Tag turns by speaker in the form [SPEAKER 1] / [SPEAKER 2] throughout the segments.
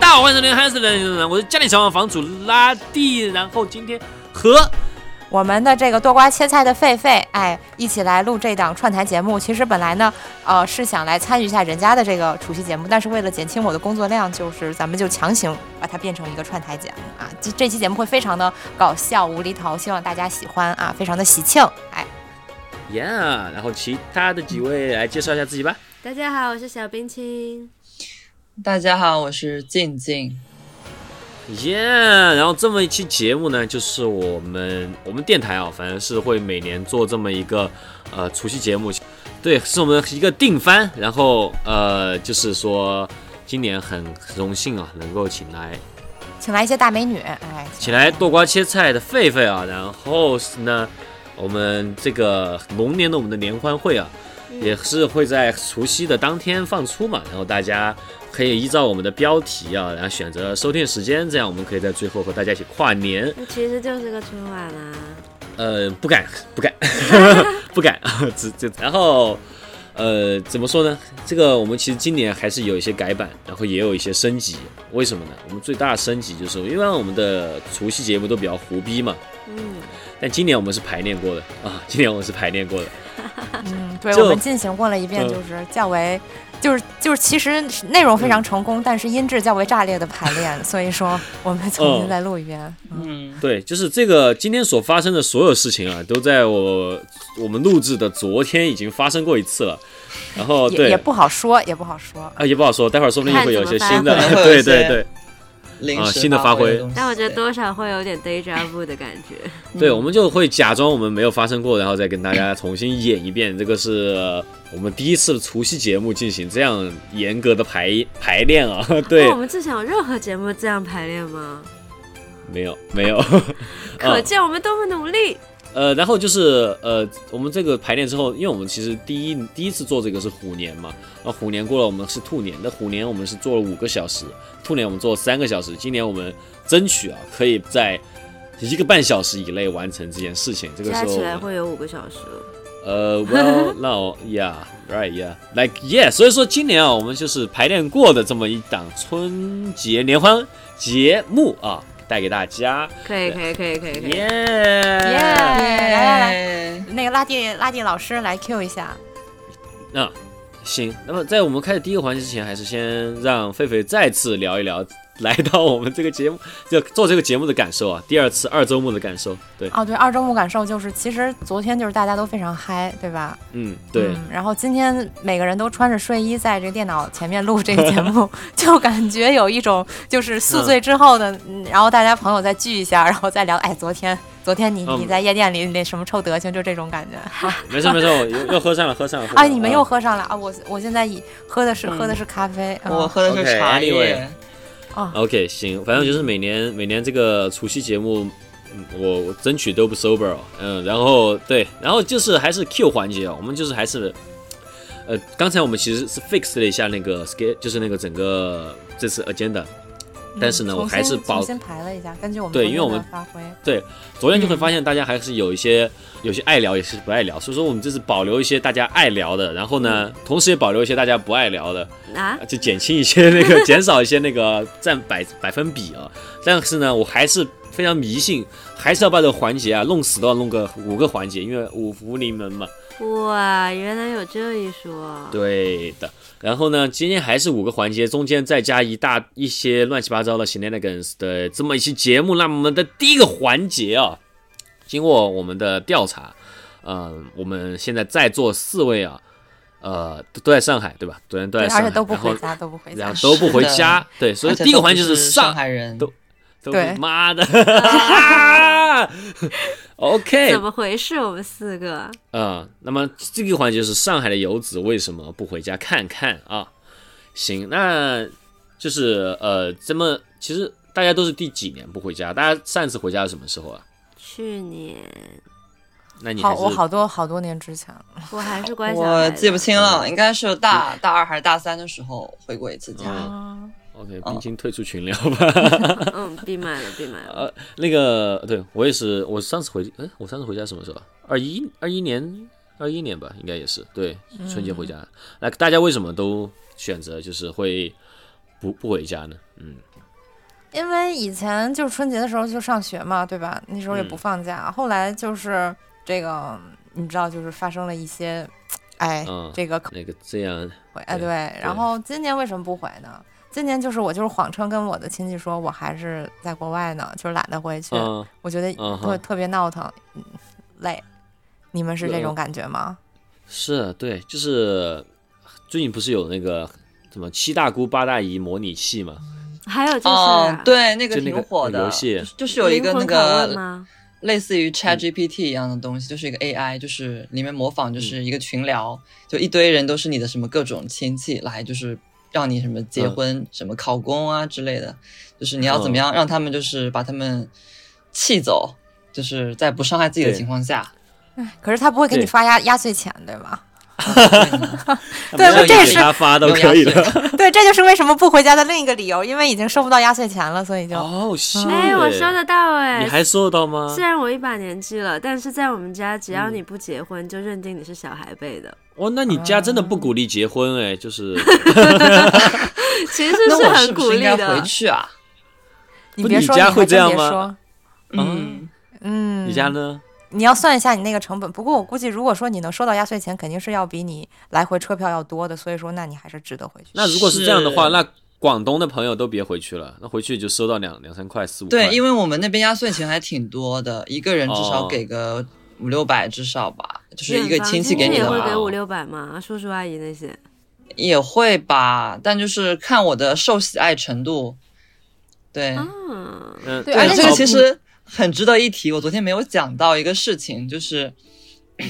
[SPEAKER 1] 好，欢迎收听《憨死人》，我是家里小王房主拉蒂，然后今天和
[SPEAKER 2] 我们的这个剁瓜切菜的狒狒，哎，一起来录这档串台节目。其实本来呢，呃，是想来参与一下人家的这个除夕节目，但是为了减轻我的工作量，就是咱们就强行把它变成一个串台节目啊。这这期节目会非常的搞笑无厘头，希望大家喜欢啊，非常的喜庆。哎，
[SPEAKER 1] Yeah，然后其他的几位来介绍一下自己吧。
[SPEAKER 3] 大家好，我是小冰清。
[SPEAKER 4] 大家好，我是静静。
[SPEAKER 1] Yeah，然后这么一期节目呢，就是我们我们电台啊，反正是会每年做这么一个呃除夕节目，对，是我们一个定番。然后呃，就是说今年很很荣幸啊，能够请来
[SPEAKER 2] 请来一些大美女，哎，
[SPEAKER 1] 请 来剁瓜切菜的狒狒啊，然后呢，我们这个龙年的我们的联欢会啊，也是会在除夕的当天放出嘛，然后大家可以依照我们的标题啊，然后选择收听时间，这样我们可以在最后和大家一起跨年。
[SPEAKER 3] 那其实就是个春晚啊啦、
[SPEAKER 1] 呃，不敢， 不敢，不敢，只这，然后，呃，怎么说呢？这个我们其实今年还是有一些改版，然后也有一些升级。为什么呢？我们最大的升级就是，因为我们的除夕节目都比较胡逼嘛，
[SPEAKER 3] 嗯，
[SPEAKER 1] 但今年我们是排练过的啊，今年我们是排练过的，
[SPEAKER 2] 嗯，对，
[SPEAKER 1] 就
[SPEAKER 2] 我们进行过了一遍，
[SPEAKER 1] 嗯
[SPEAKER 2] 就是较为。就是就是，其实内容非常成功，但是音质较为炸裂的排练，所以说我们重
[SPEAKER 1] 哦
[SPEAKER 2] 新再录一遍。嗯
[SPEAKER 4] 嗯，
[SPEAKER 1] 对，就是这个今天所发生的所有事情啊，都在我我们录制的昨天已经发生过一次了，然后
[SPEAKER 2] 也
[SPEAKER 1] 对
[SPEAKER 2] 也不好说，也不好说。
[SPEAKER 1] 啊也不好说，待会儿说不定又会有一些新的
[SPEAKER 4] 看，怎么发挥
[SPEAKER 1] 对对对
[SPEAKER 4] 临
[SPEAKER 1] 啊
[SPEAKER 4] 时、
[SPEAKER 1] 新的发挥
[SPEAKER 4] 东西
[SPEAKER 3] 但我觉得多少会有点 deja vu 的感觉。
[SPEAKER 1] 对，我们就会假装我们没有发生过，然后再跟大家重新演一遍。这个是呃我们第一次除夕节目进行这样严格的排排练啊，对
[SPEAKER 3] 哦
[SPEAKER 4] 哦
[SPEAKER 3] 那我，们之前有任何节目这样排练吗？
[SPEAKER 1] 没有没有，
[SPEAKER 3] 可见我们多么努力。
[SPEAKER 1] 呃，然后就是呃，我们这个排练之后，因为我们其实第一第一次做这个是虎年嘛，啊，虎年过了，我们是兔年，那虎年我们是做了五个小时，兔年我们做了三个小时，今年我们争取啊，可以在一个半小时以内完成这件事情。这个
[SPEAKER 3] 加
[SPEAKER 1] 时候
[SPEAKER 3] 起
[SPEAKER 1] 我
[SPEAKER 3] 来
[SPEAKER 1] 们，
[SPEAKER 3] 会有五个小时了。
[SPEAKER 1] 呃，Well, no, yeah, right, yeah, like yeah，所以说今年啊，我们就是排练过的这么一档春节联欢节目啊，带给大 家，
[SPEAKER 3] 可以，可以，可以，可以，可以。
[SPEAKER 1] 耶
[SPEAKER 2] 耶！
[SPEAKER 1] 耶
[SPEAKER 2] 来来来，
[SPEAKER 4] 来，
[SPEAKER 2] 那个拉蒂拉蒂老师来 Q 一下，
[SPEAKER 1] 那行，那么在我们开始第一个环节之前，还是先让狒狒再次聊一聊来到我们这个节目， 就做这个节目的感受啊，第二次二周目的感受。对，
[SPEAKER 2] 哦，对，二周目感受就是，其实昨天就是大家都非常嗨，对吧？
[SPEAKER 1] 嗯，对，
[SPEAKER 2] 嗯。然后今天每个人都穿着睡衣，在这个电脑前面录这个节目，就感觉有一种就是宿醉之后的，嗯然后大家朋友再聚一下，然后再聊，哎，昨天昨天你
[SPEAKER 1] 嗯
[SPEAKER 2] 你在夜店里那什么臭德行，就这种感觉。
[SPEAKER 1] 没事没事，我 又又喝上了，喝上了。喝上了
[SPEAKER 2] 哎，你们又喝上了啊！我我现在以喝的是喝的是咖啡，嗯
[SPEAKER 4] 我喝的是茶叶
[SPEAKER 1] OK，anyway
[SPEAKER 2] 哦，
[SPEAKER 1] OK，行，反正就是每年每年这个除夕节目，嗯我我争取都不 sober 哦，嗯，然后对，然后就是还是 Q 环节哦，我们就是还是，呃，刚才我们其实是 fix 了一下那个 scale，就是那个整个这次 agenda，但是呢，
[SPEAKER 2] 嗯
[SPEAKER 1] 我
[SPEAKER 2] 重
[SPEAKER 1] 还是
[SPEAKER 2] 新
[SPEAKER 1] 保
[SPEAKER 2] 重新排了一下，根据我们
[SPEAKER 1] 对因
[SPEAKER 2] 昨
[SPEAKER 1] 为
[SPEAKER 2] 天
[SPEAKER 1] 我
[SPEAKER 2] 的
[SPEAKER 1] 们
[SPEAKER 2] 发挥，
[SPEAKER 1] 昨天就会发现大家还是有一些、有些爱聊，也是不爱聊，所以说我们这次保留一些大家爱聊的，然后呢，同时也保留一些大家不爱聊的，
[SPEAKER 3] 啊，
[SPEAKER 1] 就减轻一些那个减少一些那个占百百分比啊。但是呢，我还是非常迷信，还是要把这个环节啊弄死都要弄个五个环节，因为五福临门嘛。
[SPEAKER 3] 哇，原来有这一说。
[SPEAKER 1] 对的。然后呢，今天还是五个环节，中间再加一大一些乱七八糟的 shenanigans 的这么一期节目。那么我们的第一个环节啊，经过我们的调查，嗯，我们现在在座四位啊，呃，都都在上海，对吧？昨天都在
[SPEAKER 2] 对，
[SPEAKER 1] 上
[SPEAKER 2] 而
[SPEAKER 1] 海，
[SPEAKER 2] 且都不
[SPEAKER 1] 然后
[SPEAKER 2] 回家，都不回家
[SPEAKER 1] 然后。都不回家，对，所以
[SPEAKER 4] 而且
[SPEAKER 1] 第一个
[SPEAKER 4] 都不
[SPEAKER 1] 环节是
[SPEAKER 4] 是
[SPEAKER 1] 上
[SPEAKER 4] 海人，
[SPEAKER 1] 都都
[SPEAKER 2] 对
[SPEAKER 1] 妈的 啊，OK，
[SPEAKER 3] 怎么回事？我们四个
[SPEAKER 1] 啊、那么这个环节是上海的游子为什么不回家看看啊？行，那就是呃，这么其实大家都是第几年不回家？大家上一次回家是什么时候啊？
[SPEAKER 3] 去年
[SPEAKER 1] 那你还
[SPEAKER 2] 好，
[SPEAKER 1] 是
[SPEAKER 2] 我好多好多年之前了，
[SPEAKER 3] 我还是乖小孩
[SPEAKER 4] 我
[SPEAKER 3] 的
[SPEAKER 4] 记不清
[SPEAKER 1] 嗯
[SPEAKER 4] 了，应该是大大二还是大三的时候回过一次家。
[SPEAKER 1] 嗯 OK，
[SPEAKER 4] 哦
[SPEAKER 1] 冰清退出群聊吧。
[SPEAKER 3] 嗯，闭麦了，闭麦了。
[SPEAKER 1] 呃，那个对我也是，我上次回，哎，我上次回家什么时候啊？二一二一年，二一年吧，
[SPEAKER 2] 嗯
[SPEAKER 1] 应该也是对春节回家。那、大家为什么都选择就是会不不回家呢？嗯，
[SPEAKER 2] 因为以前就春节的时候就上学嘛，对吧？那时候也不
[SPEAKER 1] 嗯
[SPEAKER 2] 放假。后来就是这个，你知道，就是发生了一些，哎，
[SPEAKER 1] 嗯
[SPEAKER 2] 这个可
[SPEAKER 1] 那个这样，
[SPEAKER 2] 回哎
[SPEAKER 1] 对
[SPEAKER 2] 对。然后今年为什么不回呢？今年就是我就是谎称跟我的亲戚说我还是在国外呢，就是懒得回去。
[SPEAKER 1] 嗯，
[SPEAKER 2] 我觉得
[SPEAKER 1] 嗯
[SPEAKER 2] 特
[SPEAKER 1] 哼
[SPEAKER 2] 特别闹腾，嗯累。你们是这
[SPEAKER 1] 嗯
[SPEAKER 2] 种感觉吗？
[SPEAKER 1] 是对，就是最近不是有那个什么七大姑八大姨模拟器嘛？
[SPEAKER 3] 还有就是、啊
[SPEAKER 4] 哦，对，那个
[SPEAKER 1] 就那
[SPEAKER 4] 挺
[SPEAKER 1] 个
[SPEAKER 4] 火
[SPEAKER 1] 那个
[SPEAKER 4] 的，
[SPEAKER 1] 游戏
[SPEAKER 4] 就是就是有一个
[SPEAKER 3] 灵
[SPEAKER 4] 那
[SPEAKER 3] 魂拷问
[SPEAKER 4] 个
[SPEAKER 3] 吗？
[SPEAKER 4] 类似
[SPEAKER 1] 嗯
[SPEAKER 4] 于 Chat GPT 一样的东西，就是一个 AI，就是里面模仿
[SPEAKER 1] 嗯
[SPEAKER 4] 就是一个群聊，就一堆人都是你的什么各种亲戚来，就是让你什么结
[SPEAKER 1] 嗯
[SPEAKER 4] 婚、什么考公啊之类的，就是你要怎么样让他们就是把他们气走，就是在不伤害自己的
[SPEAKER 1] 对
[SPEAKER 4] 情况下，
[SPEAKER 2] 可是他不会给你
[SPEAKER 1] 对
[SPEAKER 2] 发压压岁钱，对吗？
[SPEAKER 1] 他们
[SPEAKER 2] 对
[SPEAKER 1] 让
[SPEAKER 2] 这
[SPEAKER 1] 你
[SPEAKER 2] 是
[SPEAKER 1] 给他发都
[SPEAKER 4] 用
[SPEAKER 1] 可以
[SPEAKER 4] 压岁
[SPEAKER 1] 的。
[SPEAKER 2] 对，这就是为什么不回家的另一个理由，因为已经收不到压岁钱了，所以就、
[SPEAKER 1] 哦，是
[SPEAKER 3] 哎，我收得到哎、
[SPEAKER 1] 你还收得到吗
[SPEAKER 3] 虽？然我一把年纪了，但是在我们家，只
[SPEAKER 4] 嗯
[SPEAKER 3] 要你不结婚，就认定你是小孩辈 的，
[SPEAKER 1] 哦，那你家真的不鼓励结婚哎，就是
[SPEAKER 3] 其实
[SPEAKER 4] 那我是
[SPEAKER 3] 很
[SPEAKER 4] 不
[SPEAKER 3] 鼓
[SPEAKER 4] 是应
[SPEAKER 3] 励
[SPEAKER 4] 该
[SPEAKER 3] 的
[SPEAKER 4] 回。去啊？
[SPEAKER 2] 你
[SPEAKER 1] 不
[SPEAKER 2] 别
[SPEAKER 1] 你
[SPEAKER 2] 说，
[SPEAKER 1] 家
[SPEAKER 2] 还
[SPEAKER 1] 会这
[SPEAKER 2] 真
[SPEAKER 1] 样
[SPEAKER 2] 别
[SPEAKER 1] 吗
[SPEAKER 2] 说
[SPEAKER 4] 嗯，
[SPEAKER 2] 嗯，
[SPEAKER 1] 你家呢？
[SPEAKER 2] 你要算一下你那个成本。不过我估计，如果说你能收到压岁钱，肯定是要比你来回车票要多的，所以说那你还是值得回去。
[SPEAKER 1] 那如果是这样的话，
[SPEAKER 4] 是
[SPEAKER 1] 那广东的朋友都别回去了，那回去就收到两两三块、四五块。
[SPEAKER 4] 对，因为我们那边压岁钱还挺多的，一个人至少
[SPEAKER 1] 哦
[SPEAKER 4] 给个五六百至少吧，就是
[SPEAKER 3] 远
[SPEAKER 4] 一个
[SPEAKER 3] 房
[SPEAKER 4] 亲戚
[SPEAKER 3] 戚
[SPEAKER 4] 给你
[SPEAKER 3] 也
[SPEAKER 4] 的啊
[SPEAKER 3] 会
[SPEAKER 4] 话
[SPEAKER 3] 给
[SPEAKER 1] 哦
[SPEAKER 3] 五六百吗？叔叔阿姨那些，
[SPEAKER 4] 也会吧，但就是看我的受喜爱程度。对，
[SPEAKER 3] 嗯，
[SPEAKER 1] 嗯，
[SPEAKER 2] 啊对而且
[SPEAKER 4] 这个
[SPEAKER 2] 你
[SPEAKER 4] 其实很值得一提。我昨天没有讲到一个事情，就是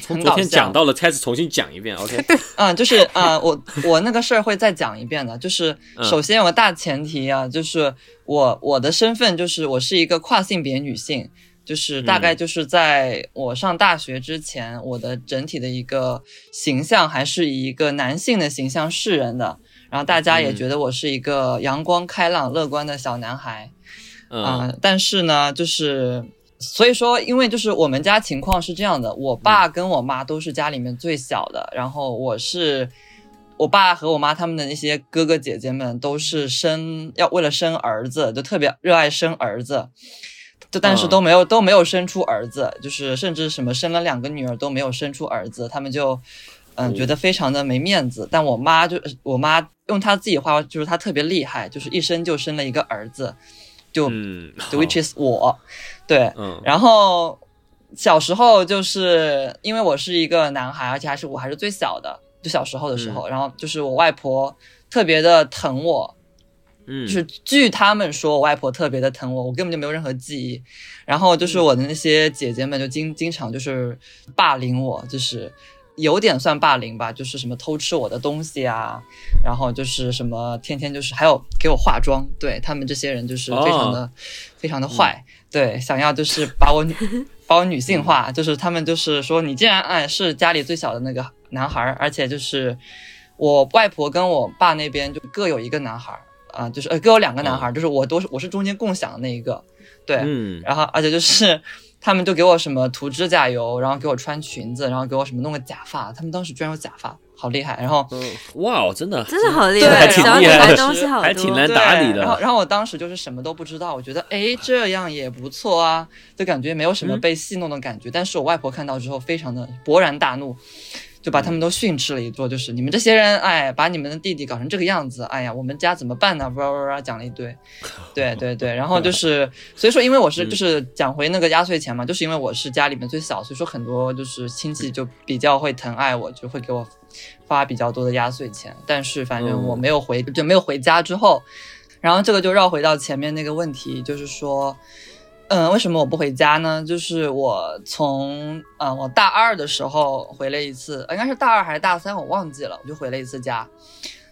[SPEAKER 1] 从
[SPEAKER 4] 很
[SPEAKER 1] 昨
[SPEAKER 4] 搞
[SPEAKER 1] 天讲
[SPEAKER 4] 笑。
[SPEAKER 1] 到了，开始重新讲一遍。OK，
[SPEAKER 4] 嗯，就是啊、呃我我那个事儿会再讲一遍的。就是
[SPEAKER 1] 嗯
[SPEAKER 4] 首先有个大前提啊，就是我我的身份就是我是一个跨性别女性，就是大
[SPEAKER 1] 嗯
[SPEAKER 4] 概就是在我上大学之前，我的整体的一个形象还是以一个男性的形象示人的。然后大家也
[SPEAKER 1] 嗯
[SPEAKER 4] 觉得我是一个阳光、开朗、乐观的小男孩。啊、
[SPEAKER 1] 嗯
[SPEAKER 4] 但是呢，就是所以说，因为就是我们家情况是这样的，我爸
[SPEAKER 1] 嗯
[SPEAKER 4] 跟我妈都是家里面最小的，然后我是我爸和我妈他们的那些哥哥姐姐们都是生要为了生儿子，就特别热爱生儿子。就但是
[SPEAKER 1] 嗯
[SPEAKER 4] 都没有、都没有生出儿子，就是甚至什么生了两个女儿都没有生出儿子，他们就嗯
[SPEAKER 1] 哦
[SPEAKER 4] 觉得非常的没面子。但我妈就我妈用她自己话就是她特别厉害，就是一生就生了一个儿子，就
[SPEAKER 1] 嗯
[SPEAKER 4] 就 which is 我，对，
[SPEAKER 1] 嗯
[SPEAKER 4] 然后小时候就是因为我是一个男孩，而且还是我还是最小的，就小时候的时候，然后就是我外婆特别的疼我，
[SPEAKER 1] 嗯，
[SPEAKER 4] 就是据他们说，我外婆特别的疼我，我根本就没有任何记忆。然后就是我的那些姐姐们就经经常就是霸凌我，就是有点算霸凌吧，就是什么偷吃我的东西啊，然后就是什么天天就是还有给我化妆，对他们这些人就是非常的、非常的坏，对，想要就是把我女把我女性化，就是他们就是说你既然哎是家里最小的那个男孩儿，而且就是我外婆跟我爸那边就各有一个男孩儿。啊、就是呃，各有两个男孩儿，就是我都是我是中间共享的那一个，对，
[SPEAKER 1] 嗯
[SPEAKER 4] 然后而且就是他们就给我什么涂指甲油，然后给我穿裙子，然后给我什么弄个假发，他们当时居然有假发，好厉害。然后
[SPEAKER 1] 嗯，哇哦，真的
[SPEAKER 3] 真的好 厉
[SPEAKER 4] 对
[SPEAKER 3] 害，啊
[SPEAKER 4] 还挺
[SPEAKER 3] 小
[SPEAKER 4] 厉
[SPEAKER 3] 女
[SPEAKER 4] 害
[SPEAKER 3] 孩
[SPEAKER 4] 的
[SPEAKER 3] 东西好多，
[SPEAKER 1] 还挺难
[SPEAKER 4] 对
[SPEAKER 1] 打理的
[SPEAKER 4] 然后然后我当时就是什么都不知道，我觉得哎这样也不错啊，就感觉没有什么
[SPEAKER 1] 嗯
[SPEAKER 4] 被戏弄的感觉。但是我外婆看到之后非常的勃然大怒。就把他
[SPEAKER 1] 嗯
[SPEAKER 4] 们都训斥了一顿，就是你们这些人，哎，把你们的弟弟搞成这个样子，哎呀，我们家怎么办呢？哇哇哇，讲了一堆，对对对，然后就是，所以说，因为我是
[SPEAKER 1] 嗯
[SPEAKER 4] 就是讲回那个压岁钱嘛，就是因为我是家里面最小，所以说很多就是亲戚就比较会疼爱我，就会给我发比较多的压岁钱。但是反正我
[SPEAKER 1] 嗯
[SPEAKER 4] 没有回，就没有回家之后，然后这个就绕回到前面那个问题，就是说，嗯，为什么我不回家呢？就是我从呃我大二的时候回了一次，呃应该是大二还是大三，我忘记了，我就回了一次家。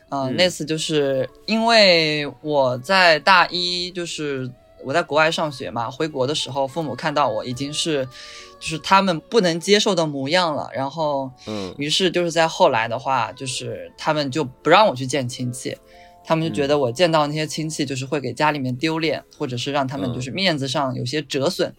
[SPEAKER 4] 嗯，
[SPEAKER 1] 嗯
[SPEAKER 4] 那次就是因为我在大一，就是我在国外上学嘛，回国的时候，父母看到我已经是，就是他们不能接受的模样了，然后，
[SPEAKER 1] 嗯
[SPEAKER 4] 于是就是在后来的话，就是他们就不让我去见亲戚，他们就觉得我见到那些亲戚就是会给家里面丢脸，或者是让他们就是面子上有些折损。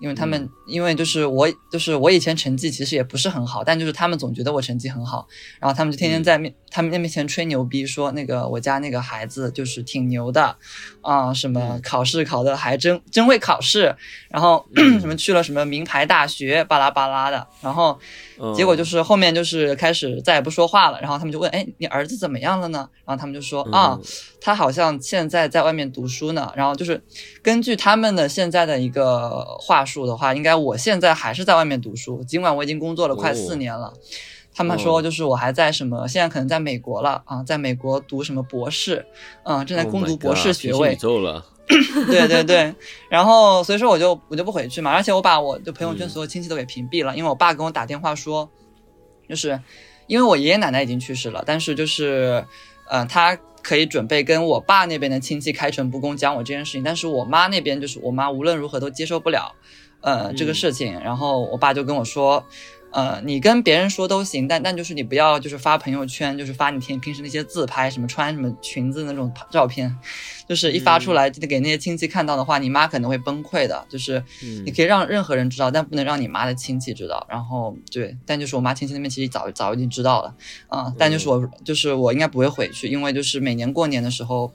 [SPEAKER 4] 因为他们、因为就是我就是我以前成绩其实也不是很好，但就是他们总觉得我成绩很好，然后他们就天天在面、他们那面前吹牛逼，说那个我家那个孩子就是挺牛的，啊、什么考试考的还真真会考试，然后、 什么去了什么名牌大学，巴拉巴拉的，然后
[SPEAKER 1] 嗯
[SPEAKER 4] 结果就是后面就是开始再也不说话了，然后他们就问，哎，你儿子怎么样了呢？然后他们就说啊，
[SPEAKER 1] 嗯
[SPEAKER 4] 他好像现在在外面读书呢。然后就是根据他们的现在的一个话术的话，应该我现在还是在外面读书，尽管我已经工作了快
[SPEAKER 1] 哦嗯
[SPEAKER 4] 四年了。他们说，就是我还在什么，现在可能在美国了啊，在美国读什么博士，嗯，正在攻读博士学
[SPEAKER 1] Oh my
[SPEAKER 4] 位
[SPEAKER 1] god，平行宇，宙了，
[SPEAKER 4] 对对对，然后所以说我就我就不回去嘛，而且我把我的朋友圈所有亲戚都给屏蔽了，因为我爸跟我打电话说，就是因为我爷爷奶奶已经去世了，但是就是，呃，他可以准备跟我爸那边的亲戚开诚布公讲我这件事情，但是我妈那边就是我妈无论如何都接受不了，呃，这个
[SPEAKER 1] 嗯
[SPEAKER 4] 事情，然后我爸就跟我说。呃，你跟别人说都行，但但就是你不要就是发朋友圈，就是发你平平时那些自拍，什么穿什么裙子那种照片，就是一发出来就给那些亲戚看到的话，你妈可能会崩溃的。就是
[SPEAKER 1] 嗯
[SPEAKER 4] 你可以让任何人知道，但不能让你妈的亲戚知道。然后对，但就是我妈亲戚那边其实早早已经知道了啊、但就是我就是我应该不会回去，因为就是每年过年的时候，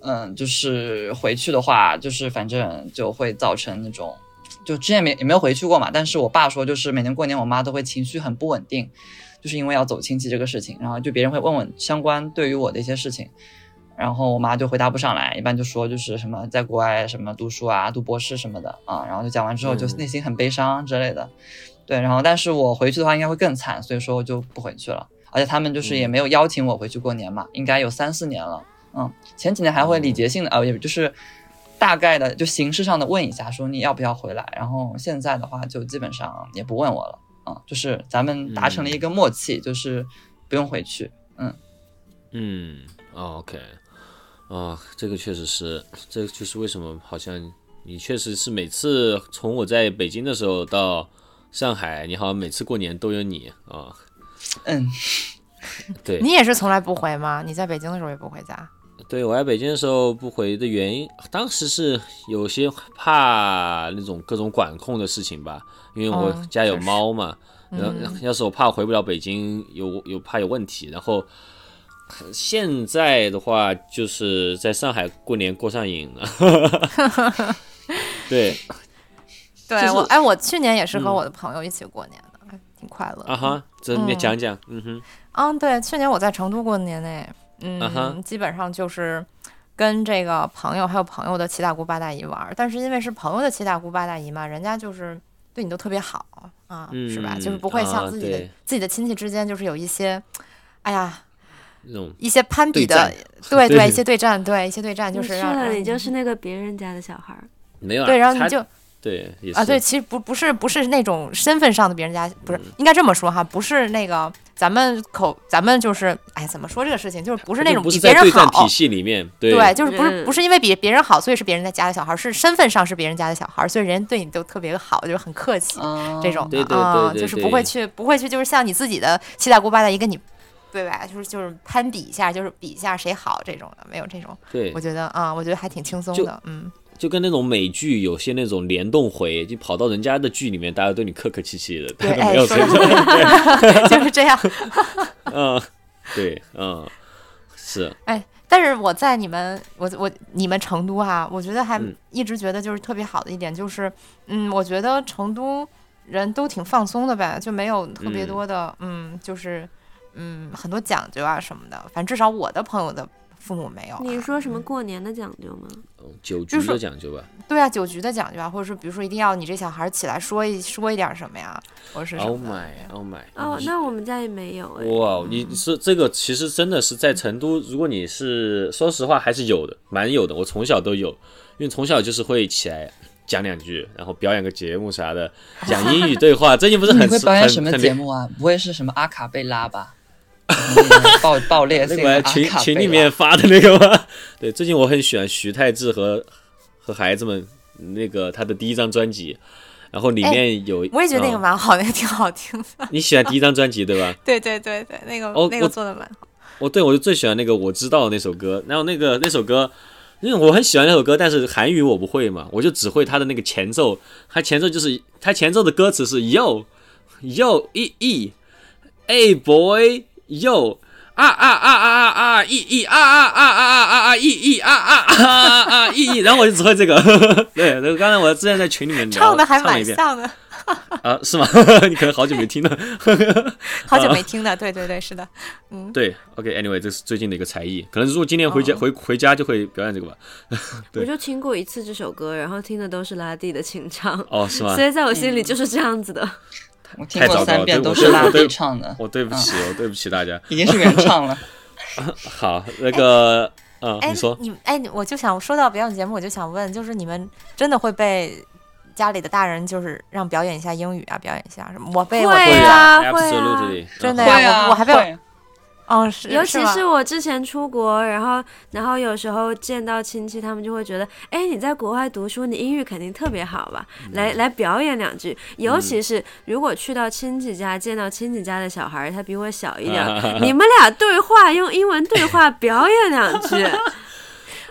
[SPEAKER 4] 嗯，就是回去的话，就是反正就会造成那种。就之前没也没有回去过嘛，但是我爸说，就是每年过年我妈都会情绪很不稳定，就是因为要走亲戚这个事情，然后就别人会问我相关对于我的一些事情，然后我妈就回答不上来，一般就说就是什么在国外什么读书啊、读博士什么的啊，然后就讲完之后就
[SPEAKER 1] 嗯
[SPEAKER 4] 内心很悲伤之类的，对，然后但是我回去的话应该会更惨，所以说我就不回去了，而且他们就是也
[SPEAKER 1] 嗯
[SPEAKER 4] 没有邀请我回去过年嘛，应该有三四年了，嗯，前几年还
[SPEAKER 1] 哦
[SPEAKER 4] 会礼节性的呃，也就是大概的就形式上的问一下，说你要不要回来，然后现在的话就基本上也不问我了。啊，就是咱们达成
[SPEAKER 2] 嗯
[SPEAKER 4] 了一个默契，就是不用回去。
[SPEAKER 1] 嗯哦，OK，啊，这个确实是，这个就是为什么好像你确实是每次从我在北京的时候到上海，你好像每次过年都有你啊，
[SPEAKER 4] 嗯，
[SPEAKER 1] 对，
[SPEAKER 2] 你也是从来不回吗？你在北京的时候也不回家？
[SPEAKER 1] 对我来北京的时候不回的原因，当时是有些怕那种各种管控的事情吧，因为我
[SPEAKER 2] 哦
[SPEAKER 1] 家有
[SPEAKER 2] 确实嗯
[SPEAKER 1] 猫嘛，然后要是我怕我回不了北京，有有怕有问题，然后现在的话就是在上海过年过上瘾 了，对
[SPEAKER 2] 对
[SPEAKER 1] 就是
[SPEAKER 2] 我，哎，我去年也是和
[SPEAKER 1] 嗯
[SPEAKER 2] 我的朋友一起过年的，还挺快乐的。
[SPEAKER 1] 啊哈，这你讲讲，嗯哼，
[SPEAKER 2] 嗯，对，去年我在成都过的年呢，
[SPEAKER 1] 啊哈
[SPEAKER 2] 嗯，基本上就是跟这个朋友还有朋友的七大姑八大姨玩儿，但是因为是朋友的七大姑八大姨嘛，人家就是对你都特别好啊，是吧？就
[SPEAKER 1] 嗯
[SPEAKER 2] 是不会
[SPEAKER 1] 啊
[SPEAKER 2] 像自己的、
[SPEAKER 1] 对
[SPEAKER 2] 自己的亲戚之间就是有一些，哎呀，
[SPEAKER 1] 那种
[SPEAKER 2] 一些攀比
[SPEAKER 4] 对
[SPEAKER 2] 的
[SPEAKER 4] 战，
[SPEAKER 2] 对
[SPEAKER 1] 对
[SPEAKER 2] 一些对战，对一些对战，就
[SPEAKER 3] 你
[SPEAKER 2] 是
[SPEAKER 3] 去
[SPEAKER 2] 让
[SPEAKER 3] 嗯了，
[SPEAKER 2] 让
[SPEAKER 3] 你就是那个别人家的小孩儿，
[SPEAKER 1] 没有啊，
[SPEAKER 2] 对，然后
[SPEAKER 1] 他
[SPEAKER 2] 你就
[SPEAKER 1] 对也是嗯
[SPEAKER 2] 啊，对，，其实不不是不是那种身份上的别人家，不是应该这么说哈，不是那个咱们口咱们就是哎怎么说这个事情，就是不是那
[SPEAKER 1] 啊就
[SPEAKER 2] 种
[SPEAKER 1] 不
[SPEAKER 2] 比
[SPEAKER 1] 是
[SPEAKER 2] 别
[SPEAKER 1] 在
[SPEAKER 2] 人
[SPEAKER 1] 对战
[SPEAKER 2] 好
[SPEAKER 1] 体，系里面，对
[SPEAKER 2] 对，就是不是
[SPEAKER 3] 嗯
[SPEAKER 2] 不是因为比别人好，所以是别人家的小孩，是身份上是别人家的小孩，所以人对你都特别好，就是很客气
[SPEAKER 4] 啊
[SPEAKER 2] 这种的
[SPEAKER 1] 对对
[SPEAKER 2] 啊，
[SPEAKER 1] 对对
[SPEAKER 2] 就是
[SPEAKER 1] 对
[SPEAKER 2] 不会去不会去，就是像你自己的七大姑八大姨跟你。对吧？就是就是攀比一下，就是比一下谁好这种的，没有这种，
[SPEAKER 1] 对
[SPEAKER 2] 我觉得啊、我觉得还挺轻松
[SPEAKER 1] 就
[SPEAKER 2] 的，嗯，
[SPEAKER 1] 就跟那种美剧有些那种联动回，就跑到人家的剧里面，大家对你客客气气的，
[SPEAKER 2] 对，
[SPEAKER 1] 大家
[SPEAKER 2] 哎
[SPEAKER 1] 没，有
[SPEAKER 2] 说
[SPEAKER 1] 谁
[SPEAKER 2] 的 就是这样，
[SPEAKER 1] 嗯，对，嗯，是，
[SPEAKER 2] 哎，但是我在你们，我我你们成都哈、我觉得还
[SPEAKER 1] 嗯
[SPEAKER 2] 一直觉得就是特别好的一点就是，嗯，我觉得成都人都挺放松的呗，就没有特别
[SPEAKER 1] 嗯
[SPEAKER 2] 多的，嗯就是嗯很多讲究啊什么的，反正至少我的朋友的父母没有啊、
[SPEAKER 3] 你说什
[SPEAKER 4] 嗯
[SPEAKER 3] 么过年的讲究吗？
[SPEAKER 1] 嗯酒
[SPEAKER 2] 就
[SPEAKER 1] 局
[SPEAKER 2] 是
[SPEAKER 1] 的讲究吧，
[SPEAKER 2] 对啊，酒局的讲究啊，或者是比如说一定要你这小孩儿起来说一说一点什么呀，或者是什
[SPEAKER 1] Oh
[SPEAKER 2] 么的
[SPEAKER 1] my, oh my！
[SPEAKER 4] 嗯
[SPEAKER 3] 哦，那我们家也没有哎。
[SPEAKER 1] 哇，
[SPEAKER 2] 嗯
[SPEAKER 1] 你是这个其实真的是在成都，如果你是说实话还是有的，蛮有的。我从小都有，因为从小就是会起来讲两句，然后表演个节目啥的，讲英语对话。最近不是
[SPEAKER 4] 你
[SPEAKER 1] 很
[SPEAKER 4] 会表演
[SPEAKER 1] 很
[SPEAKER 4] 什么
[SPEAKER 1] 很
[SPEAKER 4] 节目 啊？不会是什么阿卡贝拉 吧？嗯爆爆 裂
[SPEAKER 1] 那
[SPEAKER 4] 性的
[SPEAKER 1] 个
[SPEAKER 4] 阿
[SPEAKER 1] 群
[SPEAKER 4] 卡贝
[SPEAKER 1] 群
[SPEAKER 4] 拉
[SPEAKER 1] 里面发的那个吗？ 对，最近我很喜欢徐太志和和孩子们那个他的第一张专辑，然后里面有、
[SPEAKER 2] 哎我也觉得那个
[SPEAKER 1] 嗯
[SPEAKER 2] 蛮好，那个挺好听的。
[SPEAKER 1] 你喜欢第一张专辑对吧？
[SPEAKER 2] 对对对对，那个、
[SPEAKER 1] 哦
[SPEAKER 2] 那个
[SPEAKER 1] 我
[SPEAKER 2] 做的蛮好。
[SPEAKER 1] 我对我就最喜欢那个我知道那首歌，然后那个那首歌因为我很喜欢那首歌，但是韩语我不会嘛，我就只会它的那个前奏，它前奏就是它前奏的歌词是 yo yo e e a boy yo 啊啊啊啊啊啊 e e 啊啊啊啊啊啊 e e 啊啊啊啊啊 e e，然后我就只会这个， 对，那个刚才我之前在群里面聊
[SPEAKER 2] 唱的还
[SPEAKER 1] 唱了
[SPEAKER 2] 蛮
[SPEAKER 1] 一遍
[SPEAKER 2] 像的，
[SPEAKER 1] 啊，是吗？ 你可能好久没听了。
[SPEAKER 2] 好
[SPEAKER 1] 嗯
[SPEAKER 2] 久没听了，对对对，是的，
[SPEAKER 1] 对，OK，Anyway，、这是最近的一个才艺，可能如果今天回家、回回家就会表演这个吧。对
[SPEAKER 3] 我就听过一次这首歌，然后听的都是拉蒂的清唱，
[SPEAKER 1] 哦，是吗
[SPEAKER 3] 所？以在我
[SPEAKER 4] 嗯
[SPEAKER 3] 心里就是这样子的。
[SPEAKER 4] 我听
[SPEAKER 1] 太糟
[SPEAKER 4] 过
[SPEAKER 1] 糕了
[SPEAKER 4] 三遍
[SPEAKER 1] 对我
[SPEAKER 4] 都
[SPEAKER 1] 对
[SPEAKER 4] 是拉
[SPEAKER 1] 我对
[SPEAKER 4] 蒂唱的，
[SPEAKER 1] 我哦对不起，我对不起大家。
[SPEAKER 4] 已经是原唱 了。
[SPEAKER 1] 好，那个，嗯，
[SPEAKER 2] 哎
[SPEAKER 1] 你说，，
[SPEAKER 2] 你哎，我就想说到表演节目，我就想问，就是你们真的会被家里的大人就是让表演一下英语啊，表演一下什么？我被我
[SPEAKER 3] 会
[SPEAKER 2] 被
[SPEAKER 3] 啊呀会啊
[SPEAKER 1] ，Absolutely，
[SPEAKER 2] 真的
[SPEAKER 1] 然
[SPEAKER 2] 呀
[SPEAKER 1] 后
[SPEAKER 4] 会啊，
[SPEAKER 2] 我我还被我
[SPEAKER 4] 会
[SPEAKER 2] 哦，是，
[SPEAKER 3] 尤其
[SPEAKER 2] 吗
[SPEAKER 3] 是我之前出国，然后然后有时候见到亲戚，他们就会觉得，哎，你在国外读书，你英语肯定特别好吧？来来表演两句。尤其是如果去到亲戚家，见到亲戚家的小孩儿，他比我小一点儿，你们俩对话，用英文对话，表演两句。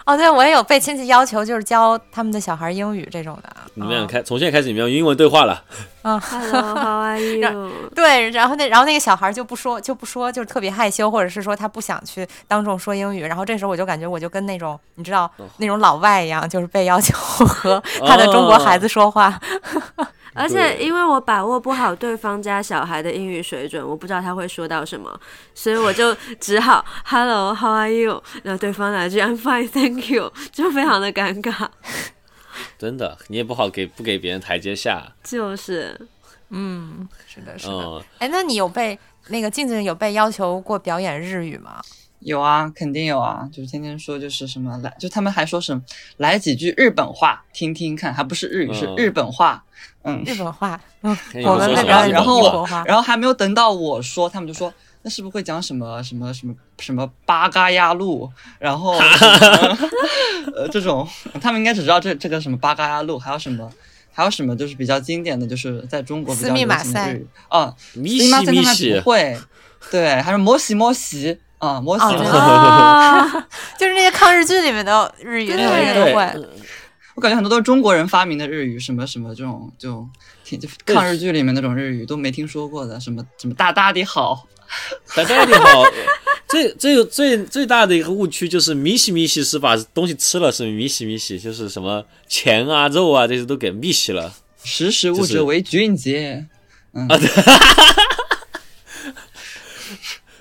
[SPEAKER 2] 哦，对我也有被亲戚要求就是教他们的小孩英语这种的，
[SPEAKER 1] 你们俩
[SPEAKER 2] 哦
[SPEAKER 1] 开，从现在开始你们要用英文对话了。
[SPEAKER 3] Hello，how are you？
[SPEAKER 2] 对，然后那然后那个小孩就不说就不说，就是特别害羞，或者是说他不想去当众说英语。然后这时候我就感觉我就跟那种你知道
[SPEAKER 1] 哦
[SPEAKER 2] 那种老外一样，就是被要求 和他的中
[SPEAKER 1] 哦
[SPEAKER 2] 国孩子说话。
[SPEAKER 3] 而且因为我把握不好对方家小孩的英语水准，我不知道他会说到什么，所以我就只好 Hello，How are you？然后对方来句 I'm fine，Thank you，就 非常的尴尬。
[SPEAKER 1] 真的，你也不好给不给别人台阶下。
[SPEAKER 3] 就是
[SPEAKER 2] 嗯，是的，是的。
[SPEAKER 1] 嗯，
[SPEAKER 2] 哎、那你有被那个静静有被要求过表演日语吗？
[SPEAKER 4] 有啊，肯定有啊，就是天天说就是什么来，就他们还说什么来几句日本话听听看，还不是日语、是
[SPEAKER 1] 嗯
[SPEAKER 4] 日本话，嗯，
[SPEAKER 2] 日本话，嗯，
[SPEAKER 1] 那你
[SPEAKER 2] 我
[SPEAKER 1] 们
[SPEAKER 2] 们
[SPEAKER 1] 说
[SPEAKER 2] 那
[SPEAKER 1] 什么？
[SPEAKER 2] 边有
[SPEAKER 4] 然后
[SPEAKER 2] 英国话
[SPEAKER 4] 我，然后还没有等到我说，他们就说那是不是会讲什么什么什么什么八嘎呀路，然后 呃这种，他们应该只知道这这个什么八嘎呀路，还有什么。还有什么就是比较经典的，就是在中国比较
[SPEAKER 2] 斯密
[SPEAKER 4] 流
[SPEAKER 2] 马
[SPEAKER 4] 行的
[SPEAKER 2] 赛
[SPEAKER 4] 日语啊，
[SPEAKER 1] 米
[SPEAKER 4] 斯密马
[SPEAKER 1] 西
[SPEAKER 4] 赛
[SPEAKER 1] 米
[SPEAKER 4] 他们还
[SPEAKER 1] 西
[SPEAKER 4] 不，会，对，还是摩西摩西啊，摩西
[SPEAKER 2] 哦
[SPEAKER 4] 摩
[SPEAKER 2] 对
[SPEAKER 4] 西，
[SPEAKER 3] 啊，
[SPEAKER 2] 就是那些抗日剧里面的日语，
[SPEAKER 3] 对
[SPEAKER 2] 他们也
[SPEAKER 1] 对
[SPEAKER 2] 都会。
[SPEAKER 4] 我感觉很多都是中国人发明的日语，什么什么这种就挺就
[SPEAKER 1] 对
[SPEAKER 4] 抗日剧里面那种日语都没听说过的，什么什么大大的好，
[SPEAKER 1] 大家你好。最最最最大的一个误区就是米西米西是把东西吃了，是米西米西，就是什么钱啊、肉啊这些都给米西了。
[SPEAKER 4] 识时务
[SPEAKER 1] 就是
[SPEAKER 4] 者为俊杰。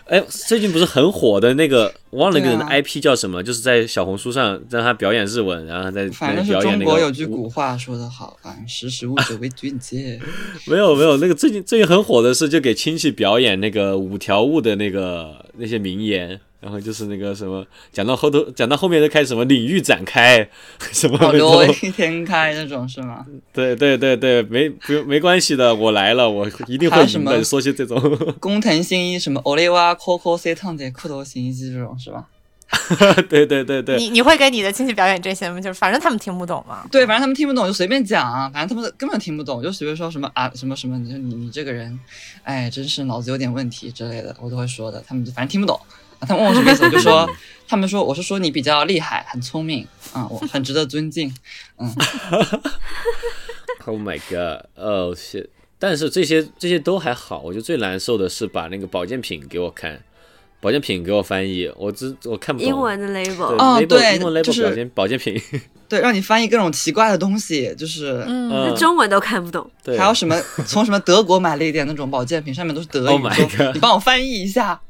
[SPEAKER 1] 哎，最近不是很火的那个，忘了那个人的
[SPEAKER 4] 对啊
[SPEAKER 1] IP 叫什么，就是在小红书上让他表演日文，然后他在
[SPEAKER 4] 反
[SPEAKER 1] 那
[SPEAKER 4] 正是
[SPEAKER 1] 表演
[SPEAKER 4] 中
[SPEAKER 1] 那
[SPEAKER 4] 国
[SPEAKER 1] 个。
[SPEAKER 4] 有句古话说得好，啊，识时务者为俊 杰。
[SPEAKER 1] 没有没有，那个最近最近很火的是，就给亲戚表演那个五条悟的那个那些名言，然后就是那个什么，讲到后头讲到后面就开始什么领域展开，什么
[SPEAKER 4] 保
[SPEAKER 1] 那
[SPEAKER 4] 留
[SPEAKER 1] 种，
[SPEAKER 4] 一天开那种是吗？
[SPEAKER 1] 对对对对，没不用没关系的，我来了，我一定
[SPEAKER 4] 还
[SPEAKER 1] 会
[SPEAKER 4] 有什
[SPEAKER 1] 赢
[SPEAKER 4] 么
[SPEAKER 1] 的，说些这种，
[SPEAKER 4] 工藤新一什么 Oliva Coco C 烫姐裤头新一季这种是吧？
[SPEAKER 1] 对对对对，
[SPEAKER 2] 你你会给你的亲戚表演这些吗？就是反正他们听不懂嘛。
[SPEAKER 4] 对，反正他们听不懂就随便讲啊，反正他们根本听不懂，就随便说什么啊什么什么，你说你你这个人，哎，真是脑子有点问题之类的，我都会说的。他们就反正听不懂，啊、他们问我什么意思，我就 说，他们说我是说你比较厉害，很聪明，啊，我很值得尊敬。
[SPEAKER 1] Oh my god！哦、shit！但是这些这些都还好，我觉得最难受的是把那个保健品给我看，保健品给我翻译，我只我看不懂
[SPEAKER 3] 英文的
[SPEAKER 1] 对
[SPEAKER 3] label，
[SPEAKER 4] 哦
[SPEAKER 1] label
[SPEAKER 4] 对
[SPEAKER 1] 英文 label
[SPEAKER 4] 就是
[SPEAKER 1] 保健保健品，
[SPEAKER 4] 对，让你翻译各种奇怪的东西，就是。
[SPEAKER 1] 嗯，
[SPEAKER 3] 中文都看不懂。
[SPEAKER 1] 对，
[SPEAKER 4] 还有什么？ 从什么德国买了一点那种保健品，上面都是德语
[SPEAKER 1] Oh my
[SPEAKER 4] 说
[SPEAKER 1] god
[SPEAKER 4] 你帮我翻译一下。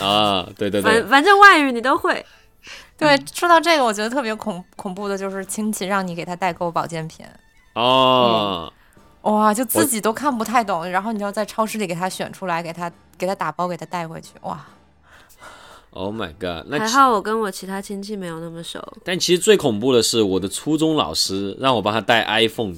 [SPEAKER 1] 啊，对对对
[SPEAKER 3] 反，反正外语你都会，
[SPEAKER 2] 对，说到这个，我觉得特别恐恐怖的就是亲戚让你给他代购保健品，
[SPEAKER 4] 嗯
[SPEAKER 1] 哦，
[SPEAKER 2] 哇，就自己都看不太懂，然后你就要在超市里给他选出来，给他给他打包，给他带回去，哇，
[SPEAKER 1] Oh my god！那
[SPEAKER 3] 还
[SPEAKER 1] 其
[SPEAKER 3] 好我跟我其他亲戚没有那么熟。
[SPEAKER 1] 但其实最恐怖的是，我的初中老师让我帮他带 iPhone，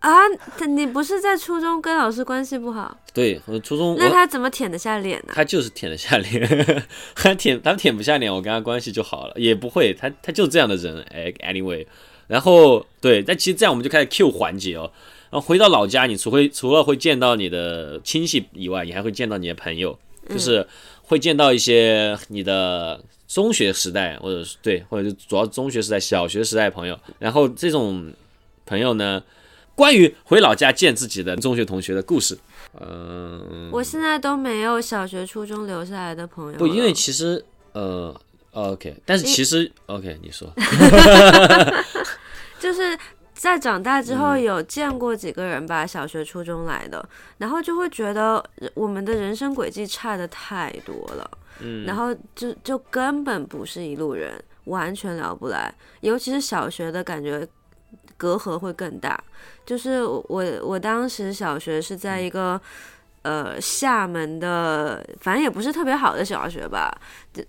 [SPEAKER 3] 啊，他你不是在初中跟老师关系不好，
[SPEAKER 1] 对我初中
[SPEAKER 3] 那
[SPEAKER 1] 我
[SPEAKER 3] 他怎么舔得下脸呢、
[SPEAKER 1] 他就是舔得下脸， 他舔他舔不下脸，我跟他关系就好了，也不会，他他就这样的人，哎，anyway，然后对，但其实这样我们就开始 Q 环节哦。然后回到老家，你除非除了会见到你的亲戚以外，你还会见到你的朋友，就是会见到一些你的中学时代，或者是对，或者是主要中学时代、小学时代的朋友。然后这种朋友呢，关于回老家见自己的中学同学的故事，嗯、
[SPEAKER 3] 我现在都没有小学、初中留下来的朋友了。
[SPEAKER 1] 不，因为
[SPEAKER 2] 嗯
[SPEAKER 1] 其实呃，OK，但是其实 OK，你 说，
[SPEAKER 3] 就是在长大之后有见过几个人吧，小学、初中来的，然后就会觉得我们的人生轨迹差的太多了，
[SPEAKER 1] 嗯，
[SPEAKER 3] 然后就就根本不是一路人，完全聊不来，尤其是小学的感觉。隔阂会更大，就是我我我当时小学是在一个，呃，厦门的，反正也不是特别好的小学吧，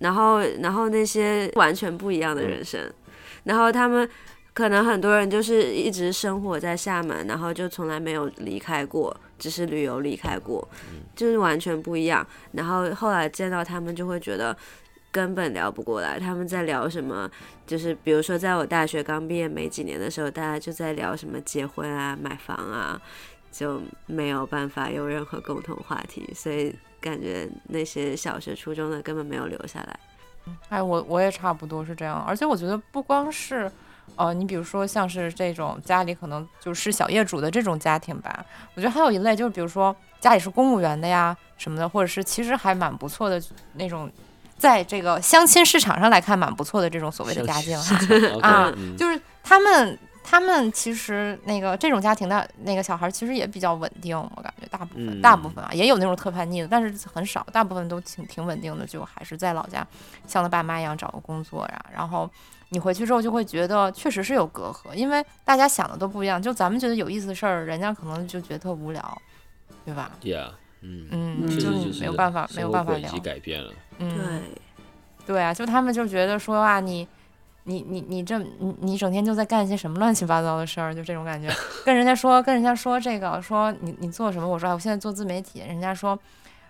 [SPEAKER 3] 然后然后那些完全不一样的人生，然后他们可能很多人就是一直生活在厦门，然后就从来没有离开过，只是旅游离开过，就是完全不一样。然后后来见到他们就会觉得根本聊不过来，他们在聊什么？就是比如说，在我大学刚毕业没几年的时候，大家就在聊什么结婚啊、买房啊，就没有办法有任何共同话题，所以感觉那些小学、初中的根本没有留下来。
[SPEAKER 2] 哎，我我也差不多是这样，而且我觉得不光是，呃，你比如说像是这种家里可能就是小业主的这种家庭吧，我觉得还有一类就是比如说家里是公务员的呀什么的，或者是其实还蛮不错的那种，在这个相亲市场上来看蛮不错的这种所谓的家境哈，
[SPEAKER 1] OK，
[SPEAKER 2] 啊
[SPEAKER 1] 嗯
[SPEAKER 2] 就是他们他们其实那个这种家庭的那个小孩其实也比较稳定，我感觉大部
[SPEAKER 1] 嗯
[SPEAKER 2] 分、大部分啊也有那种特叛逆的，但是很少，大部分都挺挺稳定的，就还是在老家像他爸妈一样找个工作呀、然后。你回去之后就会觉得确实是有隔阂，因为大家想的都不一样。就咱们觉得有意思的事儿，人家可能就觉得特无聊，对吧？
[SPEAKER 1] ，Yeah，嗯，
[SPEAKER 2] 嗯，
[SPEAKER 1] 确实
[SPEAKER 2] 就
[SPEAKER 1] 就是
[SPEAKER 2] 你没有办法，没有办法
[SPEAKER 1] 生
[SPEAKER 2] 聊
[SPEAKER 1] 活轨。迹改变了，
[SPEAKER 2] 嗯，
[SPEAKER 3] 对，
[SPEAKER 2] 对啊，就他们就觉得说啊，你你你你这你你整天就在干一些什么乱七八糟的事儿，就这种感觉。跟人家说，跟人家说这个，说你你做什么？我说、哎、我现在做自媒体。人家说，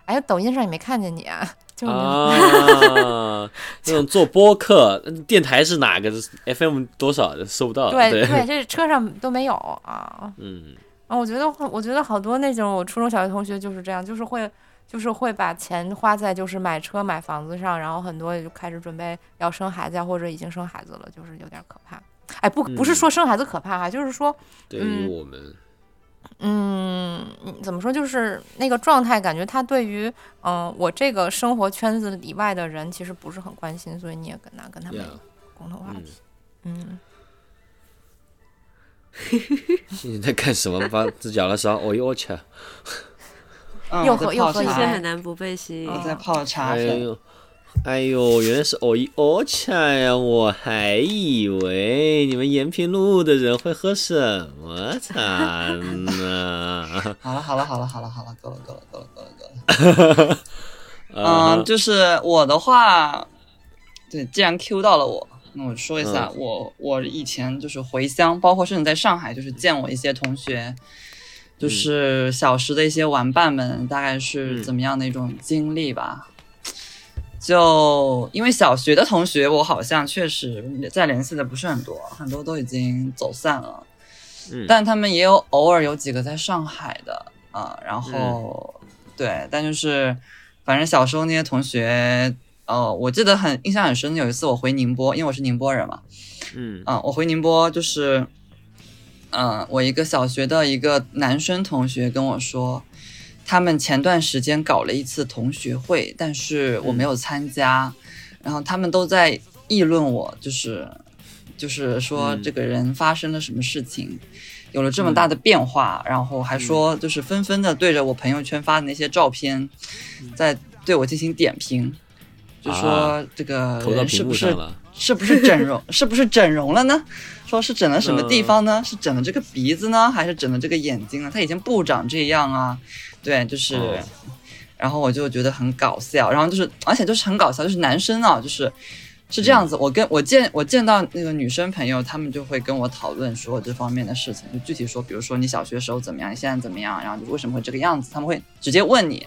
[SPEAKER 2] 哎呀，抖音上也没看见你啊，就你、
[SPEAKER 1] 啊，那种做播客，嗯电台是哪个？FM 多少收不到？
[SPEAKER 2] 对
[SPEAKER 1] 对，
[SPEAKER 2] 对，这车上都没有啊
[SPEAKER 1] 嗯，
[SPEAKER 2] 啊！我觉得我觉得好多那种我初中小学同学就是这样，就是会。就是会把钱花在就是买车买房子上，然后很多也就开始准备要生孩子呀，或者已经生孩子了，就是有点可怕。哎，不不是
[SPEAKER 1] 嗯
[SPEAKER 2] 说生孩子可怕哈、啊就是说
[SPEAKER 1] 对于我们，
[SPEAKER 2] 嗯，嗯怎么说？就是那个状态，感觉他对于嗯、呃我这个生活圈子以外的人，其实不是很关心，所以你也跟他跟他们
[SPEAKER 1] Yeah，
[SPEAKER 2] 有共同话
[SPEAKER 1] 嗯
[SPEAKER 2] 题。嗯，
[SPEAKER 1] 你在干什么？把自己咬了勺，哦呦我去！
[SPEAKER 4] 嗯，
[SPEAKER 2] 又
[SPEAKER 4] 我在
[SPEAKER 2] 喝又
[SPEAKER 4] 泡
[SPEAKER 2] 喝一
[SPEAKER 3] 其
[SPEAKER 4] 茶
[SPEAKER 3] 实
[SPEAKER 2] 些
[SPEAKER 3] 很难不被吸引。
[SPEAKER 4] 我哦在泡茶
[SPEAKER 1] 哎
[SPEAKER 4] 粉，
[SPEAKER 1] 呦，哎呦，原来是哦一哦恰呀！我还以为你们延平路的人会喝什么茶呢？
[SPEAKER 4] 好了好了好了好了好了，够了够了够了够了够了。
[SPEAKER 1] 啊
[SPEAKER 4] 嗯，就是我的话，对，既然 Q 到了我，那我说一下，我我以前就是回乡，包括甚至在上海，就是见我一些同学，就是小时的一些玩伴们，大概是
[SPEAKER 1] 嗯
[SPEAKER 4] 怎么样的一种经历吧。就因为小学的同学，我好像确实在联系的不是很多，很多都已经走散了。
[SPEAKER 1] 嗯
[SPEAKER 4] 但他们也有偶尔有几个在上海的啊、然后、对，但就是反正小时候那些同学，呃，我记得很印象很深，有一次我回宁波，因为我是宁波人嘛，
[SPEAKER 1] 嗯
[SPEAKER 4] 啊、我回宁波就是，嗯、我一个小学的一个男生同学跟我说，他们前段时间搞了一次同学会，但是
[SPEAKER 1] 嗯
[SPEAKER 4] 我没有参加，然后他们都在议论我，就是就是说
[SPEAKER 1] 嗯
[SPEAKER 4] 这个人发生了什么事情，有了这么大的变化，然后
[SPEAKER 1] 嗯
[SPEAKER 4] 还说就是纷纷的对着我朋友圈发的那些照片，在对我进行点评。就说
[SPEAKER 1] 嗯啊
[SPEAKER 4] 这个
[SPEAKER 1] 投到
[SPEAKER 4] 人是
[SPEAKER 1] 屏幕
[SPEAKER 4] 不
[SPEAKER 1] 上
[SPEAKER 4] 是
[SPEAKER 1] 了。
[SPEAKER 4] 是不是整容？是不是整容了呢？说是整了什么地方呢？是整了这个鼻子呢，还是整了这个眼睛呢？他以前不长这样啊。对，就是，
[SPEAKER 1] 哦
[SPEAKER 4] 然后我就觉得很搞笑，然后就是，而且就是很搞笑，就是男生啊，就是是这样子。我跟我见我见到那个女生朋友，他们就会跟我讨论所有这方面的事情，就具体说，比如说你小学时候怎么样，你现在怎么样，然后你为什么会这个样子，他们会直接问你。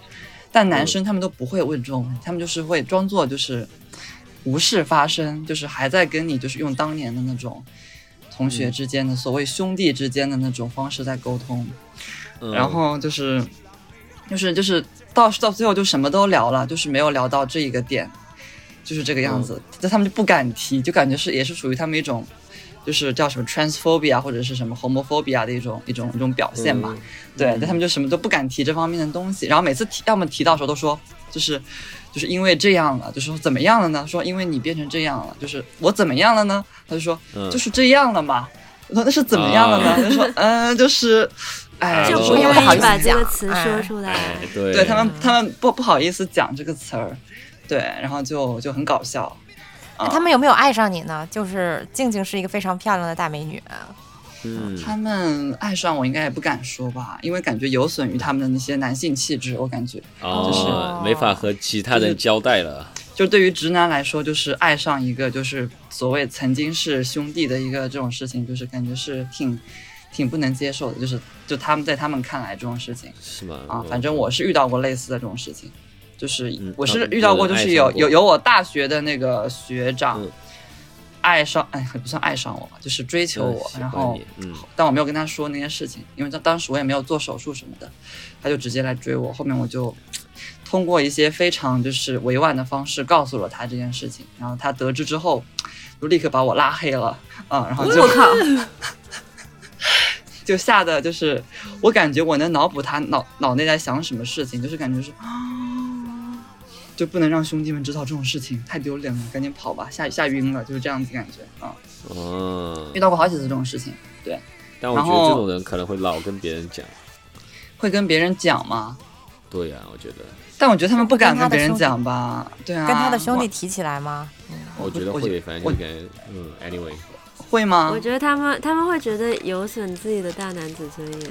[SPEAKER 4] 但男生他们都不会问这种问题，他们就是会装作就是无事发生，就是还在跟你就是用当年的那种同学之间的、所谓兄弟之间的那种方式在沟通，
[SPEAKER 1] 嗯
[SPEAKER 4] 然后就是就是就是到到最后就什么都聊了，就是没有聊到这一个点。就是这个样子。但他们就不敢提，就感觉是也是属于他们一种，就是叫什么 transphobia 或者是什么 homophobia 的一种一种一种表现吧。
[SPEAKER 1] 嗯
[SPEAKER 4] 对，但他们就什么都不敢提这方面的东西。然后每次提，要么提到的时候都说，就是就是因为这样了，就说怎么样了呢？说因为你变成这样了，就是我怎么样了呢？他就说
[SPEAKER 1] 嗯
[SPEAKER 4] 就是这样了嘛。我说那是怎么样了呢？
[SPEAKER 1] 啊
[SPEAKER 4] 他就说嗯，就是，哎，
[SPEAKER 1] 就
[SPEAKER 3] 就
[SPEAKER 1] 不
[SPEAKER 3] 不
[SPEAKER 4] 是
[SPEAKER 3] 愿
[SPEAKER 4] 我好
[SPEAKER 3] 意
[SPEAKER 4] 意思
[SPEAKER 3] 把这
[SPEAKER 2] 讲
[SPEAKER 3] 个词说
[SPEAKER 2] 哎
[SPEAKER 3] 出来。
[SPEAKER 1] 哎，对，
[SPEAKER 4] 对他们，他们不不好意思讲这个词儿，对，然后就就很搞笑。
[SPEAKER 2] 那他们有没有爱上你呢？就是静静是一个非常漂亮的大美女，
[SPEAKER 1] 嗯，
[SPEAKER 4] 他们爱上我应该也不敢说吧，因为感觉有损于他们的那些男性气质。我感觉，
[SPEAKER 1] 哦，没法和其他人交代了。
[SPEAKER 4] 就对于直男来说，就是爱上一个就是所谓曾经是兄弟的一个这种事情，就是感觉是挺挺不能接受的，就是就他们在他们看来这种事情
[SPEAKER 1] 是吗？
[SPEAKER 4] 啊
[SPEAKER 1] 嗯，
[SPEAKER 4] 反正我是遇到过类似的这种事情，就是
[SPEAKER 1] 嗯
[SPEAKER 4] 我
[SPEAKER 1] 他
[SPEAKER 4] 是
[SPEAKER 1] 们
[SPEAKER 4] 遇到过，
[SPEAKER 1] 就
[SPEAKER 4] 就是是
[SPEAKER 1] 爱
[SPEAKER 4] 有
[SPEAKER 1] 上过
[SPEAKER 4] 有有我大学的那个学长
[SPEAKER 1] 嗯
[SPEAKER 4] 爱上，哎，也不算爱上我吧，就是追求我
[SPEAKER 1] 喜，欢
[SPEAKER 4] 然后
[SPEAKER 1] 你嗯
[SPEAKER 4] 但我没有跟他说那些事情，因为他当时我也没有做手术什么的，他就直接来追我。后面我就通过一些非常就是委婉的方式告诉了他这件事情，然后他得知之后，就立刻把我拉黑了啊、然后就
[SPEAKER 3] 我靠！
[SPEAKER 4] 就吓得就是我感觉我能脑补他脑脑内在想什么事情，就是感觉是。 啊就不能让兄弟们知道这种事情，太丢脸了，赶紧跑吧，吓吓晕了，就是这样子感觉啊、
[SPEAKER 1] 哦
[SPEAKER 4] 遇，到过好几次这种事情，
[SPEAKER 1] 但我觉
[SPEAKER 4] 然
[SPEAKER 1] 得
[SPEAKER 4] 后
[SPEAKER 1] 这种人可能会老跟别人讲。
[SPEAKER 4] 会跟别人讲吗？
[SPEAKER 1] 对呀、我觉得，
[SPEAKER 4] 但我觉得他们不敢
[SPEAKER 2] 跟他
[SPEAKER 4] 跟
[SPEAKER 2] 的
[SPEAKER 4] 别人
[SPEAKER 2] 兄弟
[SPEAKER 4] 讲吧，对啊，
[SPEAKER 2] 跟她的兄弟
[SPEAKER 4] 我
[SPEAKER 2] 提起来吗？
[SPEAKER 1] 我觉得
[SPEAKER 4] 我
[SPEAKER 1] 会，
[SPEAKER 4] 觉
[SPEAKER 1] 反
[SPEAKER 4] 我
[SPEAKER 1] 正就感觉，嗯，anyway，
[SPEAKER 4] 会吗
[SPEAKER 3] 我？觉得他们他们会觉得有损自己的大男子尊严。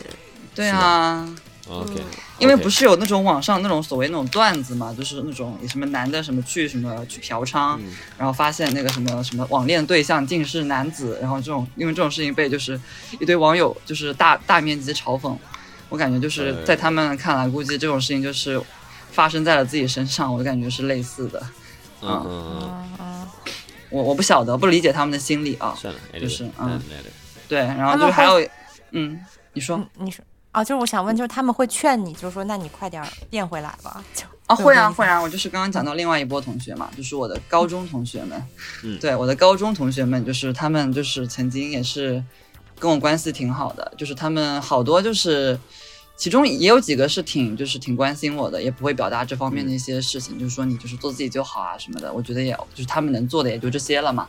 [SPEAKER 4] 对啊，
[SPEAKER 1] OK，,
[SPEAKER 4] 因为不是有那种网上那种所谓那种段子嘛，就是那种什么男的什么去什么去嫖娼，
[SPEAKER 1] 嗯
[SPEAKER 4] 然后发现那个什么什么网恋对象竟是男子，然后这种因为这种事情被就是一堆网友就是大大面积的嘲讽，我感觉就是
[SPEAKER 1] 哎
[SPEAKER 4] 在他们看来，估计这种事情就是发生在了自己身上，我感觉是类似的。
[SPEAKER 1] 嗯嗯，
[SPEAKER 2] 嗯嗯，
[SPEAKER 4] 我我不晓得，不理解他们的心理啊。
[SPEAKER 1] 算了，anyway，
[SPEAKER 4] 就是嗯
[SPEAKER 1] doesn't matter
[SPEAKER 4] 对，然后
[SPEAKER 2] 他们
[SPEAKER 4] 就是还
[SPEAKER 2] 会
[SPEAKER 4] 有，嗯，你说。
[SPEAKER 2] 嗯你说哦，就是我想问，就是他们会劝你，就是说，那你快点儿变回来吧。就
[SPEAKER 4] 啊，
[SPEAKER 2] 对
[SPEAKER 4] 会
[SPEAKER 2] 我
[SPEAKER 4] 啊
[SPEAKER 2] 理解
[SPEAKER 4] 会啊，我就是刚刚讲到另外一波同学嘛，就是我的高中同学们，
[SPEAKER 1] 嗯
[SPEAKER 4] 对我的高中同学们，就是他们就是曾经也是跟我关系挺好的，就是他们好多就是，其中也有几个是挺就是挺关心我的，也不会表达这方面的一些事情，就是说你就是做自己就好啊什么的，我觉得也就是他们能做的也就这些了嘛，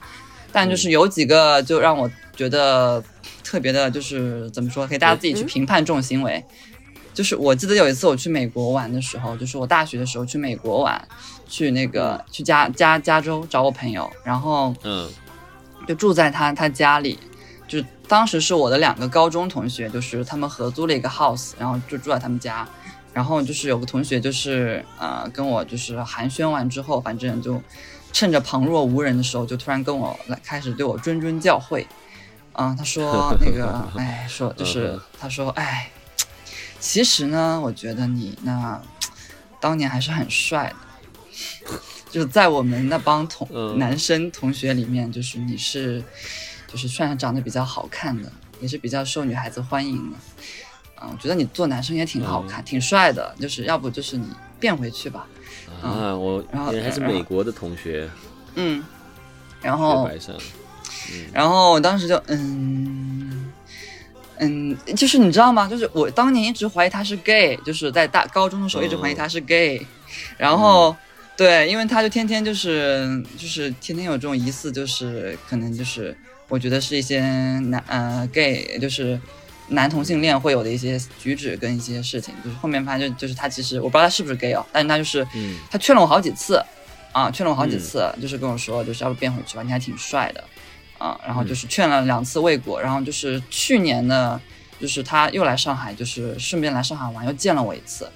[SPEAKER 4] 但就是有几个就让我觉得特别的，就是怎么说，可以大家自己去评判这种行为。就是我记得有一次我去美国玩的时候，就是我大学的时候去美国玩，去那个去加加加州找我朋友，然后
[SPEAKER 1] 嗯
[SPEAKER 4] 就住在他他家里，就当时是我的两个高中同学，就是他们合租了一个 house，然后就住在他们家。然后就是有个同学，就是呃跟我就是寒暄完之后，反正就趁着旁若无人的时候，就突然跟我来开始对我谆谆教诲。啊、他说 那个，哎，说就是
[SPEAKER 1] 嗯哼
[SPEAKER 4] 他说，哎，其实呢，我觉得你那当年还是很帅的，就是在我们那帮同、
[SPEAKER 1] 嗯
[SPEAKER 4] 男生同学里面，就是你是就是算是长得比较好看的，也是比较受女孩子欢迎的。啊、我觉得你做男生也挺好
[SPEAKER 1] 嗯
[SPEAKER 4] 看，挺帅的，就是要不就是你变回去吧，
[SPEAKER 1] 啊，我
[SPEAKER 4] 嗯然后哦
[SPEAKER 1] 原来还是美国的同学，
[SPEAKER 4] 嗯，然
[SPEAKER 1] 黑
[SPEAKER 4] 后
[SPEAKER 1] 白上，
[SPEAKER 4] 然后我当时就嗯嗯，就是你知道吗？就是我当年一直怀疑他是 gay，就是在大高中的时候一直怀疑他是 gay，、然后。对，因为他就天天就是就是天天有这种疑似，就是可能就是我觉得是一些男呃 gay，就是男同性恋会有的一些举止跟一些事情，就是后面发现就是他其实我不知道他是不是 gay 哦，但是他就是
[SPEAKER 1] 嗯
[SPEAKER 4] 他劝了我好几次，啊，劝了我好几
[SPEAKER 1] 嗯
[SPEAKER 4] 次，就是跟我说，就是要不变回去吧，你还挺帅的，啊，然
[SPEAKER 1] 嗯
[SPEAKER 4] 后就是劝了两次未果，然后就是去年呢，就是他又来上海，就是顺便来上海玩，又见了我一次，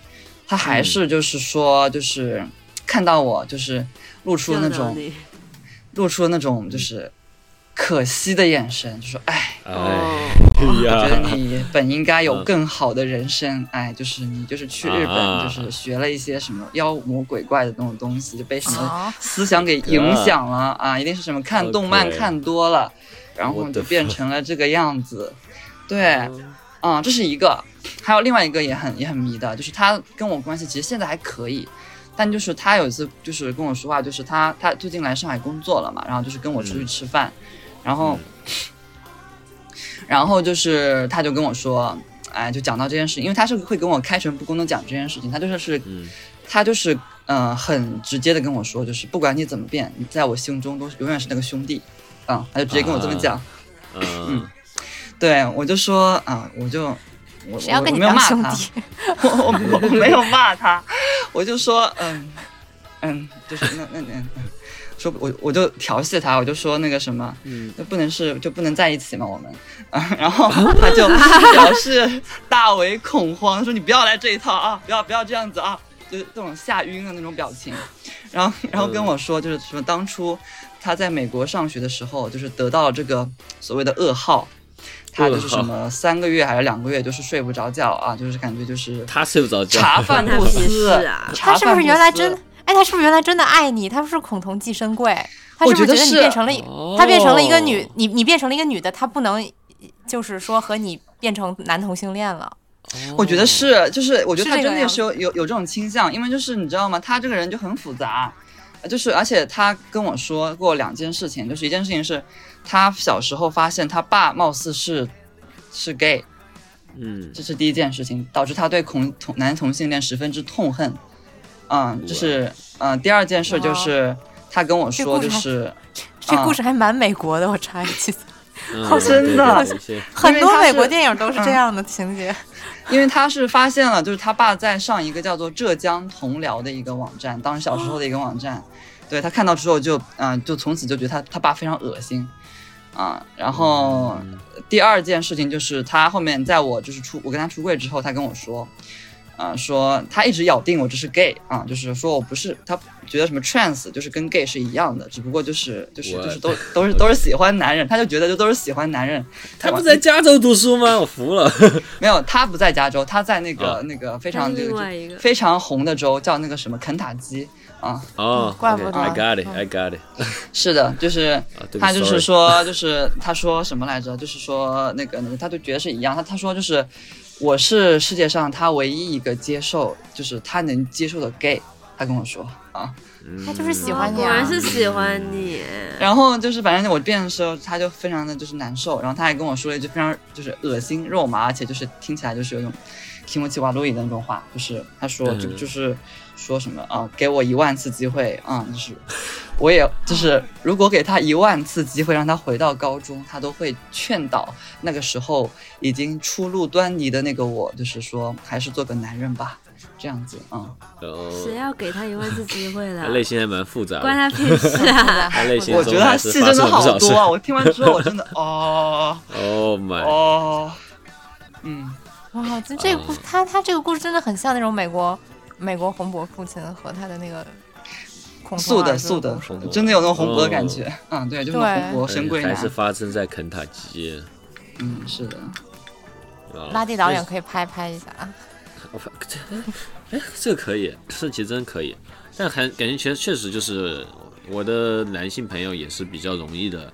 [SPEAKER 4] 他还
[SPEAKER 1] 嗯
[SPEAKER 4] 是就是说，就是看到我就是露出那
[SPEAKER 3] 教导
[SPEAKER 4] 种
[SPEAKER 3] 你
[SPEAKER 4] 露出那种就是可惜的眼神，就说， 哎，
[SPEAKER 1] 哎
[SPEAKER 3] 哦，
[SPEAKER 4] 我觉得
[SPEAKER 1] 呀，
[SPEAKER 4] 你本应该有
[SPEAKER 1] 嗯
[SPEAKER 4] 更好的人生，哎，就是你就是去日本，
[SPEAKER 1] 啊
[SPEAKER 4] 就是学了一些什么妖魔鬼怪的那种东西，就
[SPEAKER 1] 啊
[SPEAKER 4] 被什么
[SPEAKER 2] 哦，
[SPEAKER 4] 思想给影响了啊，一定是什么看动漫
[SPEAKER 1] OK
[SPEAKER 4] 看多了，然后
[SPEAKER 1] What the
[SPEAKER 4] 就变成了这个样子。对，
[SPEAKER 1] 嗯
[SPEAKER 4] 啊、这是一个，还有另外一个也很也很迷的，就是他跟我关系其实现在还可以，但就是他有一次就是跟我说话，就是他他最近来上海工作了嘛，然后就是跟我出
[SPEAKER 1] 嗯
[SPEAKER 4] 去吃饭，然后、然后就是他就跟我说，哎，就讲到这件事，因为他是会跟我开诚布公的讲这件事情，他就是是
[SPEAKER 1] 嗯
[SPEAKER 4] 他就是嗯、呃很直接的跟我说，就是不管你怎么变，你在我心中都是永远是那个兄弟，嗯，他就直接跟我这么讲，
[SPEAKER 1] 嗯
[SPEAKER 4] 对我就说啊、我就我
[SPEAKER 2] 谁要
[SPEAKER 4] 我
[SPEAKER 2] 跟
[SPEAKER 4] 我
[SPEAKER 2] 你
[SPEAKER 4] 没有
[SPEAKER 2] 当
[SPEAKER 4] 骂
[SPEAKER 2] 兄
[SPEAKER 4] 他，
[SPEAKER 2] 弟？
[SPEAKER 4] 我我我我没有骂他， 我就说嗯嗯，就是那那那，嗯说我我就调戏他，我就说那个什么，
[SPEAKER 1] 嗯
[SPEAKER 4] 就不能是就不能在一起嘛，我们， 啊、然后他就表示大为恐慌，说你不要来这一套啊，不要不要这样子啊，就是这种吓晕的那种表情，然后然后跟我说就是什么当初他在美国上学的时候，就是得到了这个所谓的噩耗。他就是什么呃三个月还是两个月，就是睡不着觉啊，就是感觉就是
[SPEAKER 1] 他睡不着觉，
[SPEAKER 4] 茶饭
[SPEAKER 3] 关
[SPEAKER 4] 不思
[SPEAKER 3] 他屁事啊
[SPEAKER 4] 茶
[SPEAKER 2] 他是不
[SPEAKER 4] 饭
[SPEAKER 2] 是原来
[SPEAKER 4] 思
[SPEAKER 2] 真？哎，他是不是原来真的爱你？他是不是恐同寄生贵？他是不
[SPEAKER 4] 我觉得
[SPEAKER 2] 觉得你
[SPEAKER 4] 是
[SPEAKER 2] 变成了一
[SPEAKER 1] 哦
[SPEAKER 2] 他变成了一个女，你你变成了一个女的，他不能就是说和你变成男同性恋了。
[SPEAKER 4] 我觉得是，就是我觉
[SPEAKER 2] 是
[SPEAKER 4] 得他
[SPEAKER 2] 这个
[SPEAKER 4] 真的也
[SPEAKER 2] 样
[SPEAKER 4] 是有有有这种倾向，因为就是你知道吗？他这个人就很复杂，呃就是而且他跟我说过两件事情，就是一件事情是，他小时候发现他爸貌似是是 gay，
[SPEAKER 1] 嗯，
[SPEAKER 4] 这是第一件事情，导致他对同同男同性恋十分之痛恨。嗯，就是嗯，第二件事就是他跟我说
[SPEAKER 2] 哦这故事
[SPEAKER 4] 就
[SPEAKER 2] 还
[SPEAKER 4] 是
[SPEAKER 2] 这
[SPEAKER 4] 啊
[SPEAKER 2] 故事还蛮美国的，我插一 句，
[SPEAKER 1] 嗯
[SPEAKER 4] 好真
[SPEAKER 1] 对对
[SPEAKER 4] 的
[SPEAKER 1] 对有一些
[SPEAKER 2] 很
[SPEAKER 4] 因为
[SPEAKER 2] 多
[SPEAKER 4] 他
[SPEAKER 2] 美
[SPEAKER 4] 是
[SPEAKER 2] 国电影都是这嗯样的情节。
[SPEAKER 4] 因为他是发现了，就是他爸在上一个叫做浙江同僚的一个网站，当时小时候的一个网站，对他看到之后就，嗯、就从此就觉得他他爸非常恶心，啊、然后
[SPEAKER 1] 嗯
[SPEAKER 4] 第二件事情就是他后面在我就是出我跟他出柜之后，他跟我说，呃，说他一直咬定我这是 gay 啊、就是说我不是，他觉得什么 trans 就是跟 gay 是一样的，只不过就是就是就是都都是都是喜欢男人，他就觉得就都是喜欢男人，
[SPEAKER 1] 他不是在加州读书吗？我服了。
[SPEAKER 4] 没有，他不在加州，他在那个、
[SPEAKER 1] 啊
[SPEAKER 4] 那个非
[SPEAKER 3] 他
[SPEAKER 4] 常
[SPEAKER 3] 是
[SPEAKER 4] 这
[SPEAKER 3] 另
[SPEAKER 4] 个
[SPEAKER 3] 外一个
[SPEAKER 4] 非常红的州，叫那个什么肯塔基啊。
[SPEAKER 1] 哦，
[SPEAKER 2] 怪不得
[SPEAKER 1] I got
[SPEAKER 4] 嗯
[SPEAKER 1] it, I got it。
[SPEAKER 4] 是的，就是
[SPEAKER 1] 啊对不起
[SPEAKER 4] 他就是
[SPEAKER 1] sorry
[SPEAKER 4] 说，就是他说什么来着？就是说那个那个，他就觉得是一样。他他说就是我是世界上他唯一一个接受，就是他能接受的 gay。他跟我说啊，
[SPEAKER 1] 嗯
[SPEAKER 2] 他就是喜欢你、啊，
[SPEAKER 3] 哦果然是喜欢你，
[SPEAKER 4] 然后就是反正我变的时候，他就非常的就是难受，然后他还跟我说了一句非常就是恶心肉麻，而且就是听起来就是有种 “kimochi wa lui” 的那种话，就是他说
[SPEAKER 1] 嗯
[SPEAKER 4] 就就是说什么啊，给我一万次机会啊、就是我也就是如果给他一万次机会让他回到高中，他都会劝导那个时候已经初露端倪的那个我，就是说还是做个男人吧，这样子啊。
[SPEAKER 1] 哦，
[SPEAKER 3] 谁要给他一万次机会
[SPEAKER 1] 他
[SPEAKER 3] 了？
[SPEAKER 1] 内心还蛮复杂
[SPEAKER 3] 关
[SPEAKER 1] 的，
[SPEAKER 3] 他屁事啊！
[SPEAKER 1] 他内心
[SPEAKER 4] 我
[SPEAKER 1] 中
[SPEAKER 4] 觉得他
[SPEAKER 1] 还是
[SPEAKER 4] 戏
[SPEAKER 1] 发
[SPEAKER 4] 真的
[SPEAKER 1] 生了不
[SPEAKER 4] 好
[SPEAKER 1] 少事
[SPEAKER 4] 多啊！我听完之后，我真的哦
[SPEAKER 1] Oh my，
[SPEAKER 4] 哦，嗯。
[SPEAKER 2] 哇，这这个故事，他他这个故事真的很像那种美国美国红脖父亲和他的那个恐
[SPEAKER 4] 素
[SPEAKER 2] 同啊
[SPEAKER 4] 的
[SPEAKER 2] 儿子
[SPEAKER 4] 素的
[SPEAKER 1] 红脖，
[SPEAKER 4] 真的有那种红脖的感觉。嗯，对，就是那种
[SPEAKER 2] 对
[SPEAKER 4] 红脖神龟
[SPEAKER 1] 还
[SPEAKER 4] 男
[SPEAKER 1] 是。发生在肯塔基。
[SPEAKER 4] 嗯，是的。
[SPEAKER 1] 啊
[SPEAKER 2] 拉蒂导演可以拍拍一下啊。
[SPEAKER 1] 我发这哎，这个可以，这其实真可以，但还感觉确确实就是我的男性朋友也是比较容易的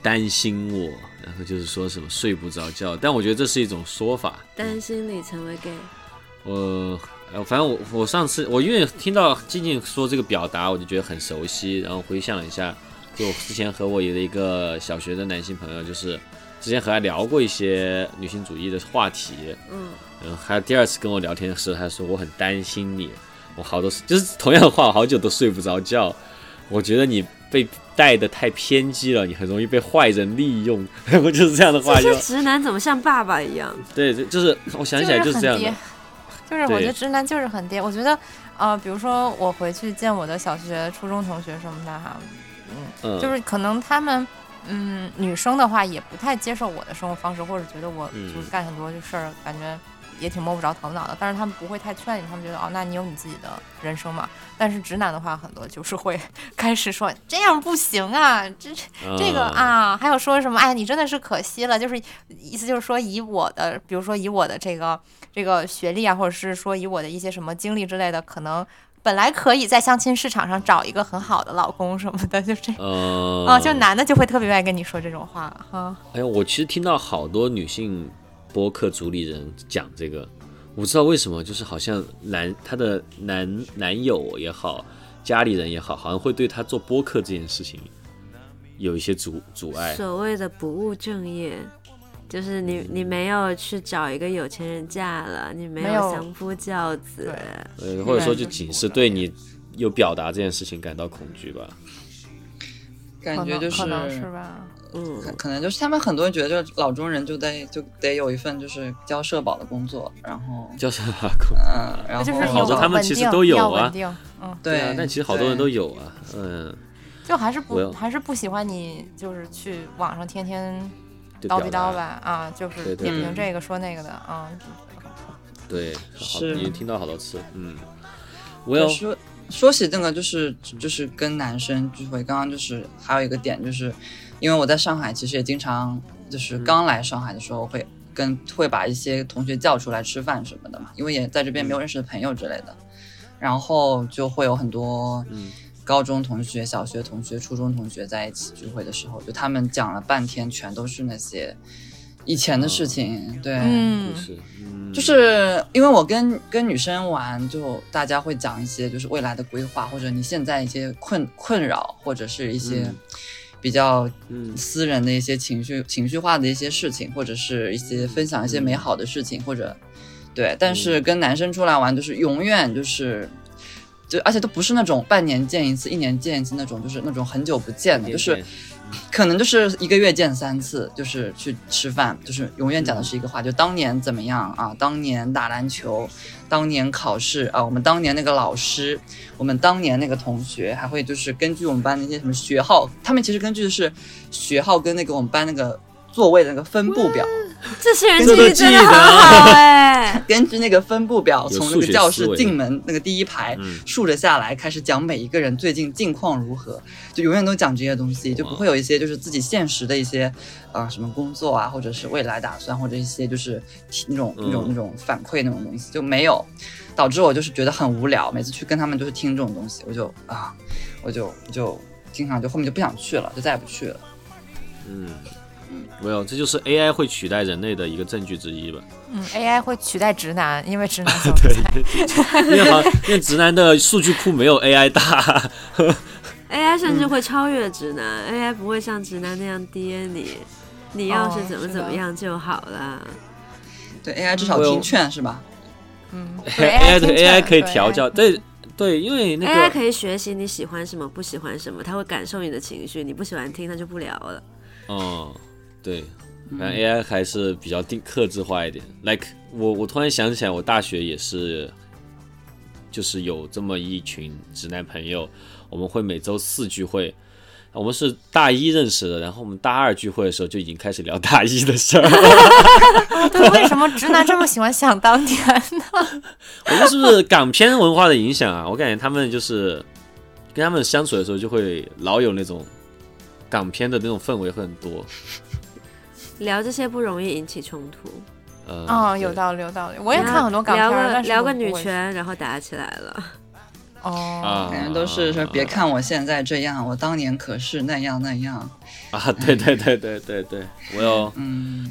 [SPEAKER 1] 担心我，然后就是说什么睡不着觉，但我觉得这是一种说法，
[SPEAKER 3] 担心你成为 gay，
[SPEAKER 1] 我呃，反正我我上次我因为听到静静说这个表达，我就觉得很熟悉，然后回想了一下，就我之前和我有的一个小学的男性朋友，就是之前和他聊过一些女性主义的话题，
[SPEAKER 3] 嗯，
[SPEAKER 1] 然后还有第二次跟我聊天的时候，他说我很担心你，我好多就是同样的话，我好久都睡不着觉，我觉得你被带的太偏激了，你很容易被坏人利用， 我就是这样的话
[SPEAKER 3] 这
[SPEAKER 1] 就
[SPEAKER 3] 些直男怎么像爸爸一样？
[SPEAKER 1] 对，对就是我想起来
[SPEAKER 2] 就是是
[SPEAKER 1] 这样
[SPEAKER 2] 很
[SPEAKER 1] 的
[SPEAKER 2] 爹，， 就是我觉
[SPEAKER 1] 对
[SPEAKER 2] 得直男就是很爹。我觉得，呃，比如说我回去见我的小学、初中同学什么的哈，
[SPEAKER 1] 嗯，
[SPEAKER 2] 就是可能他们，嗯，女生的话也不太接受我的生活方式，或者觉得我
[SPEAKER 1] 嗯
[SPEAKER 2] 就是干很多事儿，感觉也挺摸不着头脑的。但是他们不会太劝你，他们觉得哦，那你有你自己的人生嘛。但是直男的话，很多就是会 开始说这样不行啊，这这个
[SPEAKER 1] 啊。
[SPEAKER 2] 啊，还有说什么？哎，你真的是可惜了，就是意思就是说，以我的，比如说以我的这个这个学历啊，或者是说以我的一些什么经历之类的，可能本来可以在相亲市场上找一个很好的老公什么的，就 这
[SPEAKER 1] 呃，
[SPEAKER 2] 啊，就男的就会特别愿意跟你说这种话哈。
[SPEAKER 1] 哎，我其实听到好多女性播客主理人讲这个，我知道为什么，就是好像男她的男男友也好，家里人也好，好像会对她做播客这件事情有一些阻阻碍。
[SPEAKER 3] 所谓的不务正业，就是你你没有去找一个有钱人嫁了，你没
[SPEAKER 2] 没
[SPEAKER 3] 有
[SPEAKER 2] 有
[SPEAKER 3] 相夫教子，
[SPEAKER 1] 呃，或者说就仅是对你有表达这件事情感到恐惧吧。
[SPEAKER 4] 感觉就是
[SPEAKER 2] 可能可能是吧。
[SPEAKER 3] 嗯，
[SPEAKER 4] 可可能就是他们很多人觉得，就是老中人就得就得有一份就是交社保的工作，然后
[SPEAKER 1] 叫什么恐
[SPEAKER 4] 嗯、呃然
[SPEAKER 2] 就是
[SPEAKER 1] 好
[SPEAKER 2] 有
[SPEAKER 4] 后
[SPEAKER 1] 多
[SPEAKER 2] 个
[SPEAKER 1] 他们
[SPEAKER 2] 稳
[SPEAKER 1] 其实
[SPEAKER 2] 定
[SPEAKER 1] 都有
[SPEAKER 2] 要
[SPEAKER 1] 啊
[SPEAKER 2] 稳定，嗯，
[SPEAKER 1] 对啊，但其实好多人
[SPEAKER 4] 对
[SPEAKER 1] 都有啊，嗯，
[SPEAKER 2] 就还是
[SPEAKER 1] 我要
[SPEAKER 2] 不还是不喜欢你，就是去网上天天
[SPEAKER 1] 就
[SPEAKER 2] 叨
[SPEAKER 1] 表
[SPEAKER 2] 逼
[SPEAKER 1] 达
[SPEAKER 2] 叨吧，啊，就
[SPEAKER 1] 对
[SPEAKER 2] 是
[SPEAKER 1] 对
[SPEAKER 2] 点评
[SPEAKER 4] 嗯
[SPEAKER 2] 这个说那个的啊，
[SPEAKER 1] 对，好，
[SPEAKER 4] 是
[SPEAKER 1] 你听到好多次，嗯，我
[SPEAKER 4] 对
[SPEAKER 1] 要
[SPEAKER 4] 说说起这个，就是就是跟男生聚会，刚刚就是还有一个点，就是因为我在上海，其实也经常就是
[SPEAKER 1] 嗯
[SPEAKER 4] 刚来上海的时候会跟会把一些同学叫出来吃饭什么的嘛，因为也在这边
[SPEAKER 1] 嗯
[SPEAKER 4] 没有认识的朋友之类的，然后就会有很多
[SPEAKER 1] 嗯
[SPEAKER 4] 高中同学、小学同学、初中同学在一起聚会的时候，就他们讲了半天，全都是那些以前的
[SPEAKER 1] 哦
[SPEAKER 4] 事情，对，
[SPEAKER 2] 嗯
[SPEAKER 1] 故，事，嗯，
[SPEAKER 4] 就是因为我跟跟女生玩，就大家会讲一些就是未来的规划，或者你现在一些困困扰，或者是一些
[SPEAKER 1] 嗯
[SPEAKER 4] 比较
[SPEAKER 1] 嗯
[SPEAKER 4] 私人的一些情绪情绪化的一些事情，或者是一些分享一些美好的事情，或者对。但
[SPEAKER 1] 嗯
[SPEAKER 4] 是跟男生出来玩，就是永远就是。就而且都不是那种半年见一次、一年见一次那种，就是那种很久不见的，
[SPEAKER 1] 点
[SPEAKER 4] 就是
[SPEAKER 1] 点
[SPEAKER 4] 可能就是一个月见三次，就是去吃饭，就是永远讲的是一个话，就当年怎么样啊，当年打篮球，当年考试啊，我们当年那个老师，我们当年那个同学，还会就是根据我们班那些什么学号，他们其实根据的是学号跟那个我们班那个座位的那个分布表，，
[SPEAKER 3] 这些人
[SPEAKER 1] 这都
[SPEAKER 3] 记忆真的
[SPEAKER 1] 记得
[SPEAKER 3] 很好哎
[SPEAKER 4] 根据那个分布表，
[SPEAKER 1] 有
[SPEAKER 4] 从那
[SPEAKER 1] 数
[SPEAKER 4] 个
[SPEAKER 1] 学
[SPEAKER 4] 教
[SPEAKER 1] 思
[SPEAKER 4] 室
[SPEAKER 1] 维
[SPEAKER 4] 进门那个第一排
[SPEAKER 1] 嗯
[SPEAKER 4] 竖着下来，开始讲每一个人最近近况如何，就永远都讲这些东西，就不
[SPEAKER 1] 哇
[SPEAKER 4] 会有一些就是自己现实的一些啊、呃什么工作啊，或者是未来打算，或者一些就是提那种那种
[SPEAKER 1] 嗯
[SPEAKER 4] 那种反馈那种东西就没有，导致我就是觉得很无聊，每次去跟他们都是听这种东西，我就啊，我就我就经常就后面就不想去了，就再也不去了。
[SPEAKER 1] 嗯。没有，这就是 AI 会取代人类的一个证据之一吧？
[SPEAKER 2] 嗯，AI 会取代直男，因为直 男总是在
[SPEAKER 1] 因为好，因为直男的数据库没有 AI 大，
[SPEAKER 3] ，AI 甚
[SPEAKER 2] 嗯
[SPEAKER 3] 至会超越直男、a i 不会像直男那样跌你，你要是
[SPEAKER 2] 哦
[SPEAKER 3] 怎么
[SPEAKER 2] 是
[SPEAKER 3] 怎么
[SPEAKER 2] 的
[SPEAKER 3] 样就好了。
[SPEAKER 4] 对 AI 至少
[SPEAKER 1] 我有
[SPEAKER 4] 听劝是吧？
[SPEAKER 2] 嗯
[SPEAKER 1] AI
[SPEAKER 2] 听
[SPEAKER 1] 的 AI
[SPEAKER 2] 劝
[SPEAKER 1] 可以
[SPEAKER 2] 对嗯
[SPEAKER 1] 调 教，对对，因为那
[SPEAKER 3] AI
[SPEAKER 1] 个
[SPEAKER 3] 可以学习你喜欢什么，不喜欢什么，它会感受你的情绪，你不喜欢听，它就不聊了。
[SPEAKER 1] 哦，对，反正 AI 还是比较定克制化一点。Like 我我突然想起来，我大学也是，就是有这么一群直男朋友，我们会每周四聚会。我们是大一认识的，然后我们大二聚会的时候就已经开始聊大一的事儿了。
[SPEAKER 2] 对，为什么直男这么喜欢想当年 呢？
[SPEAKER 1] 我们是不是港片文化的影响啊？我感觉他们就是跟他们相处的时候，就会老有那种港片的那种氛围会很多。
[SPEAKER 3] 聊这些不容易引起冲突。
[SPEAKER 1] 呃，
[SPEAKER 2] 啊，
[SPEAKER 1] 对
[SPEAKER 2] 有道理，有道理。我也
[SPEAKER 3] 聊
[SPEAKER 2] 看很多港片
[SPEAKER 3] 聊
[SPEAKER 2] 儿，
[SPEAKER 3] 个
[SPEAKER 2] 但是
[SPEAKER 3] 聊
[SPEAKER 2] 我
[SPEAKER 3] 个
[SPEAKER 2] 不
[SPEAKER 3] 女
[SPEAKER 2] 会
[SPEAKER 3] 权，然后打起来了。
[SPEAKER 2] 哦，
[SPEAKER 1] 啊，
[SPEAKER 4] 感觉都是说别看我现在这样，我当年可是那样那样。
[SPEAKER 1] 啊！对对对对对对，我有
[SPEAKER 4] 嗯，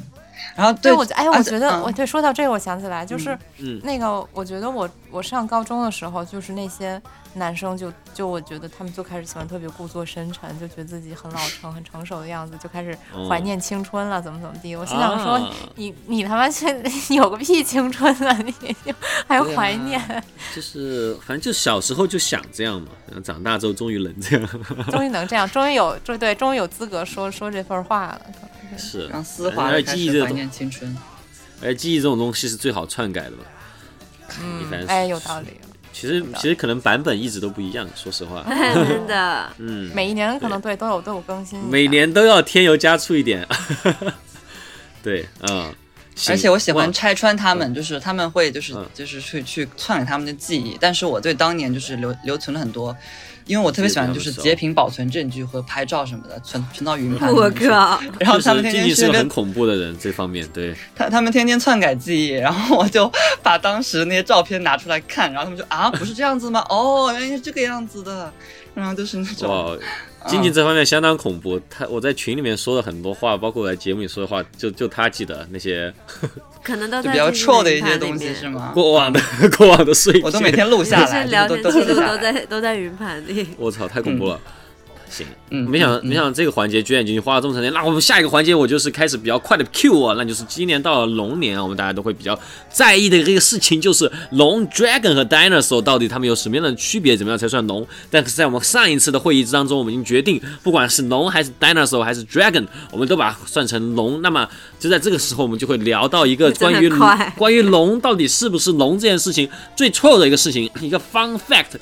[SPEAKER 4] 然后
[SPEAKER 2] 对，
[SPEAKER 4] 对
[SPEAKER 2] 我觉哎，
[SPEAKER 4] 而
[SPEAKER 3] 啊
[SPEAKER 2] 我
[SPEAKER 4] 且
[SPEAKER 2] 觉得
[SPEAKER 4] 嗯
[SPEAKER 2] 我对说到这个，我想起来就是
[SPEAKER 1] 嗯
[SPEAKER 2] 那个，我觉得我我上高中的时候，就是那些男生就就我觉得他们就开始喜欢特别故作深沉，就觉得自己很老成、很成熟的样子，就开始怀念青春了，怎么怎么地。我心想说，
[SPEAKER 1] 嗯啊
[SPEAKER 2] 你你他妈现你 有个屁青春啊，你 还有
[SPEAKER 4] 对啊
[SPEAKER 2] 怀念，
[SPEAKER 1] 就是反正就小时候就想这样嘛，然后长大之后终于能这样，
[SPEAKER 2] 终于能这样，终于有这对，终于有资格说说这份话了。
[SPEAKER 1] 是。
[SPEAKER 4] 让丝滑
[SPEAKER 1] 而
[SPEAKER 4] 的
[SPEAKER 1] 且
[SPEAKER 4] 开
[SPEAKER 1] 记忆
[SPEAKER 4] 始
[SPEAKER 1] 这
[SPEAKER 4] 怀
[SPEAKER 1] 种，
[SPEAKER 4] 念青春。
[SPEAKER 1] 而记忆这种东西是最好篡改的嘛。
[SPEAKER 2] 嗯
[SPEAKER 1] 反，正
[SPEAKER 2] 哎，
[SPEAKER 1] 是
[SPEAKER 2] 有道理。
[SPEAKER 1] 其实
[SPEAKER 2] 的
[SPEAKER 1] 其实可能版本一直都不一样，说实话，
[SPEAKER 3] 真的，
[SPEAKER 1] 嗯，
[SPEAKER 2] 每一年可能对都有都有更新一下，
[SPEAKER 1] 每年都要添油加醋一点。 对，嗯，行
[SPEAKER 4] 而且我喜欢
[SPEAKER 1] 哇
[SPEAKER 4] 拆穿他们，就是他们会就是
[SPEAKER 1] 嗯
[SPEAKER 4] 就是去去篡改他们的记忆，但是我对当年就是留留存了很多，因为我特别喜欢就是截屏保存证据和拍照什么的，存存到云盘。
[SPEAKER 3] 我！靠，
[SPEAKER 4] 然后他
[SPEAKER 1] 就是
[SPEAKER 4] 们
[SPEAKER 1] 静
[SPEAKER 4] 天天
[SPEAKER 1] 静
[SPEAKER 4] 去
[SPEAKER 1] 是
[SPEAKER 4] 那
[SPEAKER 1] 个很
[SPEAKER 4] 边，
[SPEAKER 1] 恐怖的人，这方面对，
[SPEAKER 4] 他他们天天篡改记忆，然后我就把当时那些照片拿出来看，然后他们就啊，不是这样子吗？哦，原来是这个样子的。然后就是嗯那种
[SPEAKER 1] 哇，静静这方面相当恐怖。他我在群里面说的很多话，包括我在节目里说的话，就就他记得那些
[SPEAKER 3] 可能都
[SPEAKER 4] 就
[SPEAKER 3] 在
[SPEAKER 4] 比较
[SPEAKER 3] 经纪
[SPEAKER 4] troll 的一
[SPEAKER 3] 人
[SPEAKER 4] 些
[SPEAKER 3] 他
[SPEAKER 4] 东
[SPEAKER 3] 那
[SPEAKER 4] 西
[SPEAKER 3] 边
[SPEAKER 4] 是吗？
[SPEAKER 1] 过往的 过往的碎片。
[SPEAKER 4] 我都每天录下来，
[SPEAKER 3] 这些
[SPEAKER 4] 就是
[SPEAKER 3] 聊
[SPEAKER 4] 都
[SPEAKER 3] 天
[SPEAKER 4] 都
[SPEAKER 3] 记
[SPEAKER 4] 记
[SPEAKER 3] 录
[SPEAKER 4] 下
[SPEAKER 3] 都
[SPEAKER 4] 来
[SPEAKER 3] 在都在云盘里。
[SPEAKER 1] 我操，太恐怖了。行，
[SPEAKER 4] 嗯
[SPEAKER 1] 没想
[SPEAKER 4] 嗯
[SPEAKER 1] 没想到这个环节居然已经花了这么长时间。那我们下一个环节，我就是开始比较快的 Q 啊，那就是今年到了龙年啊，我们大家都会比较在意的一个事情，就是龙 Dragon 和 Dinosaur 到底它们有什么样的区别，怎么样才算龙？但是在我们上一次的会议当中，我们已经决定，不管是龙还是 Dinosaur 还是 Dragon，我们都把它算成龙。那么就在这个时候，我们就会聊到一个关于
[SPEAKER 3] 真的快
[SPEAKER 1] 关于龙到底是不是龙这件事情最错的一个事情，一个 fun fact，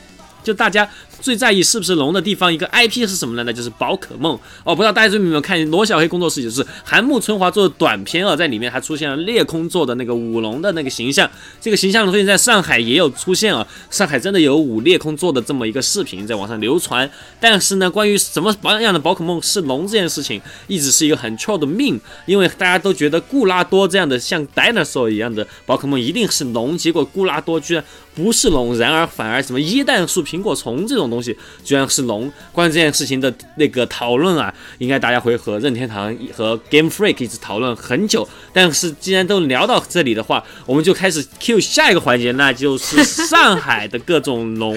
[SPEAKER 1] 就大家最在意是不是龙的地方，一个 IP 是什么呢？那就是宝可梦哦。不知道大家有没有看罗小黑工作室，就是韩木春华做的短片啊，在里面还出现了裂空座的那个舞龙的那个形象。这个形象呢，最近在上海也有出现啊，上海真的有舞裂空座的这么一个视频在网上流传。但是呢，关于什么样的宝可梦是龙这件事情，一直是一个很臭的命，因为大家都觉得固拉多这样的像 dinosaur 一样的宝可梦一定是龙，结果固拉多居然不是龙，然而反而什么椰蛋树苹果虫这种东西居然是龙。关于这件事情的那个讨论啊，应该大家会和任天堂和 Game Freak 一直讨论很久。但是既然都聊到这里的话，我们就开始 Q 下一个环节，那就是上海的各种龙。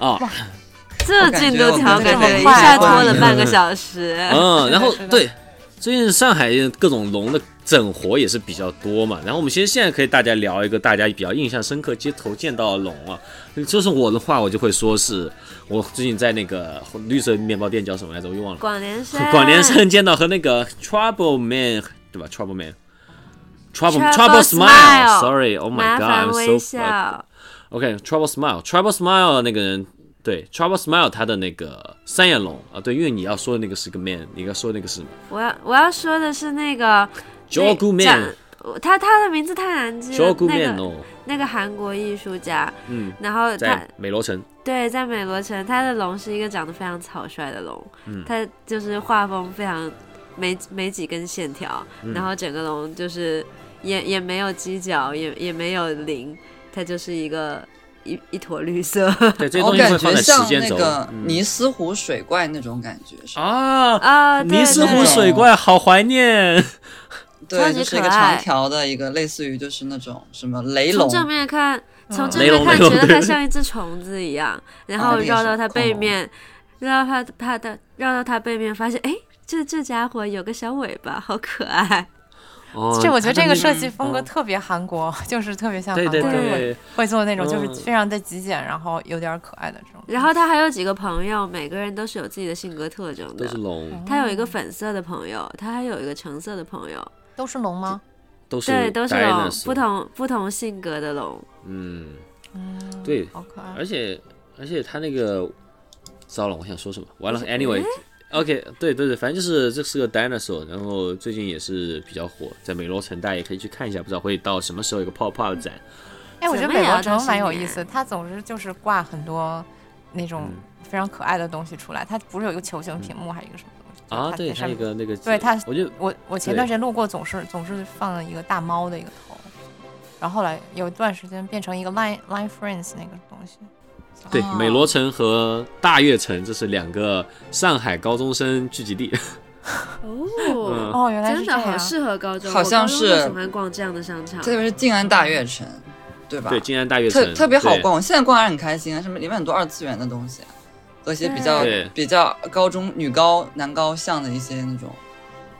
[SPEAKER 1] 啊、
[SPEAKER 3] 这进度条感觉一下拖了半个小时。
[SPEAKER 1] 嗯，然后对，最近上海各种龙的整活也是比较多嘛。然后我们其实现在可以大家聊一个大家比较印象深刻街头见到的龙啊。就是我的话，我就会说是我最近在那个绿色面包店叫什么来着，我又忘了。
[SPEAKER 3] 广联山，
[SPEAKER 1] 广联山见到和那个 Trouble Man 对吧？Trouble Man。Trouble Trouble
[SPEAKER 3] Trouble Smile
[SPEAKER 1] Smile，Sorry，Oh Oh my
[SPEAKER 3] 麻烦
[SPEAKER 1] God，I'm so
[SPEAKER 3] 微
[SPEAKER 1] fucked
[SPEAKER 3] 笑。
[SPEAKER 1] OK，Trouble Smile，Trouble Smile 的那个人，对，Trouble Smile 他的那个三眼龙啊，对，因为你要说的那个是个 man，你要说的那个是
[SPEAKER 3] 我要我要说的是那个
[SPEAKER 1] j o g u
[SPEAKER 3] 那
[SPEAKER 1] Man。
[SPEAKER 3] 长他他的名字太难记
[SPEAKER 1] j o
[SPEAKER 3] 了
[SPEAKER 1] g。u
[SPEAKER 3] 那
[SPEAKER 1] Man
[SPEAKER 3] 个
[SPEAKER 1] 哦，
[SPEAKER 3] 那个韩国艺术家，
[SPEAKER 1] 嗯，
[SPEAKER 3] 然后他
[SPEAKER 1] 在美罗城，
[SPEAKER 3] 对在美罗城，他的龙是一个长得非常草率的龙，
[SPEAKER 1] 嗯
[SPEAKER 3] 他就是画风非常没没几根线条，
[SPEAKER 1] 嗯
[SPEAKER 3] 然后整个龙就是也也没有犄角，也也没有鳞，它就是一个一一坨绿色。
[SPEAKER 1] 对，这些
[SPEAKER 4] 我
[SPEAKER 1] 东西会
[SPEAKER 4] 哦感
[SPEAKER 1] 放在
[SPEAKER 4] 觉
[SPEAKER 1] 时
[SPEAKER 4] 像
[SPEAKER 1] 间
[SPEAKER 4] 那
[SPEAKER 1] 轴
[SPEAKER 4] 个
[SPEAKER 1] 嗯
[SPEAKER 4] 尼斯湖水怪那种感觉，
[SPEAKER 3] 哦
[SPEAKER 4] 是吧
[SPEAKER 1] 啊。
[SPEAKER 3] 啊，对
[SPEAKER 1] 尼斯湖
[SPEAKER 3] 对
[SPEAKER 1] 水怪，好怀念。
[SPEAKER 3] 超
[SPEAKER 4] 对，
[SPEAKER 3] 级
[SPEAKER 4] 就是一个
[SPEAKER 3] 可爱
[SPEAKER 4] 长条的一个类似于就是那种什么雷
[SPEAKER 3] 从
[SPEAKER 4] 龙，
[SPEAKER 3] 正面看，
[SPEAKER 2] 嗯
[SPEAKER 3] 从正
[SPEAKER 1] 雷
[SPEAKER 3] 面
[SPEAKER 1] 龙雷
[SPEAKER 3] 看觉
[SPEAKER 1] 龙
[SPEAKER 3] 得
[SPEAKER 1] 对
[SPEAKER 3] 它像一只虫子一 样，然
[SPEAKER 4] 啊
[SPEAKER 3] 后
[SPEAKER 4] 那个
[SPEAKER 3] 绕
[SPEAKER 4] 是
[SPEAKER 3] 到它背
[SPEAKER 1] 哦
[SPEAKER 4] 恐龙
[SPEAKER 3] 面，绕到它它的绕到它背面，发现哎，这这家伙有个小尾巴，好可爱。
[SPEAKER 1] 哦
[SPEAKER 2] 这我觉得这个
[SPEAKER 1] 是
[SPEAKER 2] 设计风格特别韩国， 就是特别像
[SPEAKER 1] 嗯
[SPEAKER 2] 韩
[SPEAKER 1] 对
[SPEAKER 2] 国
[SPEAKER 1] 对
[SPEAKER 2] 人
[SPEAKER 3] 对
[SPEAKER 2] 会
[SPEAKER 1] 对，
[SPEAKER 2] 会做那种，就
[SPEAKER 1] 嗯
[SPEAKER 2] 是非常的极简，然后有点可爱的这种。
[SPEAKER 3] 然后它还有几个朋友，每个人都是有自己的性格特征
[SPEAKER 1] 都
[SPEAKER 3] 的
[SPEAKER 1] 是。龙，
[SPEAKER 3] 它有一个粉色的朋友，它还有一个橙色的朋友，
[SPEAKER 2] 嗯都是龙吗？
[SPEAKER 1] 都是
[SPEAKER 3] 对，都是龙，
[SPEAKER 1] dinosaur
[SPEAKER 3] 不。同不同性格的龙。
[SPEAKER 1] 嗯，对，哎
[SPEAKER 2] 好可
[SPEAKER 4] 啊
[SPEAKER 2] 爱。
[SPEAKER 1] 而且而且他那个，糟了，我想说什么？完了，anyway。OK，对对
[SPEAKER 4] 哎
[SPEAKER 1] 对，反正就是这是个 dinosaur，然后最近也是比较火，在美罗城大家也可以去看一下，不知道会到什么时候有个 pop up 展。
[SPEAKER 4] 嗯
[SPEAKER 2] 哎，我觉得
[SPEAKER 3] 怎么啊
[SPEAKER 2] 美
[SPEAKER 3] 也
[SPEAKER 2] 国
[SPEAKER 3] 要到
[SPEAKER 2] 城蛮
[SPEAKER 3] 新
[SPEAKER 2] 有
[SPEAKER 3] 年
[SPEAKER 2] 意思，它总是就是挂很多那
[SPEAKER 1] 嗯
[SPEAKER 2] 种非常可爱的东西出来。它不是有一个球形屏幕，还有一个什么东西就是
[SPEAKER 1] 啊，
[SPEAKER 2] 它
[SPEAKER 1] 对，
[SPEAKER 2] 在
[SPEAKER 1] 还
[SPEAKER 2] 上
[SPEAKER 1] 有一
[SPEAKER 2] 面。
[SPEAKER 1] 个那个，
[SPEAKER 2] 对它
[SPEAKER 1] 我就
[SPEAKER 2] 我我前
[SPEAKER 1] 对
[SPEAKER 2] 段时间路过，总是总是放了一个大猫的一个头，然后后来有一段时间变成一个 Line Line Friends 那个东西。
[SPEAKER 1] 嗯对
[SPEAKER 2] 哦
[SPEAKER 1] 美罗城和大悦城，这是两个上海高中生聚集地。嗯
[SPEAKER 3] 哦，
[SPEAKER 2] 哦，原来
[SPEAKER 3] 真
[SPEAKER 2] 是这
[SPEAKER 3] 的好
[SPEAKER 2] 样。。
[SPEAKER 3] 适合高中，
[SPEAKER 4] 好
[SPEAKER 3] 我
[SPEAKER 4] 像
[SPEAKER 3] 高中就是喜欢逛这样的商场。
[SPEAKER 4] 特别是静安大悦城，对 吧？
[SPEAKER 1] 对，静安大悦
[SPEAKER 4] 特
[SPEAKER 1] 城
[SPEAKER 4] 特别好
[SPEAKER 1] 对
[SPEAKER 4] 逛，我现在逛还很开心啊，什么里面很多二次元的东西啊，和一些比
[SPEAKER 3] 嗯
[SPEAKER 4] 较
[SPEAKER 1] 对
[SPEAKER 4] 比较高中女高男高像的一些那种，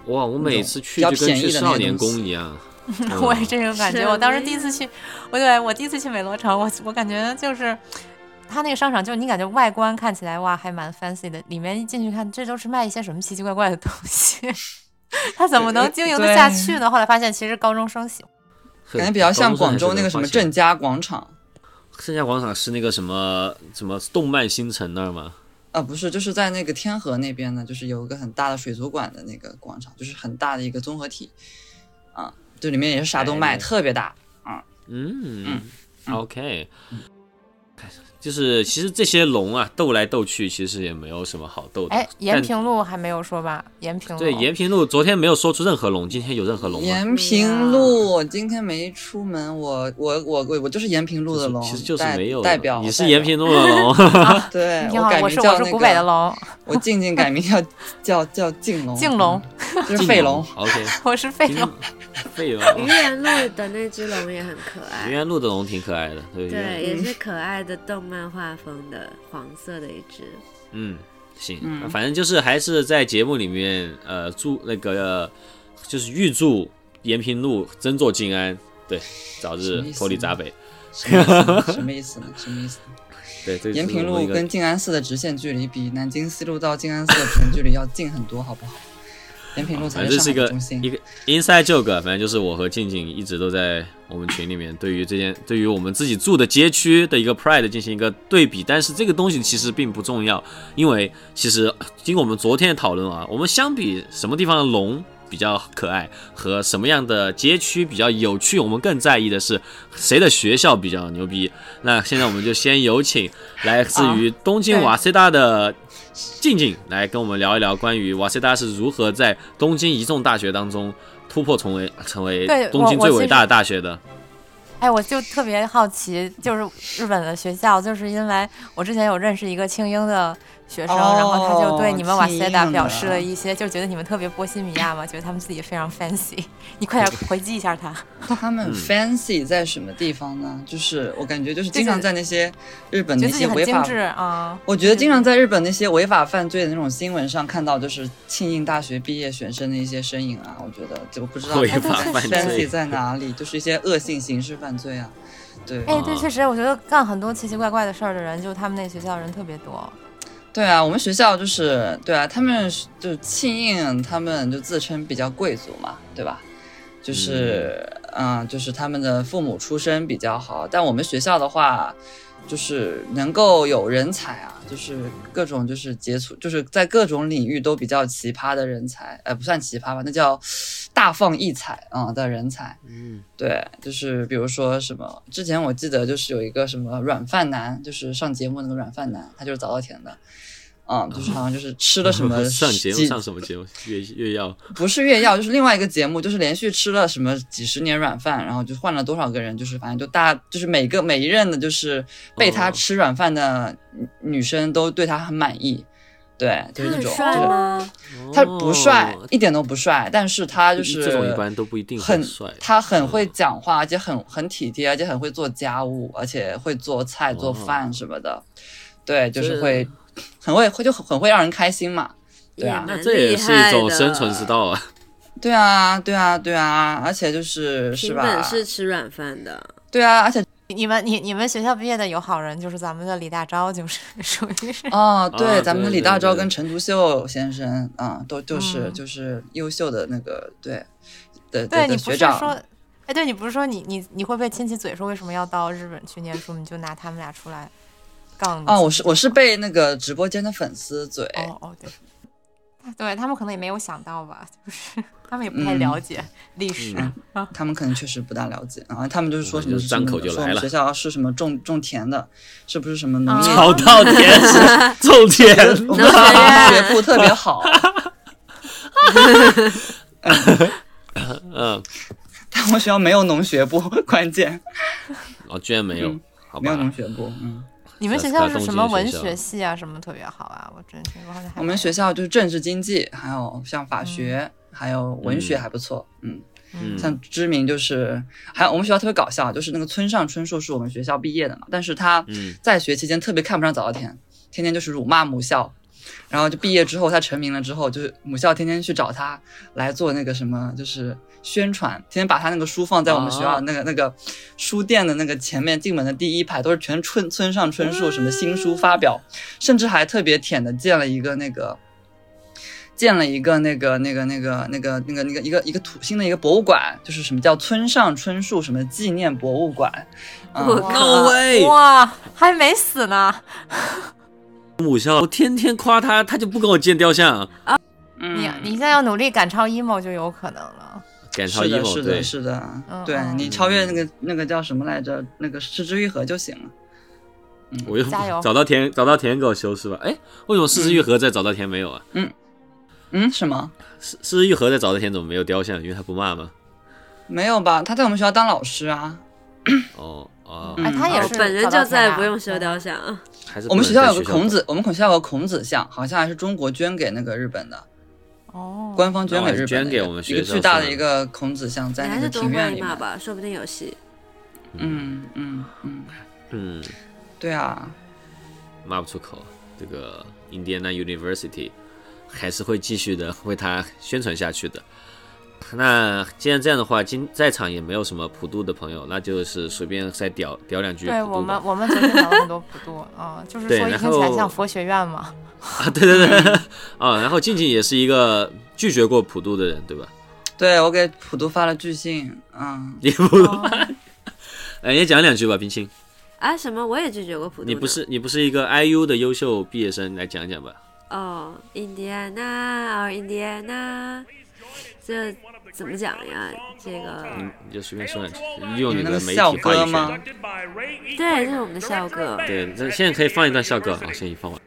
[SPEAKER 1] 哇，我每次去
[SPEAKER 4] 嗯比
[SPEAKER 1] 就跟
[SPEAKER 4] 较便宜
[SPEAKER 1] 去
[SPEAKER 4] 的那
[SPEAKER 1] 少
[SPEAKER 4] 些
[SPEAKER 1] 年
[SPEAKER 4] 东
[SPEAKER 1] 宫
[SPEAKER 4] 西
[SPEAKER 1] 一 样嗯
[SPEAKER 2] 我也这种感觉。
[SPEAKER 3] 什
[SPEAKER 2] 我当时
[SPEAKER 3] 么
[SPEAKER 2] 第一次
[SPEAKER 3] 呀
[SPEAKER 2] 去，我对我第一次去美罗城，我我感觉就是。它那个商场，就你感觉外观看起来哇，还蛮 fancy 的，里面一进去看，这都是卖一些什么奇奇怪怪的东西， 它怎么能经营得下去呢？后来发现，其实高中生喜欢。
[SPEAKER 1] 很
[SPEAKER 4] 感觉比较像
[SPEAKER 1] 高中生
[SPEAKER 4] 广
[SPEAKER 1] 还是
[SPEAKER 4] 州
[SPEAKER 1] 能
[SPEAKER 4] 那个什
[SPEAKER 1] 花
[SPEAKER 4] 么
[SPEAKER 1] 钱
[SPEAKER 4] 正佳广场
[SPEAKER 1] 盛夏广场是那个什么什么动漫新城那儿吗？
[SPEAKER 4] 啊，不是，就是在那个天河那边呢，就是有一个很大的水族馆的那个广场，就是很大的一个综合体，啊，就里面也是啥都
[SPEAKER 1] 哎
[SPEAKER 4] 卖，特别大。
[SPEAKER 1] 嗯 o k 就是其实这些龙啊斗来斗去，其实也没有什么好斗的。
[SPEAKER 2] 哎，延
[SPEAKER 1] 但
[SPEAKER 2] 平路还没有说吧？延平路
[SPEAKER 1] 对延平路昨天没有说出任何龙，今天有任何龙吗？
[SPEAKER 4] 哦延平路，我今天没出门，我我我我我就是延平路的龙，
[SPEAKER 1] 其实就是
[SPEAKER 4] 代
[SPEAKER 1] 没有的
[SPEAKER 4] 代表。
[SPEAKER 1] 你是
[SPEAKER 4] 代
[SPEAKER 1] 延
[SPEAKER 4] 表，
[SPEAKER 1] 平路的 龙，
[SPEAKER 4] 对，
[SPEAKER 2] 挺好
[SPEAKER 4] 改，
[SPEAKER 2] 我
[SPEAKER 4] 名
[SPEAKER 2] 是
[SPEAKER 4] 叫
[SPEAKER 2] 我是
[SPEAKER 4] 那个
[SPEAKER 2] 古北的，龙，
[SPEAKER 4] 我静静改名叫叫叫静龙，
[SPEAKER 2] 静龙，
[SPEAKER 4] 嗯就是废龙。
[SPEAKER 1] OK，
[SPEAKER 2] 我是飞
[SPEAKER 1] 今
[SPEAKER 2] 龙
[SPEAKER 1] 天。废 龙。
[SPEAKER 3] 愚园路的那只龙也很可
[SPEAKER 1] 愚
[SPEAKER 3] 爱，
[SPEAKER 1] 园路的龙挺可爱的，对不
[SPEAKER 3] 对，也是可爱的动漫画风的黄色的一只。
[SPEAKER 1] 嗯，行，
[SPEAKER 4] 嗯
[SPEAKER 1] 反正就是还是在节目里面，呃，祝那个就是预祝延平路真作静安，对，早日
[SPEAKER 4] 什么意思
[SPEAKER 1] 脱离闸北。
[SPEAKER 4] 什么意思呢？什么意思呢？什么意思呢？
[SPEAKER 1] 对，这
[SPEAKER 4] 延平
[SPEAKER 1] 是我
[SPEAKER 4] 路
[SPEAKER 1] 一个
[SPEAKER 4] 跟静安寺的直线距离比南京西路到静安寺的直线距离要近很多，好不好？延平路才
[SPEAKER 1] 啊反正这嗯是
[SPEAKER 4] 上
[SPEAKER 1] 一
[SPEAKER 4] 海的
[SPEAKER 1] 个
[SPEAKER 4] 中心。
[SPEAKER 1] 一个 inside joke，反正就是我和静静一直都在我们群里面对于这件对于我们自己住的街区的一个 pride 进行一个对比，但是这个东西其实并不重要，因为其实经过我们昨天的讨论啊，我们相比什么地方的龙比较可爱和什么样的街区比较有趣，我们更在意的是谁的学校比较牛逼。那现在我们就先有请来自于东京
[SPEAKER 2] 对
[SPEAKER 1] 瓦塞达的静静来跟我们聊一聊关于瓦塞达是如何在东京一众大学当中突破重围，成为
[SPEAKER 2] 对
[SPEAKER 1] 东
[SPEAKER 2] 我
[SPEAKER 1] 京
[SPEAKER 2] 我
[SPEAKER 1] 最
[SPEAKER 2] 其
[SPEAKER 1] 伟
[SPEAKER 2] 实
[SPEAKER 1] 大的大学的。
[SPEAKER 2] 哎，我就特别好奇，就是日本的学校，就是因为我之前有认识一个庆英的学生，然后他就对
[SPEAKER 4] 哦
[SPEAKER 2] 你们瓦
[SPEAKER 4] 庆
[SPEAKER 2] 塞达
[SPEAKER 4] 英
[SPEAKER 2] 表
[SPEAKER 4] 的
[SPEAKER 2] 示了一些，就觉得你们特别波西米亚嘛，觉得他们自己非常 fancy。你快点回击一下他。
[SPEAKER 4] 他
[SPEAKER 1] 嗯
[SPEAKER 4] 们 fancy 在什么地方呢？就是我感觉就是经常在那些日本
[SPEAKER 2] 觉
[SPEAKER 4] 那
[SPEAKER 2] 得自己
[SPEAKER 4] 些
[SPEAKER 2] 很
[SPEAKER 4] 违
[SPEAKER 2] 精
[SPEAKER 4] 法，
[SPEAKER 2] 致啊、
[SPEAKER 4] 我觉得经常在日本那些违法犯罪的那种新闻上看到，就是庆应大学毕业学生的一些身影啊。我觉得就不知道
[SPEAKER 1] 违
[SPEAKER 4] 他们
[SPEAKER 1] 法犯
[SPEAKER 4] fancy
[SPEAKER 1] 罪
[SPEAKER 4] 在哪里，就是一些恶性刑事犯罪啊。对
[SPEAKER 2] 哎，对，
[SPEAKER 1] 啊
[SPEAKER 2] 确实，我觉得干很多奇奇怪怪的事儿的人，就他们那学校人特别多。
[SPEAKER 4] 对啊，我们学校就是对啊，他们是就庆应，他们就自称比较贵族嘛，对吧？就是嗯、就是他们的父母出身比较好，但我们学校的话，就是能够有人才啊，就是各种就是杰出，就是在各种领域都比较奇葩的人才，呃，不算奇葩吧，那叫 大放异彩啊、的人才。
[SPEAKER 1] 嗯，
[SPEAKER 4] 对，就是比如说什么，之前我记得就是有一个什么软饭男，就是上节目那个软饭男，他就是早稻田的，嗯，就是好像就是吃了什么
[SPEAKER 1] 上节目
[SPEAKER 4] 几
[SPEAKER 1] 上什么节目？越越要
[SPEAKER 4] 不是越药，就是另外一个节目，就是连续吃了什么几十年软饭，然后就换了多少个人，就是反正就大，就是每个每一任的，就是被他
[SPEAKER 1] 哦
[SPEAKER 4] 吃软饭的女女生都对他很满意，对，就是
[SPEAKER 3] 他很
[SPEAKER 4] 那种，
[SPEAKER 3] 帅
[SPEAKER 4] 这种
[SPEAKER 3] 吗？
[SPEAKER 4] 他不帅
[SPEAKER 1] 哦，
[SPEAKER 4] 一点都不帅，但是他就是
[SPEAKER 1] 这种一般都不一定很
[SPEAKER 4] 很
[SPEAKER 1] 帅
[SPEAKER 4] 他很会
[SPEAKER 1] 嗯
[SPEAKER 4] 讲话，而且很很体贴，而且很会做家务，而且会做菜、做
[SPEAKER 1] 哦
[SPEAKER 4] 饭什么的。对，就是
[SPEAKER 1] 这
[SPEAKER 4] 会很会会就很很会让人开心嘛。对啊
[SPEAKER 3] 也
[SPEAKER 1] 那
[SPEAKER 3] 蛮
[SPEAKER 1] 这也
[SPEAKER 3] 厉
[SPEAKER 1] 是一
[SPEAKER 3] 害
[SPEAKER 1] 种
[SPEAKER 3] 的。
[SPEAKER 1] 生存之道啊。
[SPEAKER 4] 对啊，对啊，对啊，而且就是是
[SPEAKER 3] 平
[SPEAKER 4] 吧
[SPEAKER 3] 本？是吃软饭的，
[SPEAKER 4] 对 啊，而且
[SPEAKER 2] 你们你你们学校毕业的有好人，就是咱们的李大钊，就是 属于是
[SPEAKER 4] 哦，对，
[SPEAKER 1] 啊
[SPEAKER 4] 咱们的
[SPEAKER 1] 对
[SPEAKER 4] 李大
[SPEAKER 1] 对
[SPEAKER 4] 钊
[SPEAKER 1] 对
[SPEAKER 4] 跟陈独秀先生啊、都就是、
[SPEAKER 2] 嗯
[SPEAKER 4] 就是优秀的那个对
[SPEAKER 2] 对
[SPEAKER 4] 的的
[SPEAKER 2] 你
[SPEAKER 4] 的
[SPEAKER 2] 不
[SPEAKER 4] 学
[SPEAKER 2] 是
[SPEAKER 4] 长。
[SPEAKER 2] 说，哎，对你不是说你你你会被亲戚嘴说为什么要到日本去念书，你就拿他们俩出来杠你
[SPEAKER 4] 哦，我是我是被那个直播间的粉丝嘴，
[SPEAKER 2] 哦哦对，对他们可能也没有想到吧，就是他们也不太
[SPEAKER 4] 嗯
[SPEAKER 2] 了解历史。
[SPEAKER 1] 嗯
[SPEAKER 4] 他们可能确实不大了解，然后他们就是说什么
[SPEAKER 1] 就是张口就
[SPEAKER 4] 说我
[SPEAKER 1] 来
[SPEAKER 4] 们
[SPEAKER 1] 了
[SPEAKER 4] 学校是什么种种田的，是不是什么农业？
[SPEAKER 1] 早
[SPEAKER 2] 哦
[SPEAKER 1] 稻田是种田
[SPEAKER 4] 我 们我们学部特别好，
[SPEAKER 1] 嗯，
[SPEAKER 4] 但我们学校没有农学部，关键
[SPEAKER 1] 哦，居然没有
[SPEAKER 4] 嗯，
[SPEAKER 1] 好
[SPEAKER 4] 没有
[SPEAKER 1] 吧
[SPEAKER 4] 农，学部。嗯，
[SPEAKER 2] 你们
[SPEAKER 1] 在
[SPEAKER 2] 学
[SPEAKER 1] 在
[SPEAKER 2] 校是
[SPEAKER 1] 东
[SPEAKER 2] 什
[SPEAKER 1] 京
[SPEAKER 2] 么
[SPEAKER 1] 学
[SPEAKER 2] 文
[SPEAKER 1] 校
[SPEAKER 2] 学系啊？什么特别好啊？我真听说好像还
[SPEAKER 4] 我们
[SPEAKER 2] 没
[SPEAKER 4] 学校就是政治经济，还有像法学，还有文学
[SPEAKER 1] 嗯
[SPEAKER 4] 还不错。嗯，
[SPEAKER 1] 嗯，
[SPEAKER 4] 像知名就是，还有我们学校特别搞笑，就是那个村上春树是我们学校毕业的嘛，但是他
[SPEAKER 1] 嗯
[SPEAKER 4] 在学期间特别看不上早稻田，天天就是辱骂母校，然后就毕业之后他成名了之后，就是母校天天去找他来做那个什么，就是宣传，天天把他那个书放在我们学校
[SPEAKER 1] 哦
[SPEAKER 4] 那个、那个书店的那个前面进门的第一排，都是全村村上春树什么新书发表，甚至还特别舔的建了一个那个。建了一个那个那个那个那个那个那个一个一个土新的一个博物馆，就是什么叫村上春树什么纪念博物馆，嗯
[SPEAKER 3] 我
[SPEAKER 2] 哇
[SPEAKER 3] 靠
[SPEAKER 1] No way
[SPEAKER 2] 哇，还没死呢。
[SPEAKER 1] 母校，我天天夸他，他就不跟我建雕像，
[SPEAKER 4] 嗯
[SPEAKER 2] 你你现在要努力赶超 emo 就有可能了。
[SPEAKER 1] 赶超
[SPEAKER 4] 是的，
[SPEAKER 1] emo
[SPEAKER 4] 是
[SPEAKER 1] 对
[SPEAKER 4] 的，，是的
[SPEAKER 2] 嗯，
[SPEAKER 4] 对
[SPEAKER 2] 嗯
[SPEAKER 4] 你超越那个那个叫什么来着，那个失之愈合就行了。
[SPEAKER 1] 我又
[SPEAKER 2] 加油
[SPEAKER 1] 找到舔找到舔狗修饰吧。哎，为什么四肢愈合在找到甜没有啊？
[SPEAKER 4] 嗯，什么？
[SPEAKER 1] 四四肢愈合在找到甜怎么没有雕像？因为他不骂吗？
[SPEAKER 4] 没有吧？他在我们学校当老师啊。
[SPEAKER 1] 哦哦，
[SPEAKER 2] 哎，
[SPEAKER 4] 嗯
[SPEAKER 2] 他也
[SPEAKER 4] 哦
[SPEAKER 2] 是
[SPEAKER 3] 本人
[SPEAKER 2] 找到
[SPEAKER 3] 就在，
[SPEAKER 2] 天
[SPEAKER 3] 不
[SPEAKER 2] 涯
[SPEAKER 3] 用修雕像啊。
[SPEAKER 1] 还是
[SPEAKER 4] 我们
[SPEAKER 1] 不
[SPEAKER 4] 学
[SPEAKER 1] 能
[SPEAKER 4] 校有
[SPEAKER 1] 在
[SPEAKER 4] 个孔子，我们孔学校有个孔子像，好像还是中国捐给那个日本的，
[SPEAKER 2] 哦，
[SPEAKER 4] 官方捐给日本的一个，
[SPEAKER 1] 捐给我们学
[SPEAKER 4] 一个
[SPEAKER 1] 校
[SPEAKER 4] 巨大
[SPEAKER 1] 是
[SPEAKER 4] 的
[SPEAKER 1] 吗
[SPEAKER 4] 一个孔子像
[SPEAKER 3] 你
[SPEAKER 4] 在
[SPEAKER 3] 还
[SPEAKER 4] 那
[SPEAKER 3] 是
[SPEAKER 4] 个
[SPEAKER 3] 多
[SPEAKER 4] 庭
[SPEAKER 3] 换
[SPEAKER 4] 院
[SPEAKER 3] 一
[SPEAKER 4] 里
[SPEAKER 3] 骂
[SPEAKER 4] 面。
[SPEAKER 3] 吧，说不定有戏。
[SPEAKER 4] 嗯嗯嗯，
[SPEAKER 1] 嗯，
[SPEAKER 4] 对啊，
[SPEAKER 1] 骂不出口。这个 Indiana University 还是会继续的为他宣传下去的。那既然这样的话，今在场也没有什么普渡的朋友，那就是随便再屌屌两句
[SPEAKER 2] 对
[SPEAKER 1] 普
[SPEAKER 2] 我
[SPEAKER 1] 渡吧
[SPEAKER 2] 们。我们昨天聊了很多普渡啊，就是
[SPEAKER 1] 对
[SPEAKER 2] 说一
[SPEAKER 1] 然
[SPEAKER 2] 听起来
[SPEAKER 1] 后
[SPEAKER 2] 像佛学院嘛，
[SPEAKER 1] 啊， 对对对，啊，然后静静也是一个拒绝过普渡的人，对吧？
[SPEAKER 4] 对我给普渡发了巨信，嗯，
[SPEAKER 1] 你普渡， 哎，也讲两句吧，冰清，
[SPEAKER 3] 啊什么？我也拒绝过普渡呢。
[SPEAKER 1] 你不是你不是一个 IU 的优秀毕业生，来讲讲吧。
[SPEAKER 3] 哦，印第安纳，哦，印第安纳，这怎么讲呀？这个
[SPEAKER 1] 嗯，你就随便说两句，利用
[SPEAKER 4] 你
[SPEAKER 1] 你
[SPEAKER 4] 们
[SPEAKER 1] 的
[SPEAKER 4] 那个
[SPEAKER 1] 媒
[SPEAKER 4] 校
[SPEAKER 1] 体话
[SPEAKER 4] 歌
[SPEAKER 1] 语
[SPEAKER 4] 吗
[SPEAKER 1] 权。
[SPEAKER 3] 对，这是我们的校歌。
[SPEAKER 1] 对，这现在可以放一段校歌啊，先一放完。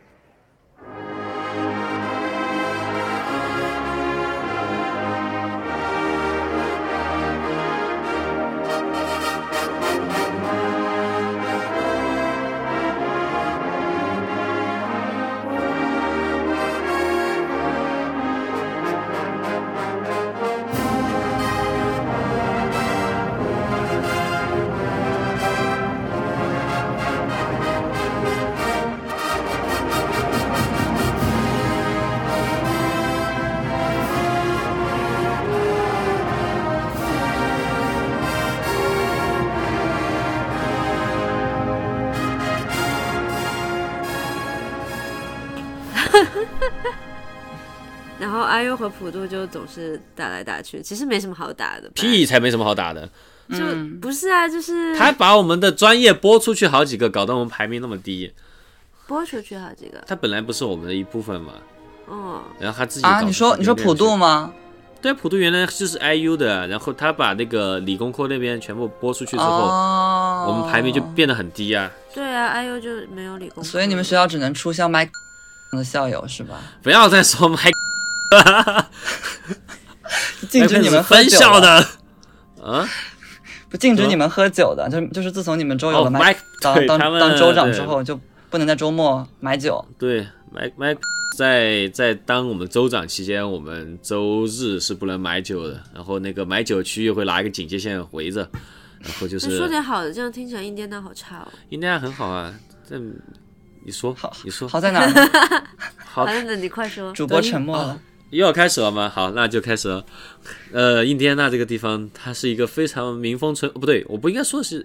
[SPEAKER 3] 然后阿优和普渡就总是打来打去，其实没什么好打的。
[SPEAKER 1] 屁，E 才没什么好打的，
[SPEAKER 4] 嗯
[SPEAKER 3] 就不是啊，就是
[SPEAKER 1] 他把我们的专业播出去好几个，搞得我们排名那么低。
[SPEAKER 3] 播出去好几个。
[SPEAKER 1] 他本来不是我们的一部分嘛，
[SPEAKER 3] 哦，
[SPEAKER 1] 然后他自己
[SPEAKER 4] 啊，
[SPEAKER 1] 搞
[SPEAKER 4] 你说
[SPEAKER 1] 成
[SPEAKER 4] 你说
[SPEAKER 1] 这个
[SPEAKER 4] 普
[SPEAKER 1] 样子
[SPEAKER 4] 渡吗？
[SPEAKER 1] 对，普渡原来就是 IU 的，然后他把那个理工科那边全部播出去之后，
[SPEAKER 4] 哦，
[SPEAKER 1] 我们排名就。变得很低啊！
[SPEAKER 3] 对啊，阿优就没有理工科。
[SPEAKER 4] 所以你们学校只能出像麦的校友是吧？
[SPEAKER 1] 不要再说 m
[SPEAKER 4] 禁
[SPEAKER 1] 哎
[SPEAKER 4] 止你们喝
[SPEAKER 1] 分
[SPEAKER 4] 酒哦
[SPEAKER 1] 校，的，啊，
[SPEAKER 4] 不禁止
[SPEAKER 1] 什么
[SPEAKER 4] 你们喝酒的，就是就是自从你们州有
[SPEAKER 1] 哦
[SPEAKER 4] 了
[SPEAKER 1] ，Mike
[SPEAKER 4] 当
[SPEAKER 1] 对
[SPEAKER 4] 当
[SPEAKER 1] 他们
[SPEAKER 4] 当州长之
[SPEAKER 1] 对
[SPEAKER 4] 后，就不能在周末买酒。
[SPEAKER 1] 对，Mike Mike 在在当我们州长期间，我们周日是不能买酒的，然后那个买酒区域会拿一个警戒线围着，然后就
[SPEAKER 3] 你说
[SPEAKER 1] 是
[SPEAKER 3] 点好的，这样听起来印第安纳好差哦。
[SPEAKER 1] 应该很好啊，这你说
[SPEAKER 4] 好，
[SPEAKER 1] 你说
[SPEAKER 4] 好在哪儿 呢？
[SPEAKER 1] 好
[SPEAKER 3] 好，那你快说。
[SPEAKER 4] 主播沉默
[SPEAKER 1] 哦
[SPEAKER 4] 了。
[SPEAKER 1] 又要开始了吗？好，那就开始了。呃，印第安纳这个地方，它是一个非常民风淳，哦不对，我不应该说是，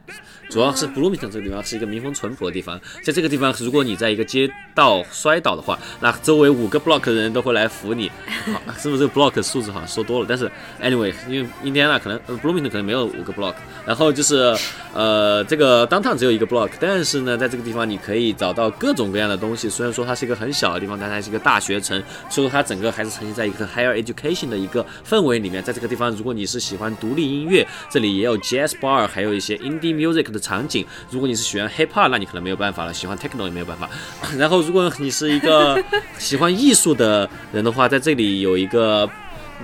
[SPEAKER 1] 主要是布鲁明顿这个地方是一个民风淳朴的地方。在这个地方，如果你在一个街道摔倒的话，那周围五个 block 的人都会来扶你。 好，是不是这个 block 数字好像说多了？但是 anyway，因为印第安纳可能，呃，布鲁明顿可能没有五个 block，然后就是呃，这个 downtown 只有一个 block，但是呢，在这个地方你可以找到各种各样的东西。虽然说它是一个很小的地方，但它还是一个大学城，所以说它整个还是呈现在一个 higher education 的一个氛围里面。在这个地方，如果你是喜欢独立音乐，这里也有 jazz bar，还有一些 indie music 的场景。如果你是喜欢 hip hop，那你可能没有办法了；喜欢 techno 也没有办法。 然后，如果你是一个喜欢艺术的人的话，在这里有一个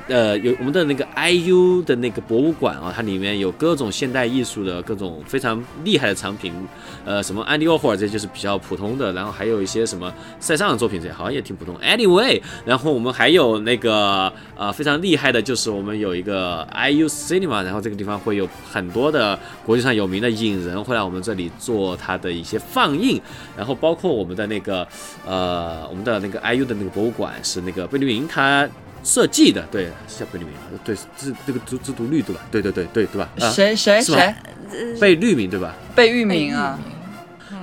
[SPEAKER 1] 呃，有我们的那个 IU 的那个博物馆啊，它里面有各种现代艺术的各种非常厉害的藏品，呃，什么安迪沃霍尔这就是比较普通的，然后还有一些什么塞尚的作品，这好像也挺普通。Anyway，然后我们还有那个呃非常厉害的，就是我们有一个 IU Cinema，然后这个地方会有很多的国际上有名的影人会来我们这里做他的一些放映，然后包括我们的那个呃我们的那个 IU 的那个博物馆是那个贝聿铭他。设计的，对，是叫贝聿铭吧，对，这这个自自读率对吧？对对对对对吧？啊，
[SPEAKER 4] 谁谁
[SPEAKER 1] 是吧
[SPEAKER 4] 谁
[SPEAKER 1] 贝聿铭对吧？
[SPEAKER 4] 被域名啊？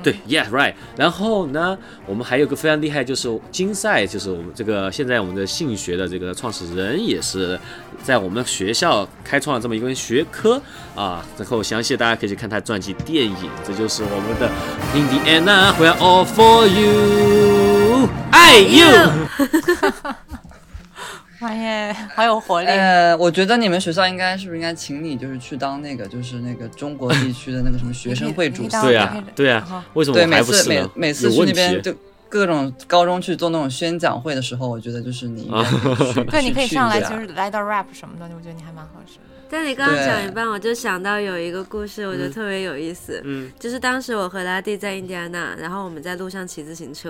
[SPEAKER 1] 对，Yeah right。然后呢，我们还有个非常厉害，就是金赛，就是我们这个现在我们的性学的这个创始人，也是在我们学校开创了这么一个学科啊。之后详细大家可以去看他传记电影，这就是我们的 Indiana We Are All For You，爱 you。
[SPEAKER 2] 哇耶，好哎有活力！
[SPEAKER 4] 呃，我觉得你们学
[SPEAKER 1] 啊
[SPEAKER 4] 校应该是不是应该请你，就是去当那个，就是那个中国地区的那个什么学生会主席
[SPEAKER 2] 你
[SPEAKER 1] 对
[SPEAKER 2] 呀
[SPEAKER 1] 啊，对啊，为什么
[SPEAKER 4] 对，
[SPEAKER 1] 我
[SPEAKER 4] 每
[SPEAKER 1] 还不
[SPEAKER 4] 次
[SPEAKER 1] 是
[SPEAKER 4] 每
[SPEAKER 1] 呢？
[SPEAKER 4] 每次
[SPEAKER 1] 有
[SPEAKER 4] 去
[SPEAKER 1] 问
[SPEAKER 4] 那
[SPEAKER 1] 题
[SPEAKER 4] 边就各种高中去做那种宣讲会的时候，我觉得就是你应
[SPEAKER 1] 啊
[SPEAKER 4] 该 去去
[SPEAKER 2] 对，你可以
[SPEAKER 4] 去
[SPEAKER 2] 上来
[SPEAKER 4] 一下
[SPEAKER 2] 就是来段 rap 什么的，我觉得你还蛮合适的。
[SPEAKER 3] 但你刚刚
[SPEAKER 4] 对
[SPEAKER 3] 讲一半，我就想到有一个故事，我觉得
[SPEAKER 1] 嗯
[SPEAKER 3] 特别有意思。
[SPEAKER 1] 嗯
[SPEAKER 3] 就是当时我和拉蒂在印第安纳，然后我们在路上骑自行车，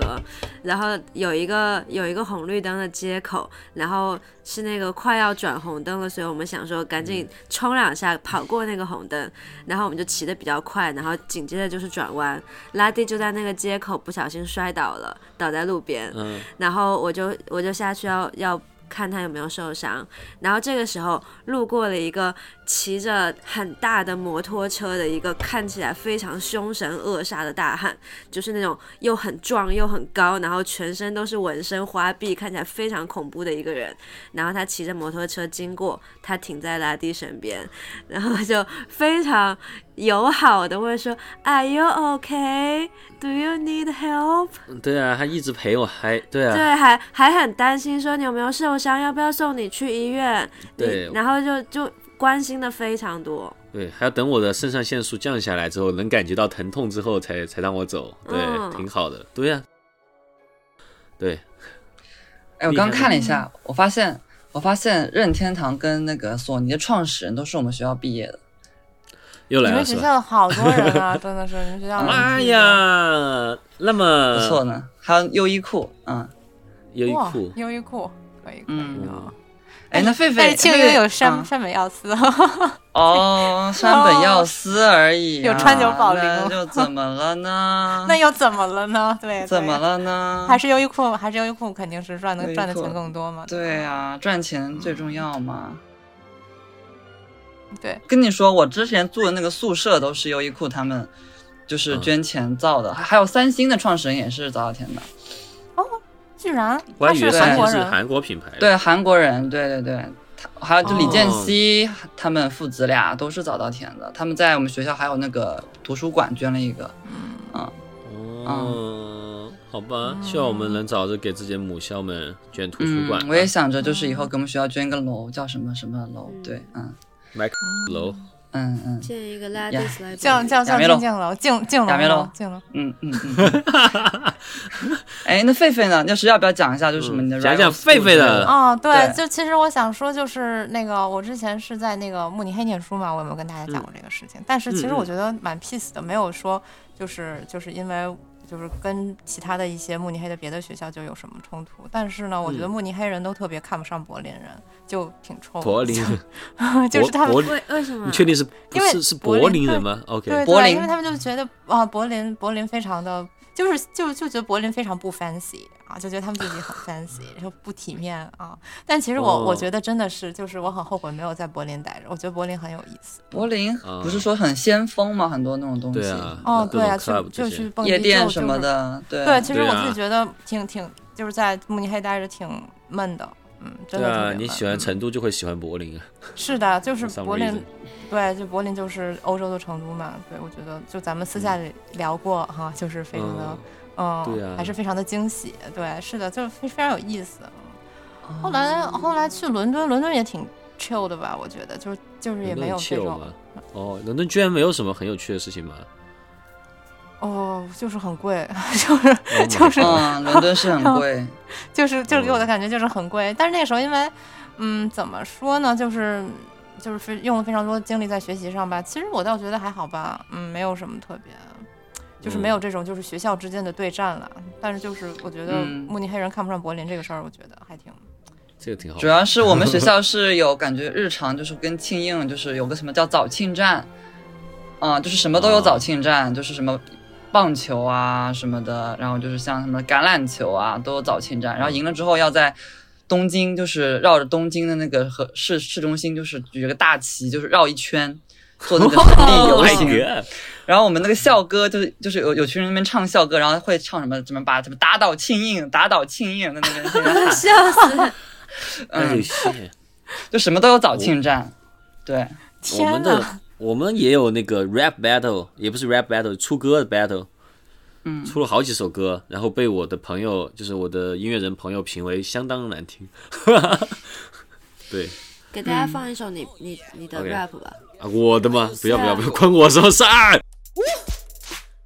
[SPEAKER 3] 然后有一个有一个红绿灯的接口，然后是那个快要转红灯了，所以我们想说赶紧
[SPEAKER 1] 嗯
[SPEAKER 3] 冲两下跑过那个红灯，然后我们就骑得比较快，然后紧接着就是转弯，拉蒂就在那个接口不小心摔倒了，倒在路边，
[SPEAKER 1] 嗯，
[SPEAKER 3] 然后我就我就下去要要看他有没有受伤，然后这个时候路过了一个骑着很大的摩托车的一个看起来非常凶神恶煞的大汉，就是那种又很壮又很高，然后全身都是纹身花臂，看起来非常恐怖的一个人。然后他骑着摩托车经过，他停在拉蒂身边，然后就非常友好的问说：“Are 哎 you okay? Do you need help?”
[SPEAKER 1] 对啊，他一直陪我，还对啊，
[SPEAKER 3] 对，还还很担心说你有没有受伤，要不要送你去医院？你
[SPEAKER 1] 对
[SPEAKER 3] 然后就就关心的非常多。
[SPEAKER 1] 对，还要等我的肾上腺素降下来之后，能感觉到疼痛之后才才让我走，对，
[SPEAKER 2] 哦
[SPEAKER 3] 嗯
[SPEAKER 1] 挺好的，对呀、对，
[SPEAKER 4] 哎，我
[SPEAKER 1] 厉害
[SPEAKER 4] 刚
[SPEAKER 1] 的
[SPEAKER 4] 看了一下，我发现我发现任天堂跟那个索尼的创始人都是我们学校毕业的。
[SPEAKER 1] 又
[SPEAKER 2] 你
[SPEAKER 1] 来
[SPEAKER 2] 们
[SPEAKER 1] 了
[SPEAKER 2] 学
[SPEAKER 1] 是
[SPEAKER 2] 校嗯
[SPEAKER 1] 吧？
[SPEAKER 2] 的好多人 啊，真的是你们学校。
[SPEAKER 1] 妈！呀，那么
[SPEAKER 2] 嗯
[SPEAKER 4] 不错呢，还有优衣库，嗯
[SPEAKER 1] 优衣
[SPEAKER 2] 哇
[SPEAKER 1] 库，
[SPEAKER 2] 优衣库可以可嗯以
[SPEAKER 4] 嗯
[SPEAKER 2] 啊。
[SPEAKER 4] 哎，那狒
[SPEAKER 2] 但
[SPEAKER 4] 狒
[SPEAKER 2] 是庆云有山
[SPEAKER 4] 山
[SPEAKER 2] 山本耀司，
[SPEAKER 4] 哦，山本耀司而已、啊，
[SPEAKER 2] 有川久保玲
[SPEAKER 4] 那又怎么了呢？
[SPEAKER 2] 那又怎么了呢？对，
[SPEAKER 4] 怎么
[SPEAKER 2] 对？
[SPEAKER 4] 了呢？
[SPEAKER 2] 还是优衣库，还是优衣库肯定是赚
[SPEAKER 4] 优
[SPEAKER 2] 的
[SPEAKER 4] 衣
[SPEAKER 2] 赚的
[SPEAKER 4] 库
[SPEAKER 2] 钱更多嘛。
[SPEAKER 4] 对
[SPEAKER 2] 吧
[SPEAKER 4] 啊，赚钱最重要嘛。
[SPEAKER 2] 对，
[SPEAKER 4] 跟你说，我之前住的那个宿舍都是优衣库他们就是
[SPEAKER 2] 嗯
[SPEAKER 4] 捐钱造的，还还有三星的创始人也是早稻田的，
[SPEAKER 2] 居然
[SPEAKER 1] 我还
[SPEAKER 2] 他
[SPEAKER 1] 以为
[SPEAKER 2] 是
[SPEAKER 4] 对
[SPEAKER 2] 韩
[SPEAKER 1] 三
[SPEAKER 2] 国
[SPEAKER 1] 星是
[SPEAKER 2] 人，
[SPEAKER 1] 韩国品牌，
[SPEAKER 4] 对，，韩国人，对对对，他还有就李健
[SPEAKER 1] 哦
[SPEAKER 4] 熙、他们父子俩都是早稻田的，他们在我们学校还有那个图书馆捐了一个，
[SPEAKER 1] 哦，
[SPEAKER 4] 啊
[SPEAKER 1] 好吧，希望我们能早日给自己的母校们捐图书
[SPEAKER 4] 嗯
[SPEAKER 1] 馆吧，，啊
[SPEAKER 4] 我也想着就是以后给我们学校捐个楼，叫什么什么楼，
[SPEAKER 3] 嗯
[SPEAKER 4] 对，嗯
[SPEAKER 1] 麦克 楼，
[SPEAKER 4] 嗯嗯
[SPEAKER 3] 建一个拉
[SPEAKER 4] 呀
[SPEAKER 3] 蒂斯来
[SPEAKER 2] 叫叫
[SPEAKER 4] 亚
[SPEAKER 2] 叫
[SPEAKER 4] 梅
[SPEAKER 2] 静
[SPEAKER 4] 龙
[SPEAKER 2] 静楼，静静
[SPEAKER 4] 亚梅
[SPEAKER 2] 楼
[SPEAKER 4] 龙
[SPEAKER 2] 静楼。
[SPEAKER 4] 嗯嗯嗯，哎，那狒狒呢？就是要不要讲一下就是什么
[SPEAKER 1] 嗯
[SPEAKER 4] 你的
[SPEAKER 1] 讲
[SPEAKER 4] rival
[SPEAKER 1] 讲
[SPEAKER 4] school
[SPEAKER 1] 狒狒
[SPEAKER 4] 之类
[SPEAKER 1] 的啊
[SPEAKER 2] 哦，对
[SPEAKER 4] 对，
[SPEAKER 2] 就其实我想说，就是那个我之前是在那个慕尼黑念书嘛，我有没有跟大家讲过这个事情？但是其实
[SPEAKER 1] 嗯嗯
[SPEAKER 2] 我觉得蛮 peace 的，没有说就是就是因为就是跟其他的一些慕尼黑的别的学校就有什么冲突。但是呢，我觉得
[SPEAKER 1] 嗯
[SPEAKER 2] 慕尼黑人都特别看不上柏林人，就挺冲。
[SPEAKER 1] 柏林，
[SPEAKER 2] 就是他们
[SPEAKER 1] 柏
[SPEAKER 3] 为为什么？
[SPEAKER 1] 你确定是不
[SPEAKER 2] 因为
[SPEAKER 1] 是是
[SPEAKER 2] 柏林
[SPEAKER 1] 柏林
[SPEAKER 2] 对
[SPEAKER 1] 人吗？OK，
[SPEAKER 2] 对
[SPEAKER 4] 柏
[SPEAKER 2] 对，
[SPEAKER 4] 林
[SPEAKER 2] 因为他们就觉得啊，柏林柏林非常的，就是就就觉得柏林非常不 fancy 啊，就觉得他们自己很 fancy，然后 不体面啊。但其实我、
[SPEAKER 1] 哦
[SPEAKER 2] 我觉得真的是，就是我很后悔没有在柏林待着，我觉得柏林很有意思。
[SPEAKER 4] 柏林
[SPEAKER 1] 啊
[SPEAKER 4] 不是说很先锋吗？很多那种东西，
[SPEAKER 1] 对啊，
[SPEAKER 2] 哦，
[SPEAKER 1] 各
[SPEAKER 2] 对啊，
[SPEAKER 1] 种
[SPEAKER 2] 去
[SPEAKER 1] club
[SPEAKER 2] 就
[SPEAKER 1] 这
[SPEAKER 2] 去
[SPEAKER 1] 些，
[SPEAKER 2] 蹦迪
[SPEAKER 4] 夜店
[SPEAKER 2] 就
[SPEAKER 4] 什么。
[SPEAKER 2] 就是
[SPEAKER 4] 的，对
[SPEAKER 2] 对，其实
[SPEAKER 1] 对
[SPEAKER 2] 我
[SPEAKER 1] 啊
[SPEAKER 2] 自己觉得挺挺，就是在慕尼黑待着挺闷的。嗯，真
[SPEAKER 1] 对
[SPEAKER 2] 的特别
[SPEAKER 1] 啊，
[SPEAKER 2] 闷。
[SPEAKER 1] 你喜欢
[SPEAKER 2] 嗯
[SPEAKER 1] 成都就会喜欢柏林啊，
[SPEAKER 2] 是的，就是
[SPEAKER 1] ，some
[SPEAKER 2] 柏
[SPEAKER 1] reason
[SPEAKER 2] 林，对，就柏林就是欧洲的成都嘛。对，我觉得就咱们私下里聊过哈、就是非常的、
[SPEAKER 1] 嗯，
[SPEAKER 2] 嗯，
[SPEAKER 1] 对啊
[SPEAKER 2] 还是非常的惊喜。对，是的，就是非非常有意思。
[SPEAKER 1] 哦
[SPEAKER 2] 后来后来去伦敦，伦敦也挺 chill 的吧？我觉得，就是就是也
[SPEAKER 1] 伦
[SPEAKER 2] 没
[SPEAKER 1] 敦
[SPEAKER 2] 有
[SPEAKER 1] 很
[SPEAKER 2] 这
[SPEAKER 1] chill
[SPEAKER 2] 种
[SPEAKER 1] 吗？哦，伦敦居然没有什么很有趣的事 情吗？
[SPEAKER 2] 哦，就是很贵， 就是
[SPEAKER 1] 哦
[SPEAKER 2] 就是
[SPEAKER 4] 嗯，伦敦是很贵，
[SPEAKER 2] 就是就是
[SPEAKER 1] 嗯
[SPEAKER 2] 给我的感觉就是很贵。但是那个时候因为嗯，怎么说呢，就是。就是非用了非常多的精力在学习上吧，其实我倒觉得还好吧，嗯，没有什么特别，就
[SPEAKER 1] 嗯
[SPEAKER 2] 是没有这种就是学校之间的对战了。但是就是我觉得
[SPEAKER 4] 嗯
[SPEAKER 2] 慕尼黑人看不上柏林这个事儿，我觉得还挺
[SPEAKER 1] 这个挺好玩，
[SPEAKER 4] 主要是我们学校是有感觉日常就是跟庆应就是有个什么叫早庆站，啊、就是什么都有早庆站，就是什么棒球啊什么的，然后就是像什么橄榄球啊都有早庆站，然后赢了之后要在。东京就是绕着东京的那个和市市中心，就是举个大旗，就是绕一圈，做那个胜利游
[SPEAKER 1] Oh My
[SPEAKER 4] 行。
[SPEAKER 1] God
[SPEAKER 4] 然后我们那个校歌就是就是有有群人那边唱校歌，然后会唱什么什么把什么打倒庆应，打倒庆应，在那边在那边 喊，
[SPEAKER 3] 笑死！
[SPEAKER 1] 哎呦
[SPEAKER 4] 嗯，
[SPEAKER 1] 谢。
[SPEAKER 4] 就什么都有早庆站，对，
[SPEAKER 1] 我
[SPEAKER 2] 天
[SPEAKER 1] 们
[SPEAKER 2] 呐。
[SPEAKER 1] 的我们也有那个 rap battle，也不是 rap battle，出歌的 battle，
[SPEAKER 4] 嗯，
[SPEAKER 1] 出了好几首歌，然后被我的朋友，就是我的音乐人朋友评为相当难听。 对
[SPEAKER 3] 给大家放一首你你你的
[SPEAKER 1] OK
[SPEAKER 3] rap 吧。
[SPEAKER 1] 啊，我的吗？不要不要
[SPEAKER 3] 是啊
[SPEAKER 1] 不要，关我什么事儿？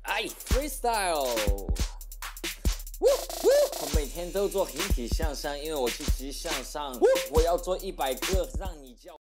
[SPEAKER 5] 哎，freestyle。我每天都做引体向上，因为我积极向上。我要做一百个，让你叫。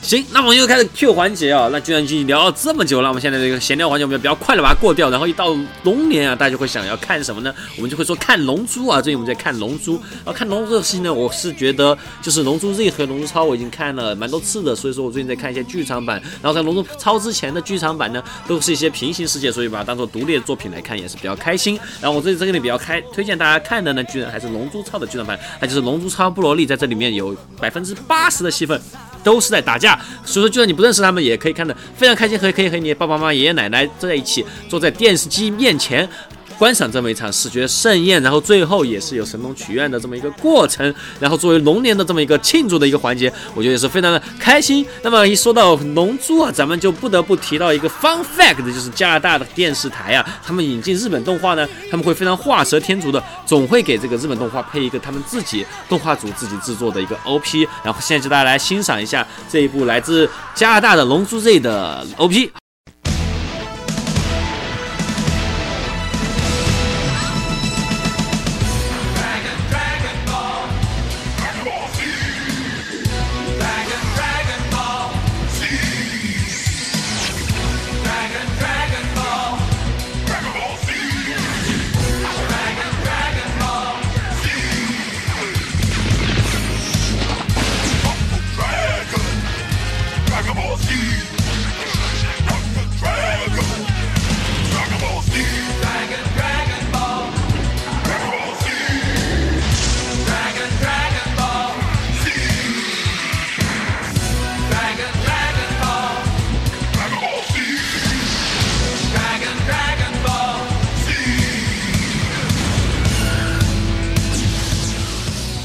[SPEAKER 1] 行，那我们又开始 Q 环节啊、那居然已经聊了这么久了，我们现在这个闲聊环节，我们就比较快的把它过掉。然后一到龙年啊，大家就会想要看什么呢？我们就会说看《龙珠》啊。最近我们在看《龙珠》，然后看《龙珠》这个事情呢，我是觉得就是《龙珠 Z》和《龙珠超》我已经看了蛮多次的，所以说我最近在看一些剧场版。然后在《龙珠超》之前的剧场版呢，都是一些平行世界，所以把它当做独立的作品来看也是比较开心。然后我最近这个里比较开推荐大家看的呢，居然还是《龙珠超》的剧场版，那就是《龙珠超布罗利》在这里面有百分之八十的戏份。都是在打架，所以说就算你不认识他们，也可以看得非常开心，和可以和你的爸爸妈妈、爷爷奶奶坐在一起，坐在电视机面前。观赏这么一场视觉盛宴，然后最后也是有神农许愿的这么一个过程，然后作为龙年的这么一个庆祝的一个环节，我觉得也是非常的开心。那么一说到龙珠啊，咱们就不得不提到一个 fun fact，就是加拿大的电视台啊，他们引进日本动画呢，他们会非常画蛇添足的，总会给这个日本动画配一个他们自己动画组自己制作的一个 OP，然后现在就大家来欣赏一下这一部来自加拿大的《龙珠 Z》的 OP。
[SPEAKER 6] Dragon Ball Z. Dragon. Dragon Ball Z. Dragon, Dragon Ball. Dragon Ball Z. Dragon, Dragon Ball. Z. Dragon, Dragon Ball. Dragon Ball Z. Dragon, Dragon Ball.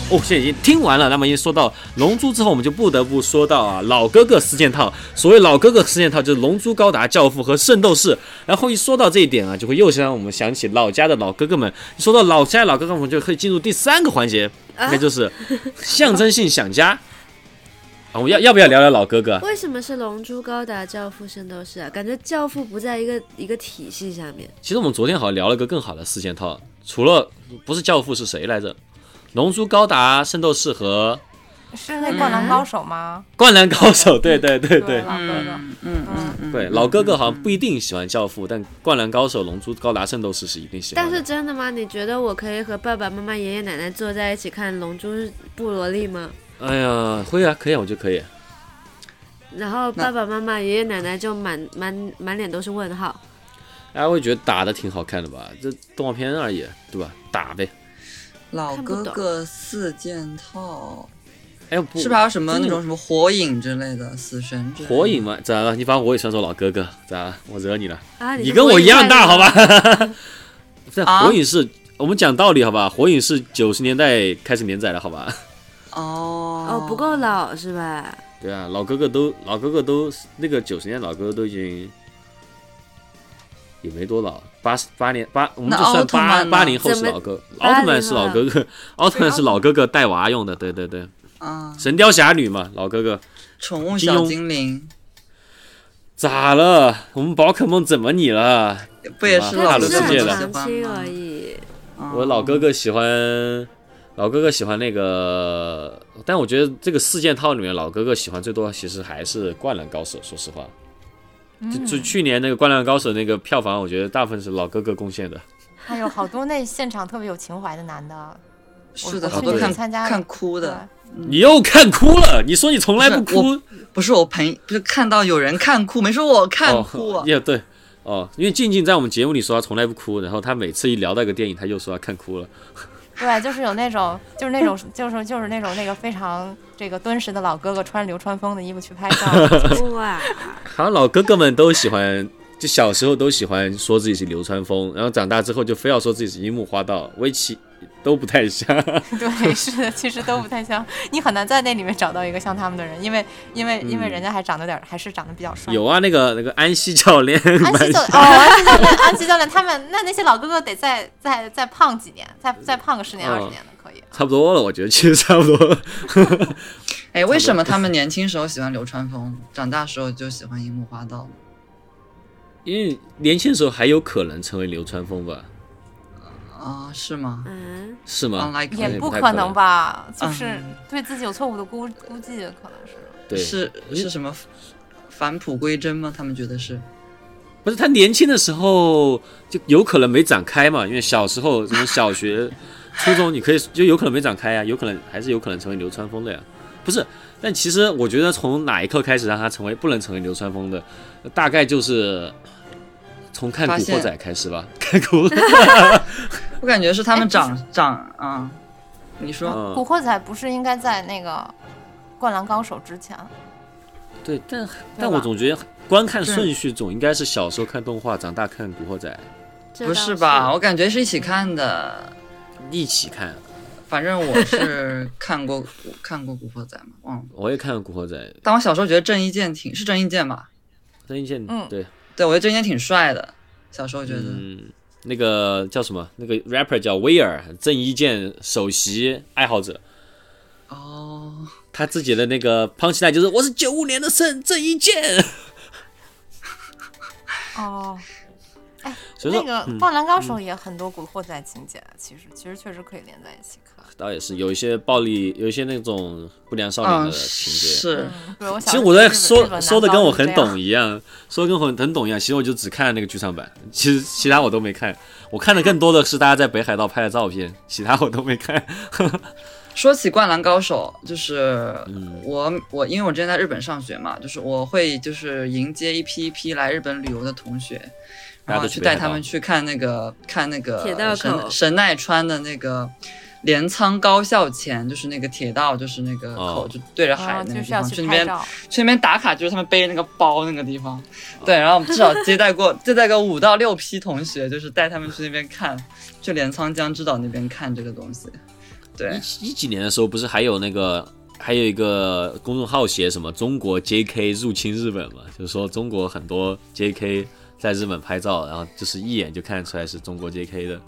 [SPEAKER 6] Z.
[SPEAKER 1] 哦，现在已经听完了。那么一说到《龙珠》之后，我们就不得不说到啊，老哥哥四件套。所谓老哥哥四件套，就是《龙珠》、《高达》、《教父》和《圣斗士》。然后一说到这一点啊，就会又让我们想起老家的老哥哥们。一说到老家的老哥哥们，我们就可以进入第三个环节，那就是象征性想家。啊，我们要要不要聊聊老哥哥？
[SPEAKER 3] 为什么是《龙珠》《高达》《教父》《圣斗士》啊？感觉《教父》不在一个一个体系下面。
[SPEAKER 1] 其实我们昨天好像聊了个更好的四件套，除了不是教父是谁来着？《龙珠》、《高达》、《圣斗士》和
[SPEAKER 2] 是那《灌篮高手》吗？
[SPEAKER 1] 《灌篮高手》。对对对对。
[SPEAKER 2] 老哥嗯哥，
[SPEAKER 1] 对，老哥哥好像不一定喜欢《教父》，但《灌篮高手》《龙珠》《高达》《圣斗士》是一定喜欢
[SPEAKER 3] 但
[SPEAKER 1] 的。
[SPEAKER 3] 是真的吗？你觉得我可以和爸爸妈妈、爷爷奶奶坐在一起看《龙珠》布罗利吗？
[SPEAKER 1] 哎呀，会啊，可以啊，我觉得可以。
[SPEAKER 3] 然后爸爸妈妈、爷爷奶奶就满满满脸都是问号。
[SPEAKER 1] 大家会哎觉得打的挺好看的吧？这动画片而已，对吧？打呗。
[SPEAKER 4] 老
[SPEAKER 3] 看不
[SPEAKER 4] 哥
[SPEAKER 3] 懂
[SPEAKER 4] 哥四件套
[SPEAKER 1] 哎，不
[SPEAKER 4] 是不是还有什么
[SPEAKER 1] 真的
[SPEAKER 4] 那种什么火影之类的，死神之类的
[SPEAKER 1] 火影嘛？咋了？你把我也算作老哥哥？咋了？我惹你了？
[SPEAKER 3] 啊，
[SPEAKER 1] 你
[SPEAKER 3] 是
[SPEAKER 1] 跟我一样大，好
[SPEAKER 3] 国
[SPEAKER 1] 吧
[SPEAKER 3] 语派的吗？？
[SPEAKER 1] 这
[SPEAKER 4] 啊
[SPEAKER 1] 火影是我们讲道理，好吧？火影是九十年代开始连载的，好吧？
[SPEAKER 4] 哦
[SPEAKER 3] 哦，不够老是吧？
[SPEAKER 1] 对啊，老哥哥都老哥哥都那个九十年代老哥哥都已经也没多老，八十八年八，我们
[SPEAKER 4] 那
[SPEAKER 1] 就算
[SPEAKER 4] 奥特
[SPEAKER 1] 八
[SPEAKER 4] 曼呢
[SPEAKER 1] 八零后是
[SPEAKER 3] 怎么
[SPEAKER 1] 老哥，
[SPEAKER 3] 80
[SPEAKER 1] 奥特曼是老哥哥，奥特曼是老哥哥带娃用的，对对对，
[SPEAKER 4] 啊！
[SPEAKER 1] 神雕侠侣嘛，老哥哥
[SPEAKER 4] 宠物
[SPEAKER 1] 金
[SPEAKER 4] 小
[SPEAKER 1] 庸
[SPEAKER 4] 精灵
[SPEAKER 1] 咋了？我们宝可梦怎么你了？
[SPEAKER 4] 不也是
[SPEAKER 1] 对吧
[SPEAKER 4] 老
[SPEAKER 1] 大陆
[SPEAKER 4] 哥
[SPEAKER 1] 世
[SPEAKER 4] 哥
[SPEAKER 1] 界
[SPEAKER 4] 喜
[SPEAKER 1] 的
[SPEAKER 3] 很
[SPEAKER 4] 欢
[SPEAKER 3] 长期
[SPEAKER 4] 吗
[SPEAKER 3] 而？ 已。
[SPEAKER 4] 啊
[SPEAKER 1] 我老哥哥喜欢。老哥哥喜欢那个，但我觉得这个四件套里面，老哥哥喜欢最多其实还是《灌篮高手》。说实话，
[SPEAKER 4] 嗯
[SPEAKER 1] 就就去年那个《灌篮高手》那个票房，我觉得大部分是老哥哥贡献的。
[SPEAKER 2] 还有哎好多那现场特别有情怀的啊男的，
[SPEAKER 4] 是的，
[SPEAKER 2] 我
[SPEAKER 4] 好多
[SPEAKER 1] 我
[SPEAKER 4] 看
[SPEAKER 2] 参加了
[SPEAKER 4] 看哭的，
[SPEAKER 1] 你又看哭了？你说你从来不
[SPEAKER 4] 嗯不是
[SPEAKER 1] 哭，
[SPEAKER 4] 不是我朋，不是看到有人看哭，没说我看哭
[SPEAKER 1] 哦
[SPEAKER 4] 啊。
[SPEAKER 1] 也、对哦，因为静静在我们节目里说她从来不哭，然后她每次一聊到一个电影，她又说她看哭了。
[SPEAKER 2] 对，就是有那种，就是那种，就是就是那种那个非常这个敦实的老哥哥，穿着流川枫的衣服去 拍照，
[SPEAKER 3] 哇，
[SPEAKER 1] 好像老哥哥们都喜欢，就小时候都喜欢说自己是流川枫，然后长大之后就非要说自己是樱木花道、围棋都不太 像。
[SPEAKER 2] 对，是的，其实都不太像，你很难在那里面找到一个像他们的人，因为因为因为人家还长得有点，还是长得比较帅。
[SPEAKER 1] 嗯有啊，那个那个安西教练，
[SPEAKER 2] 安西
[SPEAKER 1] 蛮
[SPEAKER 2] 教哦，安西教练，安西教练，他们那那些老哥哥得再再再胖几年，再再胖个十年
[SPEAKER 1] 嗯
[SPEAKER 2] 二十年的可以。
[SPEAKER 1] 差不多了，我觉得其实差不多了。
[SPEAKER 4] 哎，为什么他们年轻时候喜欢流川枫，长大时候就喜欢樱木花道？
[SPEAKER 1] 因为年轻的时候还有可能成为流川枫吧？
[SPEAKER 4] 啊，是吗
[SPEAKER 3] 嗯，
[SPEAKER 1] 是吗？
[SPEAKER 4] ？Unlikely，
[SPEAKER 2] 也
[SPEAKER 1] 对
[SPEAKER 2] 不
[SPEAKER 1] 不太
[SPEAKER 2] 可
[SPEAKER 1] 可
[SPEAKER 2] 能
[SPEAKER 1] 能
[SPEAKER 2] 吧，就是
[SPEAKER 4] 嗯
[SPEAKER 2] 对自己有错误的估估计，可能是。
[SPEAKER 1] 对，
[SPEAKER 4] 是
[SPEAKER 1] 因为
[SPEAKER 4] 是什么返璞归真吗？他们觉得是
[SPEAKER 1] 不是他年轻的时候就有可能没长开嘛？因为小时候什么小学、初中，你可以就有可能没长开呀、啊有可能还是有可能成为流川枫的呀。不是，但其实我觉得从哪一刻开始让他成为不能成为流川枫的，大概就是从看《
[SPEAKER 4] 发
[SPEAKER 1] 古
[SPEAKER 4] 现
[SPEAKER 1] 惑仔》开始 吧。看《古惑仔》
[SPEAKER 4] 我感觉是他
[SPEAKER 2] 哎
[SPEAKER 4] 们
[SPEAKER 2] 不是哦
[SPEAKER 4] 长长啊、你说
[SPEAKER 1] 嗯
[SPEAKER 2] 古惑仔不是应该在那个《灌篮高手》之前？
[SPEAKER 1] 对，但
[SPEAKER 2] 嗯对
[SPEAKER 1] 但我
[SPEAKER 2] 吧
[SPEAKER 1] 总觉得观看
[SPEAKER 4] 对
[SPEAKER 1] 顺序总应该是小时候看动画，长大看《古惑仔
[SPEAKER 3] 这
[SPEAKER 4] 不
[SPEAKER 3] 倒
[SPEAKER 4] 是吧？我感觉是一起看的，》，
[SPEAKER 1] 一起看。
[SPEAKER 4] 反正我 是看过看过《古惑仔》嘛，忘了。
[SPEAKER 1] 我也看《古惑仔》，
[SPEAKER 4] 但我小时候觉得郑伊健挺是郑伊健吧？
[SPEAKER 1] 郑伊健，
[SPEAKER 2] 嗯
[SPEAKER 1] 对，
[SPEAKER 4] 对，我觉得郑伊健挺帅的，小时候觉得。
[SPEAKER 1] 嗯，那个叫什么？那个 rapper 叫威尔，郑伊健首席爱好者，
[SPEAKER 4] 哦，
[SPEAKER 1] 他自己的那个 punch line 就是我是九五年的圣郑伊健，
[SPEAKER 2] 哦，
[SPEAKER 1] 所以
[SPEAKER 2] 那
[SPEAKER 1] 说、
[SPEAKER 2] 个《
[SPEAKER 1] 嗯、
[SPEAKER 2] 灌篮高手》也很多古惑仔情节，其实其实确实可以连在一起看。
[SPEAKER 1] 倒也是有一些暴力，有一些那种不良少年
[SPEAKER 4] 嗯，
[SPEAKER 1] 的情节。
[SPEAKER 4] 是，
[SPEAKER 2] 嗯，比如我
[SPEAKER 1] 其
[SPEAKER 2] 小
[SPEAKER 1] 实
[SPEAKER 2] 时候
[SPEAKER 1] 我在
[SPEAKER 2] 日本日
[SPEAKER 1] 说
[SPEAKER 2] 本
[SPEAKER 1] 说的
[SPEAKER 2] 男
[SPEAKER 1] 跟
[SPEAKER 2] 高
[SPEAKER 1] 我
[SPEAKER 2] 是
[SPEAKER 1] 很
[SPEAKER 2] 这样
[SPEAKER 1] 懂一样，说得跟我很很懂一样。其实我就只看了那个剧场版，其实其他我都没看。我看的更多的是大家在北海道拍的照片，其他我都没看。
[SPEAKER 4] 说起《灌篮高手》，就是
[SPEAKER 1] 嗯
[SPEAKER 4] 我、我因为我之前在日本上学嘛，就是我会就是迎接一批一批来日本旅游的同学，
[SPEAKER 1] 大家
[SPEAKER 4] 然后
[SPEAKER 1] 都
[SPEAKER 4] 去
[SPEAKER 1] 去
[SPEAKER 4] 带
[SPEAKER 1] 北海
[SPEAKER 4] 他
[SPEAKER 1] 道
[SPEAKER 4] 们去看那个看那个
[SPEAKER 3] 铁道口
[SPEAKER 4] 神神奈川的那个镰仓高校前，就是那个铁道，就是那个口、
[SPEAKER 1] 哦
[SPEAKER 4] 就对着海
[SPEAKER 2] 啊，就
[SPEAKER 4] 那个地
[SPEAKER 2] 是要
[SPEAKER 4] 方，去
[SPEAKER 2] 去
[SPEAKER 4] 那
[SPEAKER 2] 拍
[SPEAKER 4] 边
[SPEAKER 2] 照。
[SPEAKER 4] 去那边打卡，就是他们背那个包那个地方，
[SPEAKER 1] 哦
[SPEAKER 4] 对，然后我们至少接待过接待过五到六批同学，就是带他们去那边看，去镰仓江之岛那边看这个东西，对。
[SPEAKER 1] 一一几年的时候，不是还有那个还有一个公众号写什么中国 JK 入侵日本嘛？就是说中国很多 JK 在日本拍照，然后就是一眼就看得出来是中国 JK 的。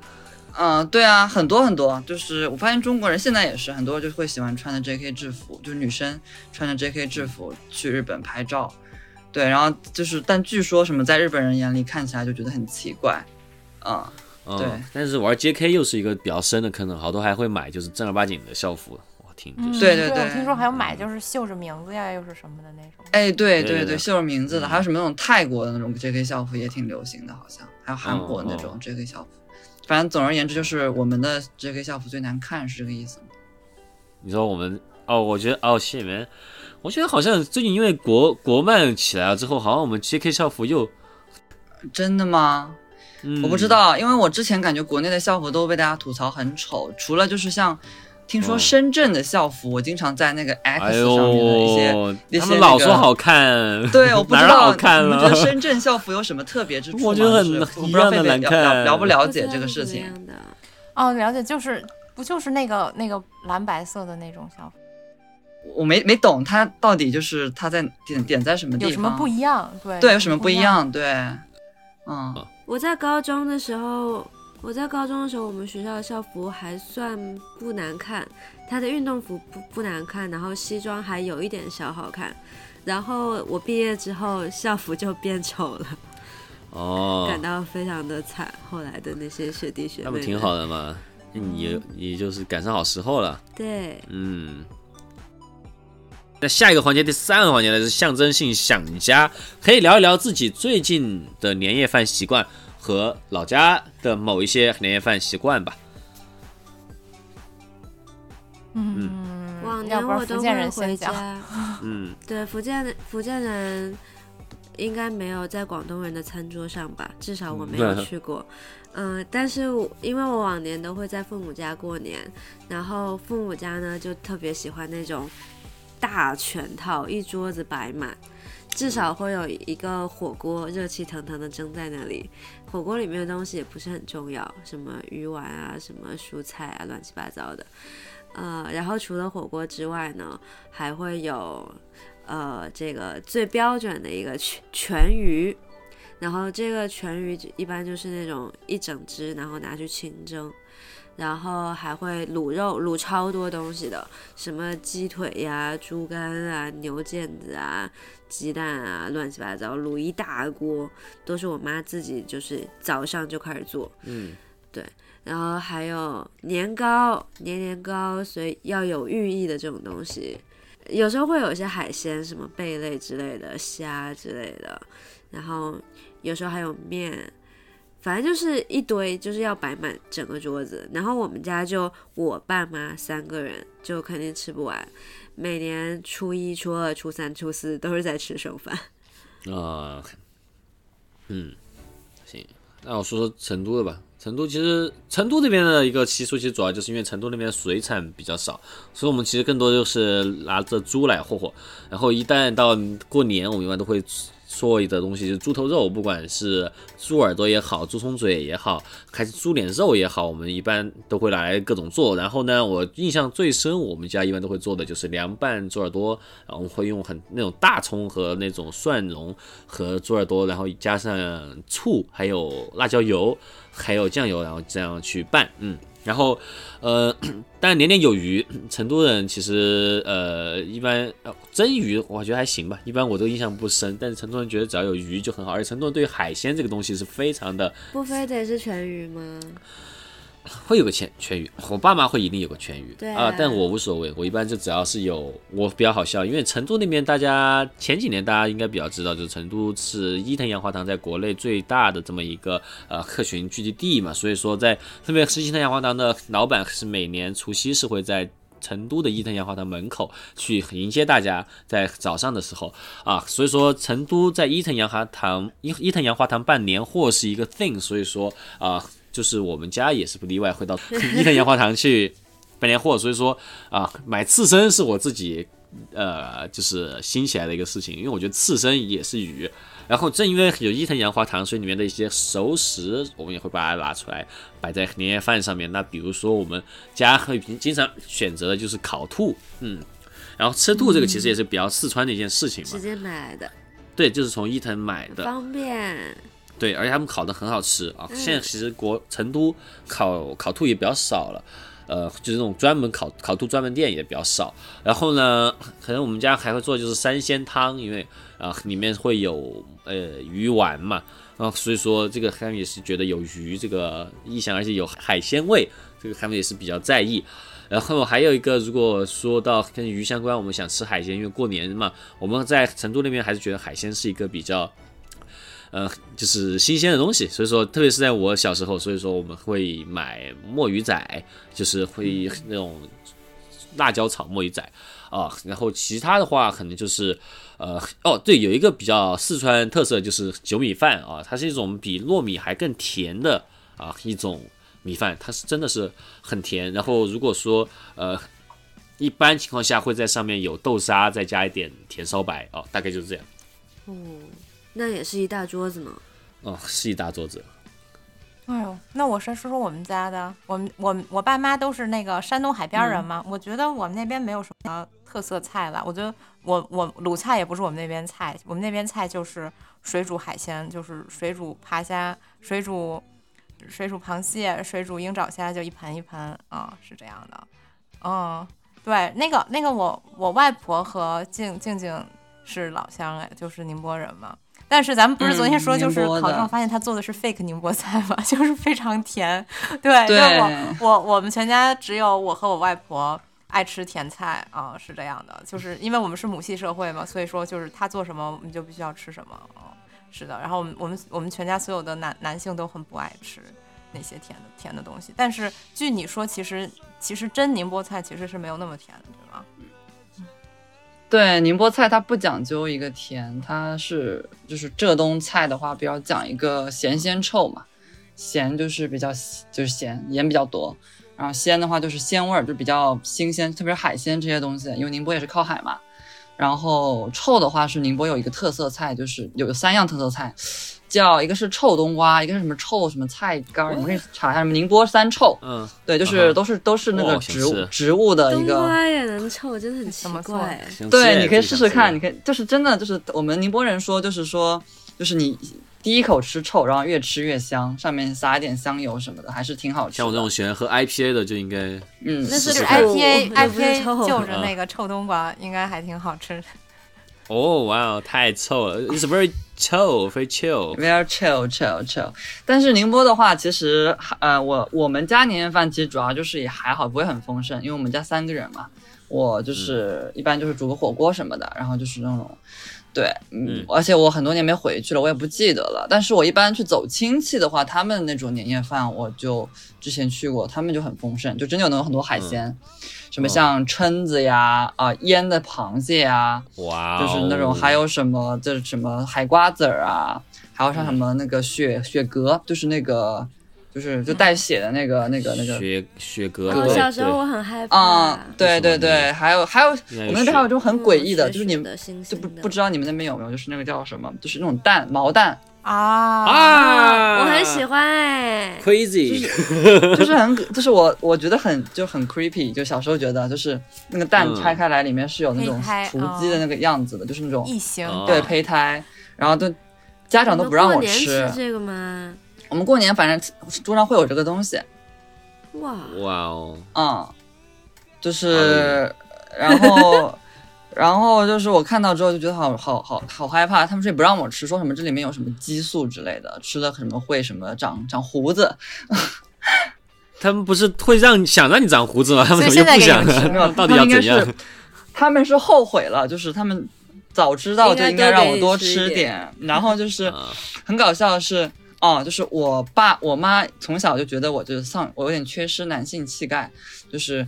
[SPEAKER 4] 嗯，对啊，很多很多，就是我发现中国人现在也是很多就会喜欢穿着 J.K. 制服，就是女生穿着 J.K. 制服去日本拍照，对，然后就是，但据说什么在日本人眼里看起来就觉得很奇怪，嗯，
[SPEAKER 1] 嗯、
[SPEAKER 4] 对
[SPEAKER 1] 但是玩 JK 又是一个比较深的坑了，好多还会买就是正儿八经的校服。我听着。
[SPEAKER 2] 嗯，
[SPEAKER 4] 对对
[SPEAKER 2] 我
[SPEAKER 4] 对
[SPEAKER 2] 听说还有买就是绣着名字呀，又是什么的那种。
[SPEAKER 4] 哎，对
[SPEAKER 1] 对
[SPEAKER 4] 对
[SPEAKER 1] 对
[SPEAKER 4] 对，
[SPEAKER 1] 对
[SPEAKER 4] 绣着名字的，
[SPEAKER 1] 嗯
[SPEAKER 4] 还有什么那种泰国的那种 J.K. 校服也挺流行的，好像还有韩国那种 J.K. 校服，反正总而言之就是我们的 J.K. 校服最难看是这个意思吗？
[SPEAKER 1] 你说我们哦，我觉得哦，谢里面，我觉得好像最近因为国国漫起来了之后，好像我们 JK 校服又，
[SPEAKER 4] 真的吗？
[SPEAKER 1] 嗯、
[SPEAKER 4] 我不知，道，因为我之前感觉国内的校服都被大家吐槽很丑，除了就是像，听说
[SPEAKER 1] 嗯
[SPEAKER 4] 深圳的校服，我经常在那个
[SPEAKER 1] 哎
[SPEAKER 4] X 上面的一些，
[SPEAKER 1] 呦，
[SPEAKER 4] 一些
[SPEAKER 1] 他们老说
[SPEAKER 4] 那个
[SPEAKER 1] 好看，
[SPEAKER 4] 对，我不知
[SPEAKER 1] 哪儿
[SPEAKER 4] 道
[SPEAKER 1] 好看
[SPEAKER 4] 你们
[SPEAKER 1] 了
[SPEAKER 4] 觉得深圳校服有什么特别之处吗？
[SPEAKER 1] 我觉得很
[SPEAKER 4] 就是我不
[SPEAKER 1] 一
[SPEAKER 4] 知道
[SPEAKER 1] 样
[SPEAKER 4] 贝
[SPEAKER 1] 的
[SPEAKER 4] 贝
[SPEAKER 1] 难
[SPEAKER 4] 了
[SPEAKER 1] 看
[SPEAKER 4] 了了不了
[SPEAKER 3] 不知
[SPEAKER 4] 解
[SPEAKER 3] 道
[SPEAKER 4] 这个
[SPEAKER 3] 是
[SPEAKER 4] 事
[SPEAKER 3] 怎么
[SPEAKER 4] 情。
[SPEAKER 3] 样的。
[SPEAKER 2] 哦，了解，就是不就是那个那个蓝白色的那种校服，
[SPEAKER 4] 我没没懂它到底就是它在点点在什么地
[SPEAKER 2] 有
[SPEAKER 4] 方？
[SPEAKER 2] 什么不一样？对
[SPEAKER 4] 对，有什么不
[SPEAKER 2] 一
[SPEAKER 4] 一？样？对，
[SPEAKER 1] 呃
[SPEAKER 4] 嗯，
[SPEAKER 3] 我在高中的时候，我在高中的时候，我们学校的校服还算不难看，它的运动服不不难看，然后西装还有一点小好看。然后我毕业之后，校服就变丑了，
[SPEAKER 1] 哦，
[SPEAKER 3] 感到非常的惨。后来的那些学弟学妹
[SPEAKER 1] 那
[SPEAKER 3] 们，
[SPEAKER 1] 不挺好的吗？
[SPEAKER 4] 嗯
[SPEAKER 1] 你你就是赶上好时候了，
[SPEAKER 3] 对，
[SPEAKER 1] 嗯。那下一个环节，第三个环节呢是象征性想家，可以聊一聊自己最近的年夜饭习惯和老家的某一些年夜饭习惯吧。
[SPEAKER 2] 嗯，
[SPEAKER 3] 往
[SPEAKER 2] 要
[SPEAKER 3] 年
[SPEAKER 2] 不然
[SPEAKER 3] 我
[SPEAKER 2] 福
[SPEAKER 3] 都
[SPEAKER 2] 建
[SPEAKER 3] 会
[SPEAKER 2] 人先
[SPEAKER 3] 回
[SPEAKER 2] 讲。
[SPEAKER 3] 家。
[SPEAKER 1] 嗯，
[SPEAKER 3] 对，福建的福建人应该没有在广东人的餐桌上吧，至少我没有
[SPEAKER 1] 嗯
[SPEAKER 3] 去过。嗯、但是我因为我往年都会在父母家过年，然后父母家呢就特别喜欢那种大全套，一桌子摆满。至少会有一个火锅热气腾腾的蒸在那里。火锅里面的东西也不是很重要，什么鱼丸啊，什么蔬菜啊，乱七八糟的。呃，然后除了火锅之外呢，还会有呃这个最标准的一个全全鱼，然后这个全鱼就一般就是那种一整只，然后拿去清蒸。然后还会卤肉，卤超多东西的，什么鸡腿呀、猪肝啊、牛腱子啊、鸡蛋啊，乱七八糟，卤一大锅，都是我妈自己就是早上就开始做。
[SPEAKER 1] 嗯，
[SPEAKER 3] 然后还有年糕，年年糕，所以要有寓意的这种东西，有时候会有一些海鲜，什么贝类之类的、虾之类的，然后有时候还有面，反正就是一堆，就是要摆满整个桌子。然后我们家就我爸妈三个人，就肯定吃不完。每年初一、初二、初三、初四都是在吃剩饭。
[SPEAKER 1] 啊、嗯，行，那我说说成都的吧。成都其实，成都这边的一个习俗，其实主要就是因为成都那边水产比较少，所以我们其实更多就是拿着猪来霍霍。然后一旦到过年，我们一般都会做一的东西就是猪头肉，不管是猪耳朵也好，猪葱嘴也好，还是猪脸肉也好，我们一般都会拿来各种做。然后呢，我印象最深，我们家一般都会做的就是凉拌猪耳朵，然后会用很那种大葱和那种蒜蓉和猪耳朵，然后加上醋，还有辣椒油，还有酱油，然后这样去拌，嗯。然后，呃， 但年年有余。成都人其实，呃，一般呃蒸鱼我觉得还行吧，一般我都印象不深。但是成都人觉得只要有鱼就很好，而且成都人对于海鲜这个东西是非常的
[SPEAKER 3] 不非得是全鱼吗？
[SPEAKER 1] 会有个全全鱼，我爸妈会一定有个全鱼，
[SPEAKER 3] 对
[SPEAKER 1] 啊、但我无所谓，我一般就只要是有，我比较好笑，因为成都那边大家前几年大家应该比较知道，就是成都是伊藤洋华堂在国内最大的这么一个呃客群聚集地嘛，所以说在特别是伊藤洋华堂的老板是每年除夕是会在。成都的伊藤洋华堂门口去迎接大家，在早上的时候啊，所以说成都在伊藤洋华堂伊伊藤洋华堂办年货是一个 thing，所以说啊，就是我们家也是不例外，会到 伊藤洋华堂去办年货。所以说啊，买刺身是我自己呃，就是兴起来的一个事情，因为我觉得刺身也是鱼。然后正因为有伊藤洋华堂，所以里面的一些熟食，我们也会把它拿出来摆在年夜饭上面。那比如说我们家会平经常选择的就是烤兔，嗯，然后吃兔这个其实也是比较四川的一件事情
[SPEAKER 3] 直
[SPEAKER 1] 嘛，
[SPEAKER 3] 接买来的，
[SPEAKER 1] 对，就是从伊藤买的，
[SPEAKER 3] 方便。
[SPEAKER 1] 对，而且他们烤的很好吃啊。现在其实国成都烤烤兔也比较少了，呃，就是那种专门烤烤兔专门店也比较少。然后呢，可能我们家还会做就是三鲜汤，因为啊、里面会有呃鱼丸嘛，然、后所以说这个他们也是觉得有鱼这个意象，而且有海鲜味，这个他们也是比较在意。然后还有一个，如果说到跟鱼相关，我们想吃海鲜，因为过年嘛，我们在成都那边还是觉得海鲜是一个比较呃，就是新鲜的东西，所以说，特别是在我小时候，所以说我们会买墨鱼仔，就是会那种辣椒炒墨鱼仔啊。然后其他的话，可能就是呃，哦，对，有一个比较四川特色就是酒米饭啊，它是一种比糯米还更甜的啊一种米饭，它是真的是很甜。然后如果说呃，一般情况下会在上面有豆沙，再加一点甜烧白啊，大概就是这样。
[SPEAKER 3] 哦，那也是一大桌子呢。
[SPEAKER 1] 哦，是一大桌子。
[SPEAKER 2] 哎呦，那我先说说我们家的，我们我们我爸妈都是那个山东海边人嘛，我觉得我们那边没有什么特色菜了。我觉得我我鲁菜也不是我们那边菜，我们那边菜就是水煮海鲜，就是水煮扒虾、水煮水煮螃蟹、水煮鹰爪虾，就一盆一盆啊、是这样的。嗯，对，那个那个我我外婆和静静静是老乡哎，就是宁波人嘛。但是咱们不是昨天
[SPEAKER 4] 嗯
[SPEAKER 2] 说，就是
[SPEAKER 4] 宁波
[SPEAKER 2] 考
[SPEAKER 4] 的
[SPEAKER 2] 证发现他做的是 fake 宁波菜嘛， 就是非常甜。 对，
[SPEAKER 4] 对
[SPEAKER 2] 让我我我们全家只有我和我外婆爱吃甜菜啊、是这样的，就是因为我们是母系社会嘛，所以说就是他做什么我们就必须要吃什么。哦，是的，然后我们我们我们全家所有的男男性都很不爱吃那些甜的甜的东西，但是据你说，其实其实真宁波菜其实是没有那么甜的，对吗？
[SPEAKER 4] 对，宁波菜它不讲究一个甜，它是就是浙东菜的话，比较讲一个咸鲜臭嘛，咸就是比较就是咸，盐比较多，然后鲜的话就是鲜味儿，就比较新鲜，特别是海鲜这些东西，因为宁波也是靠海嘛，然后臭的话是宁波有一个特色菜，就是有三样特色菜，叫一个是臭冬瓜，一个是什么臭什么菜干儿，你们可以查一下什么宁波三臭。
[SPEAKER 1] 嗯，
[SPEAKER 4] 对，就
[SPEAKER 1] 哦啊
[SPEAKER 4] 是
[SPEAKER 1] 哈
[SPEAKER 4] 都是都是那个
[SPEAKER 1] 哦想
[SPEAKER 4] 植物
[SPEAKER 1] 吃
[SPEAKER 4] 植物的呃一
[SPEAKER 3] 冬
[SPEAKER 4] 个
[SPEAKER 3] 瓜也能臭，真的很奇
[SPEAKER 2] 怎么做
[SPEAKER 3] 怪。
[SPEAKER 1] 想吃
[SPEAKER 4] 对，你可以试试看，
[SPEAKER 1] 自
[SPEAKER 4] 你
[SPEAKER 1] 己
[SPEAKER 4] 可以就是真的就是我们宁波人说，就是说就是你第一口吃臭，然后越吃越香，上面撒一点香油什么的，还是挺好
[SPEAKER 1] 想吃
[SPEAKER 4] 吃
[SPEAKER 1] 像我这
[SPEAKER 4] 的。
[SPEAKER 1] 种喜欢喝 IPA 的，就应该
[SPEAKER 4] 嗯，
[SPEAKER 3] 那
[SPEAKER 1] 是
[SPEAKER 2] 就是
[SPEAKER 1] 是
[SPEAKER 2] IPA
[SPEAKER 3] 我我不是
[SPEAKER 2] IPA
[SPEAKER 3] 臭
[SPEAKER 2] 就着那个臭冬瓜，应该还挺好吃的。
[SPEAKER 1] 哦，哇哦，太臭了，It's very chill, very chill。
[SPEAKER 4] Very chill, chill, chill。但是宁波的话，其实呃，我我们家年夜饭其实主要就是也还好，不会很丰盛，因为我们家三个人嘛，我就是、一般就是煮个火锅什么的，然后就是那种。对，嗯
[SPEAKER 1] 嗯，
[SPEAKER 4] 而且我很多年没回去了，我也不记得了。但是我一般去走亲戚的话，他们那种年夜饭，我就之前去过，他们就很丰盛，就真的有那种很多海鲜，什
[SPEAKER 1] 哦
[SPEAKER 4] 么像蛏子呀、啊、腌的螃蟹呀，
[SPEAKER 1] 哇哦，
[SPEAKER 4] 就是那种还有什么就是什么海瓜子儿啊，还有
[SPEAKER 1] 嗯
[SPEAKER 4] 像什么那个雪、雪蛤，就是那个就是就带血的那个、那个那个。
[SPEAKER 1] 雪雪哥，
[SPEAKER 3] 哦，
[SPEAKER 4] 对
[SPEAKER 3] 小时候
[SPEAKER 1] 对
[SPEAKER 3] 我很害
[SPEAKER 4] 啊、
[SPEAKER 3] 怕。
[SPEAKER 4] 对对
[SPEAKER 1] 为什么
[SPEAKER 4] 对，还有还有，我
[SPEAKER 1] 应该有
[SPEAKER 4] 们那边还有一种很诡异的，
[SPEAKER 3] 嗯
[SPEAKER 4] 就是你
[SPEAKER 3] 血
[SPEAKER 4] 们
[SPEAKER 3] 血的腥
[SPEAKER 4] 就不
[SPEAKER 3] 腥的
[SPEAKER 4] 不知道你们那边有没有，就是那个叫什么，就是那种蛋毛蛋，
[SPEAKER 2] 啊
[SPEAKER 1] 啊，
[SPEAKER 3] 我很喜欢哎。
[SPEAKER 1] crazy，
[SPEAKER 4] 就是很就是我我觉得很就很 creepy，就小时候觉得就是那个蛋
[SPEAKER 1] 嗯
[SPEAKER 4] 拆开来里面是有那种
[SPEAKER 2] 胚胎
[SPEAKER 4] 雏鸡的那个样子的，就是那种
[SPEAKER 2] 异形
[SPEAKER 1] 哦
[SPEAKER 4] 对胚胎，然后都家长都
[SPEAKER 3] 你们
[SPEAKER 4] 不让
[SPEAKER 3] 过
[SPEAKER 4] 我
[SPEAKER 3] 年
[SPEAKER 4] 吃
[SPEAKER 3] 吃，这个吗？
[SPEAKER 4] 我们过年反正桌上会有这个东西，
[SPEAKER 3] 哇，
[SPEAKER 1] 哇哦，
[SPEAKER 4] 嗯，就是，然后，然后就是我看到之后就觉得好好好好害怕，他们说也不让我吃，说什么这里面有什么激素之类的，吃了什么会什么长长胡子，
[SPEAKER 1] 他们不是会让你想让你长胡子吗？他们
[SPEAKER 2] 所以
[SPEAKER 1] 怎么又不
[SPEAKER 2] 现在
[SPEAKER 1] 想
[SPEAKER 2] 给 你吃
[SPEAKER 4] 没有
[SPEAKER 1] 呢？，到底
[SPEAKER 4] 他
[SPEAKER 1] 要
[SPEAKER 4] 们应
[SPEAKER 1] 怎
[SPEAKER 4] 该是
[SPEAKER 1] 样？，
[SPEAKER 4] 他们是后悔了，就是他们早知道就应
[SPEAKER 3] 应
[SPEAKER 4] 该
[SPEAKER 3] 该多
[SPEAKER 4] 让
[SPEAKER 3] 给
[SPEAKER 4] 我
[SPEAKER 3] 你
[SPEAKER 4] 多
[SPEAKER 3] 吃一
[SPEAKER 4] 吃
[SPEAKER 3] 点
[SPEAKER 4] 点，然后就是
[SPEAKER 1] 啊
[SPEAKER 4] 很搞笑的是。哦，就是我爸我妈从小就觉得我就是丧，我有点缺失男性气概，就是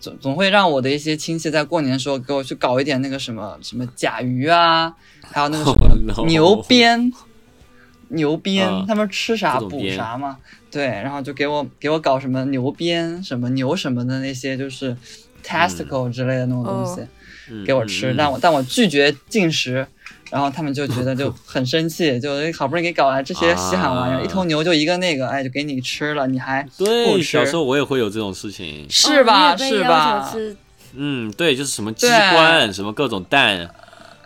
[SPEAKER 4] 总总会让我的一些亲戚在过年的时候给我去搞一点那个什么什么甲鱼啊，还有那个 什
[SPEAKER 1] Oh, no.
[SPEAKER 4] 么牛鞭。牛鞭
[SPEAKER 1] 啊，
[SPEAKER 4] 他们吃啥
[SPEAKER 1] 各种
[SPEAKER 4] 补
[SPEAKER 1] 鞭
[SPEAKER 4] 啥嘛，对，然后就给我给我搞什么牛鞭、什么牛什么的那些，就是 testicle 之类的那种东
[SPEAKER 2] 哦
[SPEAKER 4] 西，
[SPEAKER 1] 嗯
[SPEAKER 4] 给我吃，
[SPEAKER 1] 嗯
[SPEAKER 4] 但我但我拒绝进食，然后他们就觉得 就很生气，就哎好不容易给搞来这些稀罕玩意
[SPEAKER 1] 啊
[SPEAKER 4] 儿，一头牛就一个那个，哎，就给你吃了，你还
[SPEAKER 2] 哦
[SPEAKER 4] 不
[SPEAKER 1] 对，
[SPEAKER 4] 吃
[SPEAKER 1] 小时候我也会有这种事情。
[SPEAKER 4] 是
[SPEAKER 3] 哦
[SPEAKER 4] 吧
[SPEAKER 3] 你也被
[SPEAKER 4] 是
[SPEAKER 3] 要
[SPEAKER 4] 吧
[SPEAKER 3] 求？吃
[SPEAKER 1] 嗯，对，就是什么鸡
[SPEAKER 4] 对
[SPEAKER 1] 冠，什么各种蛋，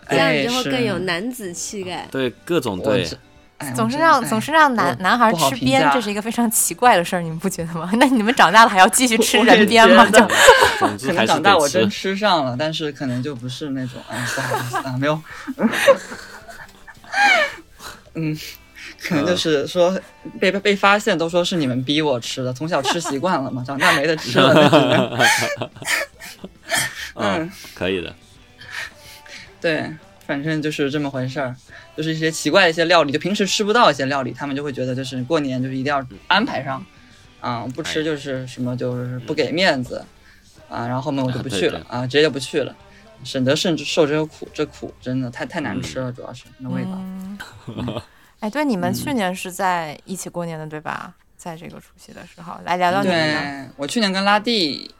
[SPEAKER 3] 这样你
[SPEAKER 4] 哎，
[SPEAKER 3] 就会
[SPEAKER 4] 是
[SPEAKER 3] 更有男子气概。
[SPEAKER 1] 对，各种
[SPEAKER 4] 我
[SPEAKER 1] 对
[SPEAKER 4] 这，哎我
[SPEAKER 2] 总是
[SPEAKER 4] 真的
[SPEAKER 2] 让
[SPEAKER 4] 哎
[SPEAKER 2] 总是让男
[SPEAKER 4] 我
[SPEAKER 2] 男孩
[SPEAKER 4] 不好
[SPEAKER 2] 吃
[SPEAKER 4] 评
[SPEAKER 2] 鞭
[SPEAKER 4] 价，
[SPEAKER 2] 这是一个非常奇怪的事儿，你们不觉得吗？ 那你们长大了还要继续吃
[SPEAKER 4] 我
[SPEAKER 2] 人
[SPEAKER 4] 也
[SPEAKER 2] 鞭吗？
[SPEAKER 4] 觉
[SPEAKER 2] 就
[SPEAKER 4] 得
[SPEAKER 1] 总
[SPEAKER 4] 可
[SPEAKER 1] 之还
[SPEAKER 4] 能
[SPEAKER 1] 是
[SPEAKER 4] 长大我
[SPEAKER 1] 得
[SPEAKER 4] 真
[SPEAKER 1] 吃。
[SPEAKER 4] 吃上了，但是可能就不是那种，哎，不好意思啊，没有，嗯，可能就是说被被被发现都说是你们逼我吃的，从小吃习惯了嘛，长大没得吃了，那只能
[SPEAKER 1] 嗯，可以的。
[SPEAKER 4] 对，反正就是这么回事儿，就是一些奇怪的一些料理，就平时吃不到一些料理，他们就会觉得就是过年就是一定要
[SPEAKER 1] 嗯
[SPEAKER 4] 安排上，啊、不
[SPEAKER 1] 哎
[SPEAKER 4] 吃就是什么就是不给面子，啊，然后后面我就不去了
[SPEAKER 1] 嗯对
[SPEAKER 4] 啊，直接就不去了，省得甚至受这个苦，这苦真的太太
[SPEAKER 1] 嗯
[SPEAKER 4] 难吃了，主要是那味道。
[SPEAKER 2] 哎，对，你
[SPEAKER 4] 嗯
[SPEAKER 2] 们去年是在一起过年的对吧？在这个除夕的时候，来聊聊你们呢。
[SPEAKER 4] 对我去年跟拉蒂，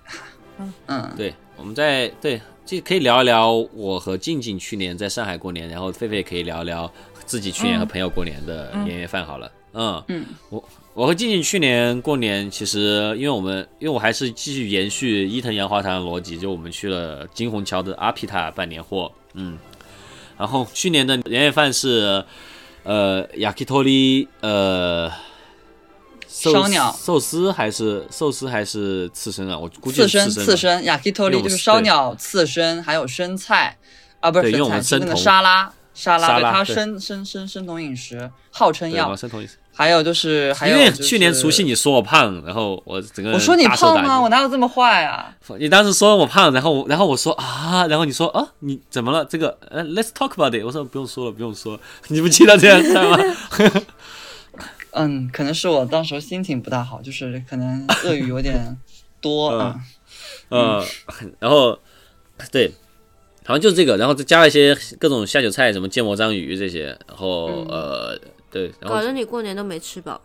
[SPEAKER 4] 嗯，
[SPEAKER 1] 对，我们在对，这可以聊一聊我和静静去年在上海过年，然后狒狒可以聊一聊自己去年和朋友过年的年夜饭好了。嗯，
[SPEAKER 4] 嗯
[SPEAKER 1] 我我和静静去年过年，其实因为我们因为我还是继续延续伊藤洋华堂的逻辑，就我们去了金虹桥的阿皮塔办年货，嗯，然后去年的年夜饭是呃 yakitori 呃。寿
[SPEAKER 4] 烧鸟
[SPEAKER 1] 寿司还是寿司还是刺身啊？我估计
[SPEAKER 4] 刺
[SPEAKER 1] 是
[SPEAKER 4] 身
[SPEAKER 1] 吧
[SPEAKER 4] 刺身 yakitori
[SPEAKER 1] 用
[SPEAKER 4] 就是
[SPEAKER 1] 对
[SPEAKER 4] 烧鸟刺身，还有生菜啊，不是
[SPEAKER 1] 对用
[SPEAKER 4] 生
[SPEAKER 1] 我们
[SPEAKER 4] 菜，是那
[SPEAKER 1] 生
[SPEAKER 4] 个
[SPEAKER 1] 酮
[SPEAKER 4] 沙拉沙
[SPEAKER 1] 沙
[SPEAKER 4] 拉，对
[SPEAKER 1] 拉
[SPEAKER 4] 它
[SPEAKER 1] 对
[SPEAKER 4] 生生生生酮饮食，号称
[SPEAKER 1] 对，
[SPEAKER 4] 要
[SPEAKER 1] 我。生同意思。
[SPEAKER 4] 还有就是，还
[SPEAKER 1] 因
[SPEAKER 4] 有、
[SPEAKER 1] 为
[SPEAKER 4] 就是、
[SPEAKER 1] 去年除夕你说我胖，然后我整个人
[SPEAKER 4] 我说你
[SPEAKER 1] 大手
[SPEAKER 4] 胖
[SPEAKER 1] 大
[SPEAKER 4] 吗？我
[SPEAKER 1] 脚
[SPEAKER 4] 哪有这么坏啊？
[SPEAKER 1] 你当时说我胖，然后我然后我说啊，然后你说啊，你怎么了？这个呃，Let's talk about it。我说不用说了，不用说了，你不记得这样 事儿吗？
[SPEAKER 4] 嗯，可能是我当时候心情不大好，就是可能鳄鱼有点多。
[SPEAKER 1] 嗯
[SPEAKER 4] 嗯，
[SPEAKER 1] 呃，然后对，好像就是这个，然后再加了一些各种下酒菜，什么芥末章鱼这些，然后、
[SPEAKER 4] 嗯
[SPEAKER 1] 呃对，然后
[SPEAKER 3] 搞得你过年都没吃饱。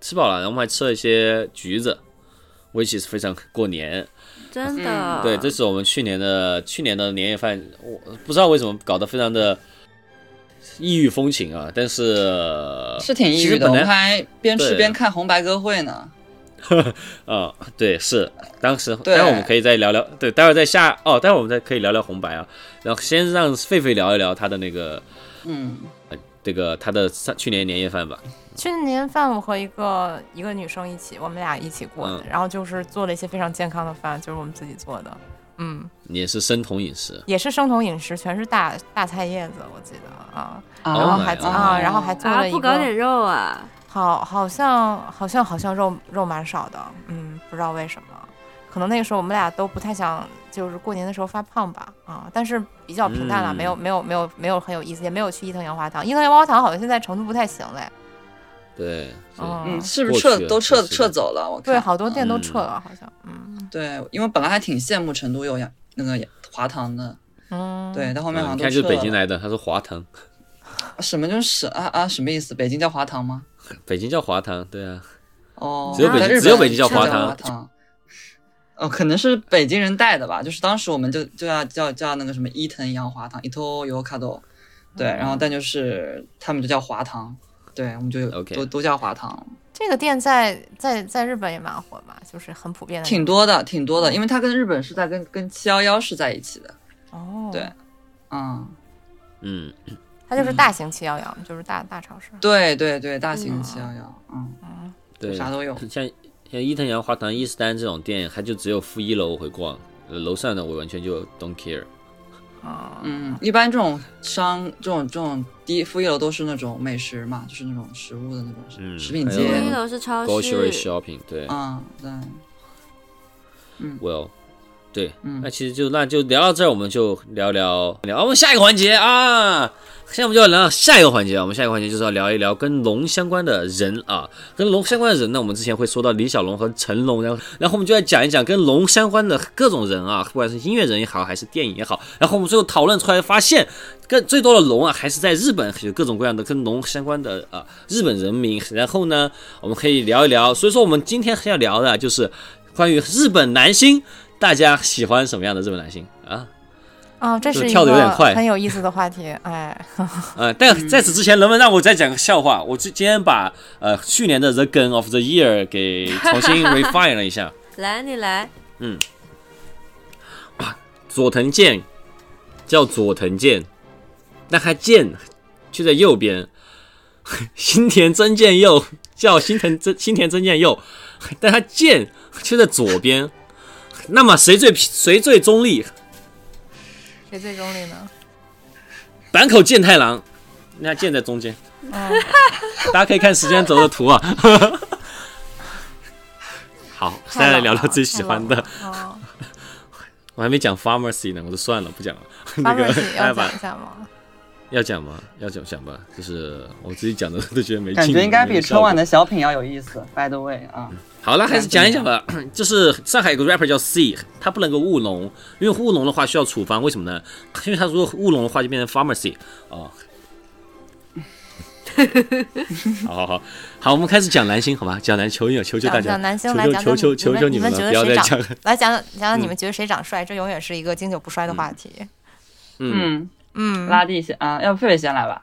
[SPEAKER 1] 吃饱了，然后我们还吃了一些橘子，which is 非常过年。
[SPEAKER 3] 真
[SPEAKER 4] 嗯
[SPEAKER 3] 的。
[SPEAKER 4] 啊
[SPEAKER 1] 对，这是我们去年的去年的年夜饭，我不知道为什么搞得非常的异域风情啊，但是
[SPEAKER 4] 是挺抑
[SPEAKER 1] 其
[SPEAKER 4] 郁
[SPEAKER 1] 实
[SPEAKER 4] 的。
[SPEAKER 1] 本
[SPEAKER 4] 我
[SPEAKER 1] 来
[SPEAKER 4] 们还边吃
[SPEAKER 1] 对
[SPEAKER 4] 边看红白歌会呢。
[SPEAKER 1] 啊、对，是当时，
[SPEAKER 4] 对
[SPEAKER 1] 待会我们可以再聊聊，对，待会儿再下哦，待会儿我们再可以聊聊红白啊，然后先让狒狒聊一聊他的那个
[SPEAKER 4] 嗯，
[SPEAKER 1] 这个他的上去年年夜饭吧，
[SPEAKER 2] 去年饭我和一个一个女生一起，我们俩一起过的，
[SPEAKER 1] 嗯
[SPEAKER 2] 然后就是做了一些非常健康的饭，就是我们自己做的，嗯，
[SPEAKER 1] 也是生酮饮食，
[SPEAKER 2] 也是生酮饮食，全是大大菜叶子，我记得啊，
[SPEAKER 4] 啊
[SPEAKER 2] 然后还
[SPEAKER 1] Oh my god
[SPEAKER 2] 啊，然后还做
[SPEAKER 3] 啊
[SPEAKER 4] 嗯
[SPEAKER 2] 了，一
[SPEAKER 3] 不搞
[SPEAKER 2] 个
[SPEAKER 3] 点肉啊！
[SPEAKER 2] 好，好像好像好像肉肉蛮少的，嗯，不知道为什么，可能那个时候我们俩都不太想，就是过年的时候发胖吧，啊，但是比较平淡了，
[SPEAKER 1] 嗯
[SPEAKER 2] 没有没有没有没有很有意思，也没有去伊藤洋华堂，伊藤洋华堂好像现在成都不太行嘞，
[SPEAKER 1] 对，
[SPEAKER 2] 哦
[SPEAKER 4] 嗯，是不
[SPEAKER 1] 过
[SPEAKER 4] 是
[SPEAKER 1] 去
[SPEAKER 4] 撤
[SPEAKER 1] 了
[SPEAKER 4] 都撤
[SPEAKER 1] 过去了
[SPEAKER 4] 撤走了？我看
[SPEAKER 2] 对，好多店都
[SPEAKER 1] 嗯
[SPEAKER 2] 撤了，好像，嗯
[SPEAKER 4] 对，因为本来还挺羡慕成都有洋那个洋华堂的，
[SPEAKER 2] 嗯，
[SPEAKER 4] 对，但后面
[SPEAKER 1] 嗯
[SPEAKER 4] 好像
[SPEAKER 1] 你
[SPEAKER 4] 都
[SPEAKER 1] 看就是
[SPEAKER 4] 撤
[SPEAKER 1] 北京
[SPEAKER 4] 了
[SPEAKER 1] 来的，他说华堂，
[SPEAKER 4] 什么就是啊啊什么意思？北京叫华堂吗？
[SPEAKER 1] 北京叫华堂，对啊，
[SPEAKER 4] 哦，
[SPEAKER 1] 只有北
[SPEAKER 4] 在
[SPEAKER 1] 京
[SPEAKER 4] 日
[SPEAKER 1] 只有
[SPEAKER 4] 本
[SPEAKER 1] 北京叫
[SPEAKER 4] 是
[SPEAKER 1] 华
[SPEAKER 4] 堂。
[SPEAKER 1] 堂
[SPEAKER 4] 哦，可能是北京人带的吧，就是当时我们就就要叫叫那个什么伊藤洋华堂伊藤洋华堂，对，然后但就是他们就叫华堂，对，我们就
[SPEAKER 1] OK
[SPEAKER 4] 都都叫华堂，
[SPEAKER 2] 这个店在在在日本也蛮火嘛，就是很普遍的那
[SPEAKER 4] 挺
[SPEAKER 2] 种，
[SPEAKER 4] 多的，挺多的，因为它跟日本是在跟跟七幺幺是在一起的，
[SPEAKER 2] 哦，
[SPEAKER 4] 对，嗯，
[SPEAKER 1] 嗯，
[SPEAKER 2] 它就是大型七幺幺，就是大大超市，
[SPEAKER 4] 对对对，大型七幺幺，嗯，
[SPEAKER 1] 对，
[SPEAKER 4] 啥都有，
[SPEAKER 1] 像像伊藤洋华堂、伊势丹这种店，它就只有负一楼我会逛，呃楼上的我完全就 don't care。
[SPEAKER 4] 嗯，一般这种商这种这种低负一楼都是那种美食嘛，就是那种食物的那种食,、
[SPEAKER 1] 嗯
[SPEAKER 4] 食品
[SPEAKER 1] 还
[SPEAKER 4] 街
[SPEAKER 1] 有
[SPEAKER 3] 负
[SPEAKER 1] 对
[SPEAKER 3] 一哦楼是超
[SPEAKER 1] Grocery
[SPEAKER 3] 市，
[SPEAKER 1] shopping，对
[SPEAKER 4] 嗯，对，
[SPEAKER 1] ，well，对，
[SPEAKER 4] 嗯
[SPEAKER 1] 那其实就那就聊到这儿，我们就聊聊聊，我们下一个环节啊，现在我们就要聊下一个环节啊，我们下一个环节就是要聊一聊跟龙相关的人啊，跟龙相关的人呢，我们之前会说到李小龙和成龙，然后然后我们就来讲一讲跟龙相关的各种人啊，不管是音乐人也好，还是电影也好，然后我们最后讨论出来发现，跟最多的龙啊，还是在日本有各种各样的跟龙相关的啊、日本人名，然后呢，我们可以聊一聊，所以说我们今天要聊的啊就是关于日本男星，大家喜欢什么样的日本男星啊？
[SPEAKER 2] 啊，这
[SPEAKER 1] 就是是
[SPEAKER 2] 一
[SPEAKER 1] 跳得有
[SPEAKER 2] 个
[SPEAKER 1] 点快
[SPEAKER 2] 很有意思的话题，哎，
[SPEAKER 1] 呃，但在此之前，能不能让我再讲个笑话？我今今天把呃去年的 The Gun of the Year 给重新 refine 了一下。
[SPEAKER 3] 来你来，
[SPEAKER 1] 佐藤健叫佐藤健，但他健却在右边。 新田真剑佑叫新田真新田真剑佑，但他剑却在左边。那么谁最谁最中立？
[SPEAKER 2] 谁最中立呢？
[SPEAKER 1] 坂口健太郎，那剑在中间。
[SPEAKER 2] 嗯，
[SPEAKER 1] 大家可以看时间轴的图啊。 好，现在来聊聊最喜欢的。
[SPEAKER 2] 哦，
[SPEAKER 1] 我还没讲 pharmacy 呢，我就算了，不 讲了。
[SPEAKER 2] 八
[SPEAKER 1] 那
[SPEAKER 2] 分
[SPEAKER 1] 个
[SPEAKER 2] 体
[SPEAKER 1] 大
[SPEAKER 2] 要
[SPEAKER 1] 家
[SPEAKER 2] 讲
[SPEAKER 1] 把
[SPEAKER 2] 一下吗？
[SPEAKER 1] 要讲吗？要讲讲吧，就是我自己讲的都觉得没劲。
[SPEAKER 4] 感觉应该
[SPEAKER 1] 没
[SPEAKER 4] 比
[SPEAKER 1] 效
[SPEAKER 4] 春
[SPEAKER 1] 果
[SPEAKER 4] 晚的小品要有意思。By the way 啊，
[SPEAKER 1] 好了，还是讲一讲吧。 就是上海有个 rapper 叫 C，他不能够务农，因为务农的话需要处方，为什么呢？因为他如果务农的话就变成 pharmacy 哦。好好好，好，我们开始讲男星，好吧？讲男求求求求大
[SPEAKER 2] 讲
[SPEAKER 1] 家，
[SPEAKER 2] 讲男星
[SPEAKER 1] 求
[SPEAKER 2] 来讲
[SPEAKER 1] 求
[SPEAKER 2] 讲
[SPEAKER 1] 求
[SPEAKER 2] 你
[SPEAKER 1] 求
[SPEAKER 2] 们
[SPEAKER 1] 求
[SPEAKER 2] 你
[SPEAKER 1] 们了，
[SPEAKER 2] 觉
[SPEAKER 1] 不
[SPEAKER 2] 得
[SPEAKER 1] 要再
[SPEAKER 2] 谁长
[SPEAKER 1] 讲了。？嗯
[SPEAKER 2] 来讲讲讲你们觉得谁长帅？这永远是一个经久不衰的话题。
[SPEAKER 4] 嗯，
[SPEAKER 2] 嗯，
[SPEAKER 4] 拉蒂先啊，要不狒狒先来吧。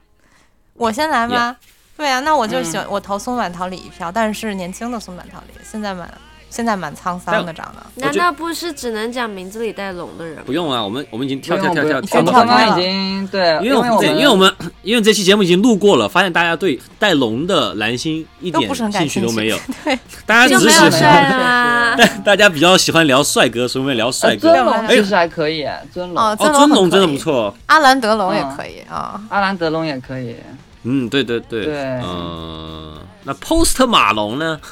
[SPEAKER 2] 我先来吗？对啊，那我就
[SPEAKER 1] 嗯
[SPEAKER 2] 喜欢我投松坂桃李一票，但是年轻的松坂桃李，现在蛮现在蛮沧桑的长得。
[SPEAKER 3] 难
[SPEAKER 1] 觉
[SPEAKER 3] 道不是只能讲名字里带龙的人吗
[SPEAKER 1] 不？用啊，我们我们已经
[SPEAKER 4] 不
[SPEAKER 1] 跳
[SPEAKER 4] 用
[SPEAKER 1] 跳
[SPEAKER 4] 不
[SPEAKER 1] 跳
[SPEAKER 4] 用，
[SPEAKER 1] 跳跳
[SPEAKER 4] 我们
[SPEAKER 1] 到
[SPEAKER 2] 跳
[SPEAKER 4] 刚
[SPEAKER 1] 他
[SPEAKER 2] 开
[SPEAKER 4] 刚
[SPEAKER 2] 了
[SPEAKER 4] 已经对，
[SPEAKER 1] 因为我们对，因为我们因为这期节目已经录过了，发现大家对带龙的男星一
[SPEAKER 2] 都
[SPEAKER 1] 点
[SPEAKER 2] 不是很
[SPEAKER 1] 兴
[SPEAKER 2] 感
[SPEAKER 1] 趣都
[SPEAKER 2] 兴趣
[SPEAKER 1] 没有， 大家
[SPEAKER 3] 就
[SPEAKER 1] 只
[SPEAKER 3] 没
[SPEAKER 1] 是
[SPEAKER 3] 有
[SPEAKER 1] 喜
[SPEAKER 3] 帅
[SPEAKER 1] 欢
[SPEAKER 3] 啦。
[SPEAKER 1] 大家比较喜欢聊帅哥，所以我们聊帅
[SPEAKER 4] 呃
[SPEAKER 1] 哥。
[SPEAKER 4] 啊尊
[SPEAKER 2] 哎
[SPEAKER 4] 龙其实还可以，尊龙
[SPEAKER 2] 哦，
[SPEAKER 1] 哦，
[SPEAKER 2] 龙
[SPEAKER 1] 尊
[SPEAKER 2] 很
[SPEAKER 1] 龙
[SPEAKER 2] 可
[SPEAKER 1] 真的
[SPEAKER 2] 以
[SPEAKER 1] 不，错。
[SPEAKER 2] 阿兰德龙也
[SPEAKER 4] 嗯
[SPEAKER 2] 可以啊。
[SPEAKER 4] 阿兰德龙也可以，
[SPEAKER 1] 嗯，对对对，
[SPEAKER 4] 对
[SPEAKER 1] 嗯、那 Post 马龙呢？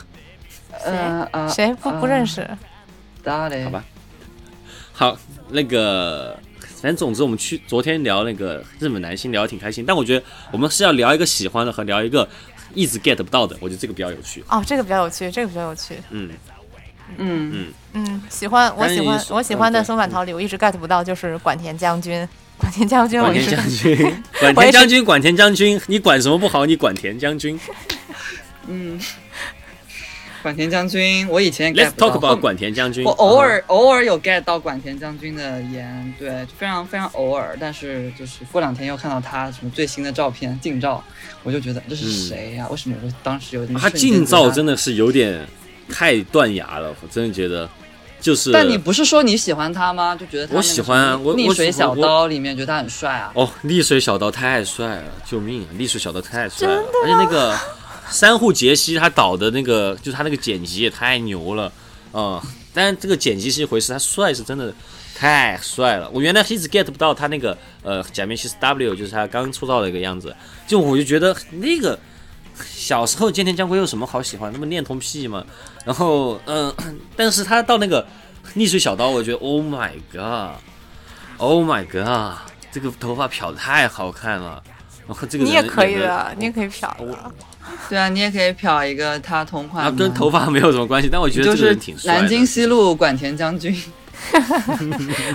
[SPEAKER 4] 呃呃，
[SPEAKER 2] 谁不不认
[SPEAKER 4] 呃？
[SPEAKER 1] 嗯
[SPEAKER 2] 识？
[SPEAKER 4] Daddy
[SPEAKER 1] 好吧好，那个，反正总之我们去昨天聊那个日本男星聊得挺开心，但我觉得我们是要聊一个喜欢的和聊一个一直 get 不到的，我觉得这个比较有趣。
[SPEAKER 2] 哦，这个比较有趣，这个比较有趣。
[SPEAKER 1] 嗯，
[SPEAKER 4] 嗯，
[SPEAKER 2] 嗯，喜欢我
[SPEAKER 1] 但是
[SPEAKER 2] 喜
[SPEAKER 1] 你
[SPEAKER 2] 欢
[SPEAKER 1] 说
[SPEAKER 2] 我喜欢的
[SPEAKER 1] 嗯对
[SPEAKER 2] 松坂桃李，我一直 get 不到，就是管田将军。管田将军，我
[SPEAKER 1] 管
[SPEAKER 2] 一
[SPEAKER 1] 田
[SPEAKER 2] 直
[SPEAKER 1] 将军，管
[SPEAKER 2] 我也
[SPEAKER 1] 田
[SPEAKER 2] 是
[SPEAKER 1] 将军，管田将军，你管什么不好？你管田将军。
[SPEAKER 4] 管田将军，我以前也
[SPEAKER 1] Let's
[SPEAKER 4] get 不到
[SPEAKER 1] talk about 管田将军。
[SPEAKER 4] 我偶
[SPEAKER 1] 嗯
[SPEAKER 4] 尔偶尔有 get 到管田将军的颜，对，非常非常偶尔。但是就是过两天又看到他什么最新的照片近照，我就觉得这是谁呀、为什么我当时有点
[SPEAKER 1] 嗯啊他近照真
[SPEAKER 4] 的？
[SPEAKER 1] 的是有点太断崖了，我真的觉得就是。
[SPEAKER 4] 但你不是说你喜欢他吗？就觉得他
[SPEAKER 1] 我喜欢啊我我
[SPEAKER 4] 溺水小
[SPEAKER 1] 我
[SPEAKER 4] 刀里面觉得他很帅啊。
[SPEAKER 1] 哦，丽水小刀太帅了，救命！啊丽水小刀太帅了，而且那个珊瑚杰西他导的那个，就是他那个剪辑也太牛了，嗯，但这个剪辑是一回事，他帅是真的太帅了。我原来一直 get 不到他那个呃假面骑士 W，就是他刚出道的一个样子，就我就觉得那个小时候菅田将晖有什么好喜欢，那么恋童癖嘛。然后嗯、 但是他到那个溺水小刀，我觉得 Oh my God，Oh my God，这个头发漂得太好看了。然后这个
[SPEAKER 2] 你
[SPEAKER 1] 人
[SPEAKER 2] 也可以
[SPEAKER 1] 演得
[SPEAKER 2] 的，你也可以漂的。
[SPEAKER 4] 对啊，你也可以瞟一个他同款
[SPEAKER 1] 啊，
[SPEAKER 4] 的，
[SPEAKER 1] 跟头发没有什么关系，但我觉得
[SPEAKER 4] 嗯
[SPEAKER 1] 这
[SPEAKER 4] 就
[SPEAKER 1] 个
[SPEAKER 4] 是
[SPEAKER 1] 人挺帅的。
[SPEAKER 4] 南京西路管田将军。